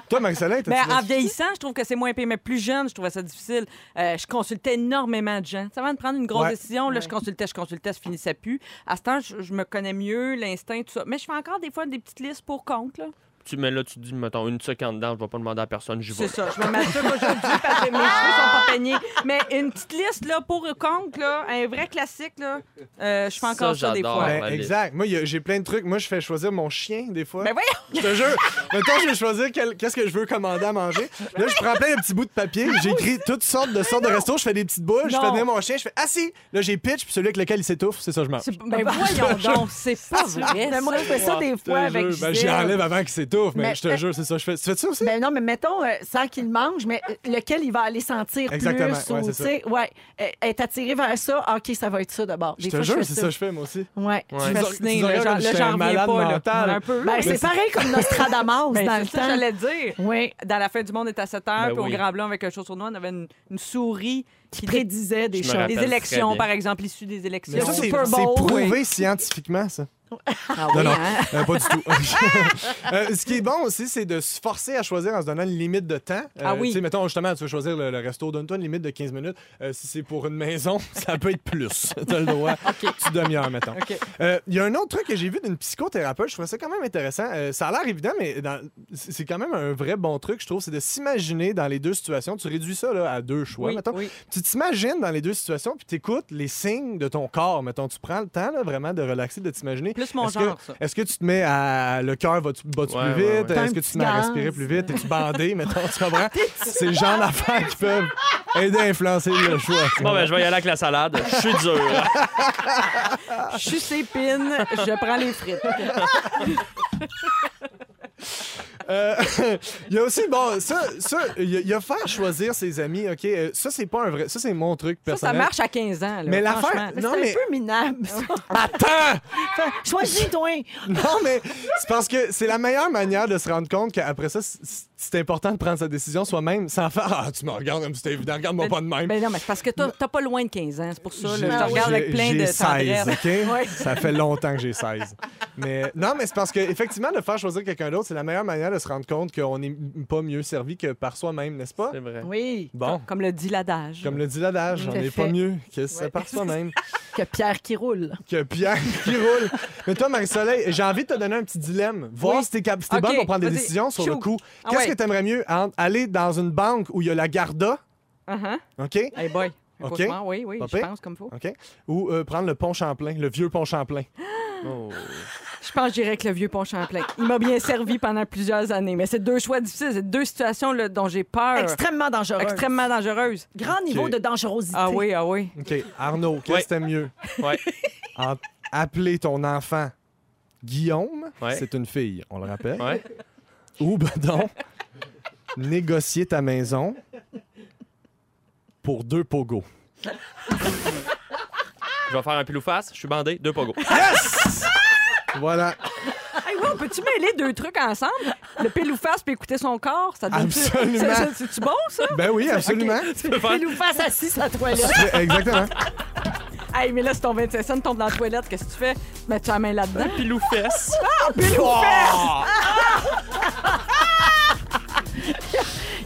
Speaker 2: Toi, Marie-Soleil, t'as
Speaker 5: Ben, en vieillissant, je trouve que c'est moins pire. Mais plus jeune, je trouvais ça difficile. Euh, je consultais énormément de gens. Ça va de prendre une grosse
Speaker 2: Ouais.
Speaker 5: décision. Là, je consultais, je consultais, je finissais plus. À ce temps, je, je me connais mieux, l'instinct, tout ça. Mais je fais encore des fois des petites listes pour compte. Là.
Speaker 3: tu, mais là, tu te dis, mettons, une seconde dedans, je vais pas demander à personne, j'y vais.
Speaker 5: C'est ça. Je me masturbe aujourd'hui parce que mes cheveux sont pas peignés. Mais une petite liste là, pour ou contre, là, un vrai classique, là, euh, je fais encore
Speaker 3: Ça,
Speaker 5: ça, des
Speaker 3: j'adore.
Speaker 5: fois.
Speaker 3: Ouais,
Speaker 2: Ben,
Speaker 3: la liste.
Speaker 2: exact. Moi, il y a- j'ai plein de trucs. Moi, je fais choisir mon chien des fois.
Speaker 5: Ben voyons!
Speaker 2: Je te jure. Mettons, je vais choisir quel- qu'est-ce que je veux commander à manger. Là, je prends plein de petits bouts de papier. J'écris toutes sortes de sortes de restos. Je fais des petites boules. Je fais
Speaker 5: Non.
Speaker 2: venir mon chien. Je fais assis. Là, j'ai pitch. Puis celui avec lequel il s'étouffe, c'est ça, je mange.
Speaker 5: C'est- Ben voyons donc, Ben, c'est pas vrai.
Speaker 1: Ah, Mais moi, je fais ça des
Speaker 2: Je te
Speaker 1: fois avec.
Speaker 2: jure. Ben,
Speaker 1: Gisèle.
Speaker 2: j'y enlève avant qu'il s'étouffe. Mais,
Speaker 1: Mais-
Speaker 2: je te jure, c'est ça. que Je fais. Tu fais ça aussi?
Speaker 1: Ben non, mais mettons, euh, sans qu'il mange, mais euh, lequel il va aller sentir
Speaker 2: Exactement,
Speaker 1: plus.
Speaker 2: ouais,
Speaker 1: ou,
Speaker 2: c'est
Speaker 1: tu
Speaker 2: ça.
Speaker 1: sais, ouais, euh, être attiré vers ça, ah, OK, ça va être ça d'abord.
Speaker 2: je te jure, c'est ça, que je fais moi aussi.
Speaker 1: Ouais.
Speaker 3: Ouais.
Speaker 2: Tu
Speaker 5: Je me
Speaker 2: nous as-
Speaker 5: snais,
Speaker 2: tu nous as
Speaker 5: là,
Speaker 2: regardé
Speaker 5: genre-
Speaker 2: comme
Speaker 5: là,
Speaker 2: j'étais
Speaker 5: j'en
Speaker 2: un
Speaker 5: reviens
Speaker 2: malade
Speaker 5: pas, là.
Speaker 2: mental.
Speaker 5: Un peu.
Speaker 1: Ben,
Speaker 5: oui.
Speaker 1: c'est pareil comme Nostradamus
Speaker 5: Ben,
Speaker 1: dans
Speaker 5: c'est
Speaker 1: le
Speaker 5: ça,
Speaker 1: temps.
Speaker 5: j'allais dire.
Speaker 1: Oui,
Speaker 5: Dans la fin du monde est à 7 heures,
Speaker 3: Ben
Speaker 5: puis
Speaker 3: oui.
Speaker 5: au Grand Blanc, avec un chausson noir, on avait une, une souris qui prédit
Speaker 1: prédisait des
Speaker 3: Je me
Speaker 1: choses.
Speaker 3: rappelle
Speaker 5: des
Speaker 3: très
Speaker 5: élections,
Speaker 3: bien.
Speaker 5: par exemple, issues des élections.
Speaker 2: Mais ça, c'est
Speaker 1: Super
Speaker 2: c'est
Speaker 1: Bowl,
Speaker 2: prouvé scientifiquement, ça.
Speaker 5: Ah
Speaker 2: Non,
Speaker 5: oui,
Speaker 2: non,
Speaker 5: hein?
Speaker 2: euh, pas du tout. Euh, ce qui est bon aussi, c'est de se forcer à choisir en se donnant une limite de temps. Euh,
Speaker 5: Ah oui.
Speaker 2: Tu sais, mettons, justement, tu veux choisir le, le resto, donne-toi une limite de 15 minutes. Euh, si c'est pour une maison, ça peut être plus. tu as le droit. Petite demi-heure, mettons. Euh, Il y a un autre truc que j'ai vu d'une psychothérapeute, je trouvais ça quand même intéressant. Euh, ça a l'air évident, mais dans- c'est c'est quand même un vrai bon truc, je trouve. C'est de s'imaginer dans les deux situations. Tu réduis ça là, à deux choix,
Speaker 5: Oui,
Speaker 2: mettons.
Speaker 5: oui.
Speaker 2: Tu t'imagines dans les deux situations, puis t'écoutes les signes de ton corps. Mettons, tu prends le temps là, vraiment de relaxer, de t'imaginer.
Speaker 5: Plus mon
Speaker 2: Est-ce
Speaker 5: genre,
Speaker 2: que-
Speaker 5: ça.
Speaker 2: Est-ce que tu te mets à. Le cœur va-tu bat-tu
Speaker 3: Ouais,
Speaker 2: plus
Speaker 3: ouais,
Speaker 2: vite?
Speaker 3: ouais.
Speaker 1: T'as un
Speaker 2: Est-ce que tu te mets à
Speaker 1: petit
Speaker 2: respirer
Speaker 1: gaz.
Speaker 2: plus vite? Es-tu bandé? mettons, tu comprends? C'est le genre d'affaires qui peuvent aider à influencer le choix. tu
Speaker 3: Bon, ben, je vais y aller avec la salade. Je suis dur.
Speaker 5: Ah, Je suis sépine, je prends les frites.
Speaker 2: Euh, il y a aussi, bon, ça, ça il y, a- il y a faire choisir ses amis, OK? Euh, Ça, c'est pas un vrai. Ça, c'est mon truc
Speaker 5: Ça, ça
Speaker 2: personnel.
Speaker 5: marche à 15 ans. Là,
Speaker 2: Mais l'affaire-
Speaker 5: franchement.
Speaker 1: Mais
Speaker 2: Non,
Speaker 1: c'est
Speaker 2: mais-
Speaker 1: un peu minable. ça.
Speaker 2: Attends!
Speaker 1: Fait, Choisis-toi.
Speaker 2: Non, mais c'est parce que c'est la meilleure manière de se rendre compte qu'après ça, c'est- c'est important de prendre sa décision soi-même sans faire Ah, tu me regardes comme si c'était évident, regarde-moi pas de même.
Speaker 5: Ben non, mais c'est parce que t'as t'as pas loin de 15 ans. C'est pour ça. Là, je
Speaker 2: J'ai-
Speaker 5: te regarde avec
Speaker 2: j'ai-
Speaker 5: plein de
Speaker 2: j'ai 16,
Speaker 5: tendresse.
Speaker 2: OK? Ça fait longtemps que j'ai 16. Mais non, mais c'est parce que effectivement de faire choisir quelqu'un d'autre, c'est la meilleure manière de se rendre compte qu'on n'est m- pas mieux servi que par soi-même, n'est-ce pas?
Speaker 3: C'est vrai.
Speaker 1: Oui,
Speaker 2: Bon.
Speaker 5: Comme le dit l'adage.
Speaker 2: Comme le dit l'adage,
Speaker 1: Tout
Speaker 2: on
Speaker 1: à
Speaker 2: n'est
Speaker 1: fait.
Speaker 2: pas mieux que c'est par soi-même
Speaker 1: que Pierre qui roule.
Speaker 2: que Pierre qui roule. Mais toi, Marie-Soleil, j'ai envie de te donner un petit dilemme. Voir
Speaker 5: Oui.
Speaker 2: si t'es cap- si t'es
Speaker 5: OK,
Speaker 2: bonne pour prendre des
Speaker 5: vas-y.
Speaker 2: décisions sur le
Speaker 5: Shoot.
Speaker 2: coup.
Speaker 5: Ah
Speaker 2: Qu'est-ce
Speaker 5: ouais.
Speaker 2: que t'aimerais mieux? entre aller dans une banque où il y a la garda,
Speaker 5: Uh-huh.
Speaker 2: OK?
Speaker 5: Hey boy. Un
Speaker 2: OK.
Speaker 5: cauchemar, Oui, oui,
Speaker 2: Pas
Speaker 5: je
Speaker 2: pire.
Speaker 5: pense comme faut.
Speaker 2: OK? Ou euh, prendre le pont Champlain, le vieux pont Champlain.
Speaker 3: Oh.
Speaker 5: Je pense que j'irai avec le vieux pont Champlain. Il m'a bien servi pendant plusieurs années, mais c'est deux choix difficiles, c'est deux situations là, dont j'ai peur.
Speaker 1: Extrêmement dangereux.
Speaker 5: Extrêmement dangereuses.
Speaker 1: Grand niveau de dangerosité.
Speaker 5: Ah oui, ah oui.
Speaker 2: OK, Arnaud, qu'est-ce
Speaker 3: Ouais.
Speaker 2: que t'aimes mieux?
Speaker 3: Ouais.
Speaker 2: En- appeler ton enfant Guillaume,
Speaker 3: Ouais.
Speaker 2: c'est une fille, on le rappelle,
Speaker 3: Ouais.
Speaker 2: ou ben donc, négocier ta maison pour deux pogos.
Speaker 3: Je vais faire un pile ou face. Je suis bandé. Deux pogos.
Speaker 2: Yes! voilà,
Speaker 5: Hey, wow, peux-tu mêler deux trucs ensemble? Le pile ou face puis écouter son corps? Ça donne
Speaker 2: Absolument.
Speaker 5: C'est-tu bon, ça?
Speaker 2: ben oui, absolument.
Speaker 1: Il nous fasse assis sa toilette.
Speaker 2: Exactement.
Speaker 5: Hey, mais là, si ton 25 cents tombe dans la toilette, qu'est-ce que tu fais? Mets-tu la main là-dedans?
Speaker 3: Pile ou fesse.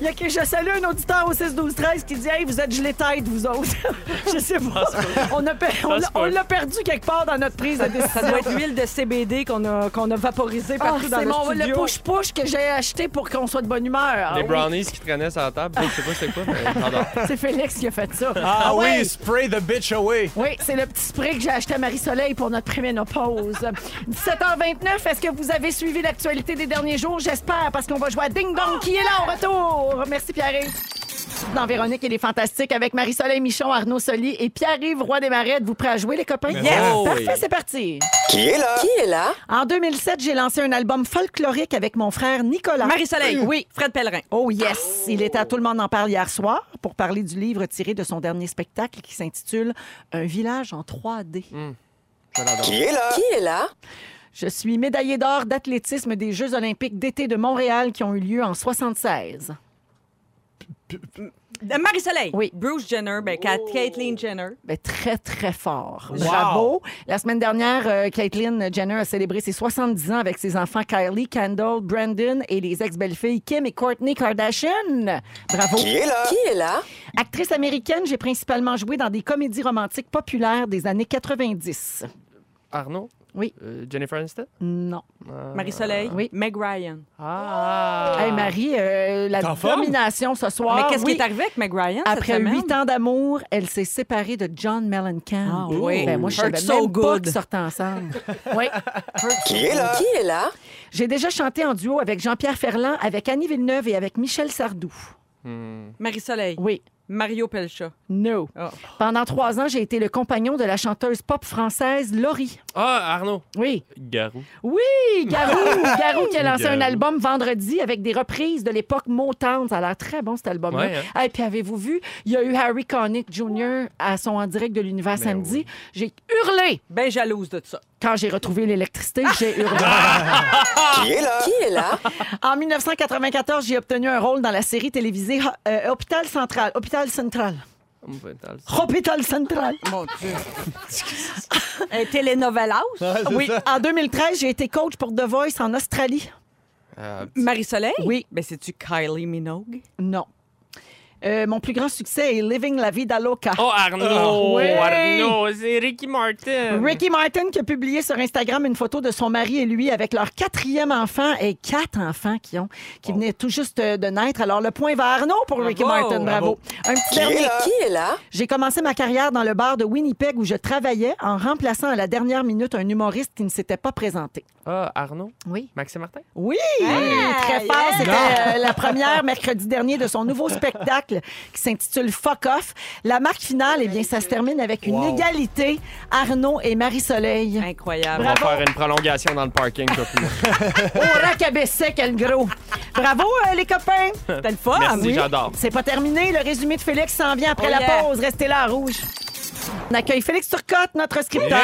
Speaker 1: Il y a que je salue un auditeur au 6-12-13 qui dit Hey, vous êtes gelé tête, vous autres. je sais pas. On a per- on
Speaker 3: se
Speaker 1: l'a-
Speaker 3: peut.
Speaker 1: on l'a perdu quelque part dans notre prise de décision.
Speaker 5: Ça doit être l'huile de CBD qu'on a, qu'on a vaporisée
Speaker 1: Ah,
Speaker 5: partout dans
Speaker 1: c'est
Speaker 5: le
Speaker 1: mon
Speaker 5: studio.
Speaker 1: le push-push que j'ai acheté pour qu'on soit de bonne humeur.
Speaker 3: Les brownies qui traînaient sur la table. Je sais pas c'est quoi, mais j'adore.
Speaker 1: C'est Félix qui a fait ça.
Speaker 2: Ah, oui,
Speaker 1: ouais.
Speaker 2: spray the bitch away.
Speaker 1: Oui, c'est le petit spray que j'ai acheté à Marie-Soleil pour notre préménopause. 17h29, est-ce que vous avez suivi l'actualité des derniers jours? J'espère, parce qu'on va jouer à Ding Dong qui est là en retour. Merci, Pierre. Dans Véronique et les Fantastiques avec Marie-Soleil Michon, Arnaud Soli et Pierre-Yves Roy des Marettes. Vous prêts à jouer, les copains?
Speaker 2: Oh!
Speaker 3: bon.
Speaker 1: Parfait, c'est parti.
Speaker 5: Qui est là?
Speaker 1: En 2007, j'ai lancé un album folklorique avec mon frère Nicolas.
Speaker 5: Marie-Soleil.
Speaker 1: Oui.
Speaker 5: Fred Pellerin.
Speaker 1: Oh yes, il était à Tout le monde en parle hier soir pour parler du livre tiré de son dernier spectacle qui s'intitule Un village en 3D.
Speaker 3: Hmm. Je l'adore.
Speaker 1: Je suis médaillée d'or d'athlétisme des Jeux olympiques d'été de Montréal qui ont eu lieu en 76.
Speaker 5: Euh, Marie-Soleil.
Speaker 1: Oui.
Speaker 5: Bruce Jenner, ben, Ka- Caitlyn Jenner.
Speaker 1: Ben, très, très fort. Bravo. La semaine dernière, euh, Caitlyn Jenner a célébré ses 70 ans avec ses enfants Kylie, Kendall, Brandon et les ex-belles-filles Kim et Courtney Kardashian. Bravo. Actrice américaine, j'ai principalement joué dans des comédies romantiques populaires des années 90.
Speaker 3: Arnaud,
Speaker 1: Oui.
Speaker 3: Euh, Jennifer Aniston?
Speaker 1: Non.
Speaker 3: Euh,
Speaker 5: Marie-Soleil,
Speaker 1: Oui.
Speaker 5: Meg Ryan.
Speaker 3: Ah!
Speaker 1: Hey, Marie, euh, la
Speaker 2: T'es en forme?
Speaker 1: domination ce soir.
Speaker 5: Mais qu'est-ce
Speaker 1: Ah, oui.
Speaker 5: qui est arrivé avec Meg Ryan
Speaker 1: Après
Speaker 5: cette semaine?
Speaker 1: huit ans d'amour, elle s'est séparée de John Mellencamp.
Speaker 5: Ah oui.
Speaker 1: Ben, moi, je
Speaker 5: Hurt
Speaker 1: savais
Speaker 5: so
Speaker 1: même pas
Speaker 5: good.
Speaker 1: qu'ils sortaient ensemble. oui.
Speaker 8: Qui est là? Qui est là?
Speaker 1: J'ai déjà chanté en duo avec Jean-Pierre Ferland, avec Annie Villeneuve et avec Michel Sardou.
Speaker 5: Marie-Soleil,
Speaker 1: Oui.
Speaker 5: Mario Pelcha.
Speaker 1: No.
Speaker 5: Ah.
Speaker 1: Pendant trois ans, j'ai été le compagnon de la chanteuse pop française Laurie.
Speaker 3: Ah, Arnaud!
Speaker 1: Oui.
Speaker 3: Garou.
Speaker 1: Oui, Garou. Garou qui a lancé
Speaker 3: Garou.
Speaker 1: un album vendredi avec des reprises de l'époque Motown. Ça a l'air très bon, cet album-là.
Speaker 3: Ouais, hein?
Speaker 1: Et puis, avez-vous vu, il y a eu Harry Connick Jr. à son En direct de l'univers
Speaker 3: Ben
Speaker 1: samedi. J'ai hurlé
Speaker 5: Ben jalouse de ça.
Speaker 1: quand j'ai retrouvé l'électricité. J'ai hurlé.
Speaker 8: Qui est là? Qui est là?
Speaker 1: En 1994, j'ai obtenu un rôle dans la série télévisée euh, Hôpital Central. Hôpital Central. Hôpital Central.
Speaker 5: Mon Dieu. Un télénovelas.
Speaker 1: Oui, en 2013, j'ai été coach pour The Voice en Australie.
Speaker 3: Euh,
Speaker 5: Marie-Soleil?
Speaker 1: Oui.
Speaker 5: Ben, c'est-tu Kylie Minogue?
Speaker 1: Non. Euh, mon plus grand succès est Living la Vida Loca.
Speaker 3: Oh, Arnaud!
Speaker 1: oui.
Speaker 3: Arnaud! C'est Ricky Martin!
Speaker 1: Ricky Martin qui a publié sur Instagram une photo de son mari et lui avec leur quatrième enfant et quatre enfants qui ont qui venaient tout juste euh, de naître. Alors le point va à Arnaud pour Ricky
Speaker 5: Bravo.
Speaker 1: Martin, bravo. Un petit
Speaker 8: Qui est
Speaker 1: dernier.
Speaker 8: là? Qui est là?
Speaker 1: J'ai commencé ma carrière dans le bar de Winnipeg où je travaillais en remplaçant à la dernière minute un humoriste qui ne s'était pas présenté.
Speaker 3: Ah, Arnaud?
Speaker 1: Oui.
Speaker 3: Maxime Martin?
Speaker 1: Oui, Ah, très fort. C'était euh, la première mercredi dernier de son nouveau spectacle qui s'intitule Fuck Off. La marque finale, eh bien, ça se termine avec une égalité. Arnaud et Marie-Soleil.
Speaker 5: Incroyable.
Speaker 3: On va faire une prolongation dans le parking, toi, plus.
Speaker 1: Au racabaissé, quel gros. Bravo, euh, les copains.
Speaker 5: C'était le fun.
Speaker 3: Merci,
Speaker 5: Oui.
Speaker 3: j'adore.
Speaker 1: C'est pas terminé. Le résumé de Félix s'en vient après
Speaker 5: Oh
Speaker 1: la
Speaker 5: yeah.
Speaker 1: pause. Restez là, à rouge. On accueille Félix Turcotte, notre scripteur.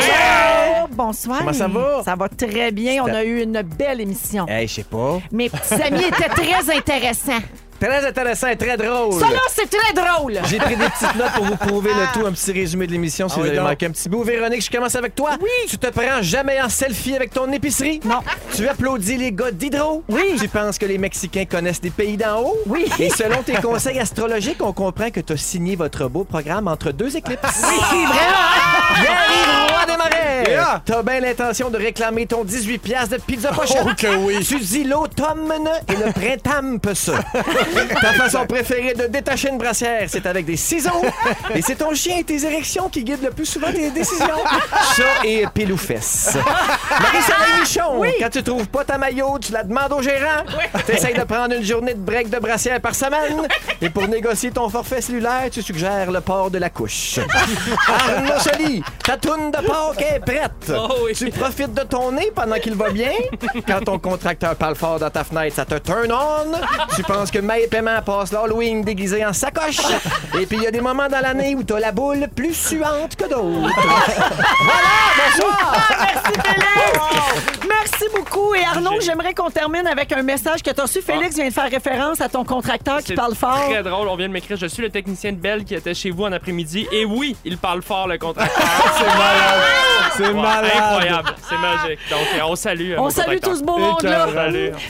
Speaker 1: Bonsoir. Bonsoir.
Speaker 9: Comment ça va?
Speaker 1: Ça va très bien. On a eu une belle émission.
Speaker 9: Hey, je sais pas.
Speaker 1: Mes petits amis étaient très intéressants.
Speaker 9: Très intéressant et très drôle.
Speaker 1: Ça, Ah. là, c'est très drôle.
Speaker 9: J'ai pris des petites notes pour vous prouver le tout, un petit résumé de l'émission si
Speaker 2: Ah oui,
Speaker 9: vous avez
Speaker 2: donc.
Speaker 9: manqué un petit bout. Véronique, je commence avec toi. Oui. Tu te prends jamais en selfie avec ton épicerie.
Speaker 1: Non.
Speaker 9: Tu applaudis les gars d'Hydro.
Speaker 1: Oui.
Speaker 9: Tu penses que les Mexicains connaissent des pays d'en haut.
Speaker 1: Oui.
Speaker 9: Et selon tes conseils astrologiques, on comprend que tu as signé votre beau programme entre deux éclipses. Oui, vraiment. Pierre-Yves Roy des Marais.
Speaker 2: Yeah.
Speaker 9: T'as bien l'intention de réclamer ton 18$ piastres de pizza pochette.
Speaker 2: Oh que oui!
Speaker 9: Tu dis l'automne et le printemps peut ça. Ta façon préférée de détacher une brassière, c'est avec des ciseaux. Et c'est ton chien et tes érections qui guident le plus souvent tes décisions. Chat et pile ou fesse. Marie-Soleil Michon, quand tu trouves pas ta maillot, tu la demandes au gérant. T'essayes de prendre une journée de break de brassière par semaine. Et pour négocier ton forfait cellulaire, tu suggères le port de la couche. Arnaud Soli, ta toune de porc est prête. Tu profites de ton nez pendant qu'il va bien. Quand ton contracteur parle fort dans ta fenêtre, ça te turn on. Tu penses que Maï Paiement passe l'Halloween déguisé en sacoche. Et puis il y a des moments dans l'année où t'as la boule plus suante que d'autres.
Speaker 1: Merci, Félix. Merci beaucoup. Et Arnaud, j'aimerais qu'on termine avec un message que tu as reçu. Félix vient de faire référence à ton contracteur qui
Speaker 3: Ah. C'est
Speaker 1: parle fort.
Speaker 3: Très drôle, on vient de m'écrire. Je suis le technicien de Bell qui était chez vous en après-midi. Et oui, il parle fort, le contracteur.
Speaker 2: C'est malade! C'est
Speaker 3: Ouais,
Speaker 2: malade!
Speaker 3: Incroyable, c'est magique. Donc, euh, on salue. euh, mon
Speaker 1: On salue
Speaker 3: contracteur.
Speaker 1: tout ce beau monde-là.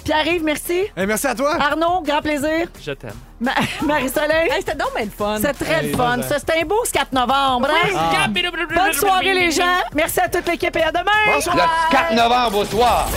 Speaker 1: Pierre-Yves, merci.
Speaker 2: Eh, merci à toi!
Speaker 1: Arnaud, grand plaisir.
Speaker 3: Je t'aime.
Speaker 1: Ma- Marie-Soleil,
Speaker 5: Hey, C'était donc bien le fun.
Speaker 1: c'est très le
Speaker 2: Hey,
Speaker 1: fun.
Speaker 2: ben,
Speaker 1: Ça, C'était un beau ce 4 novembre. hein? Bonne soirée, les gens. Merci à toute l'équipe et à demain.
Speaker 6: Le 4 novembre au soir.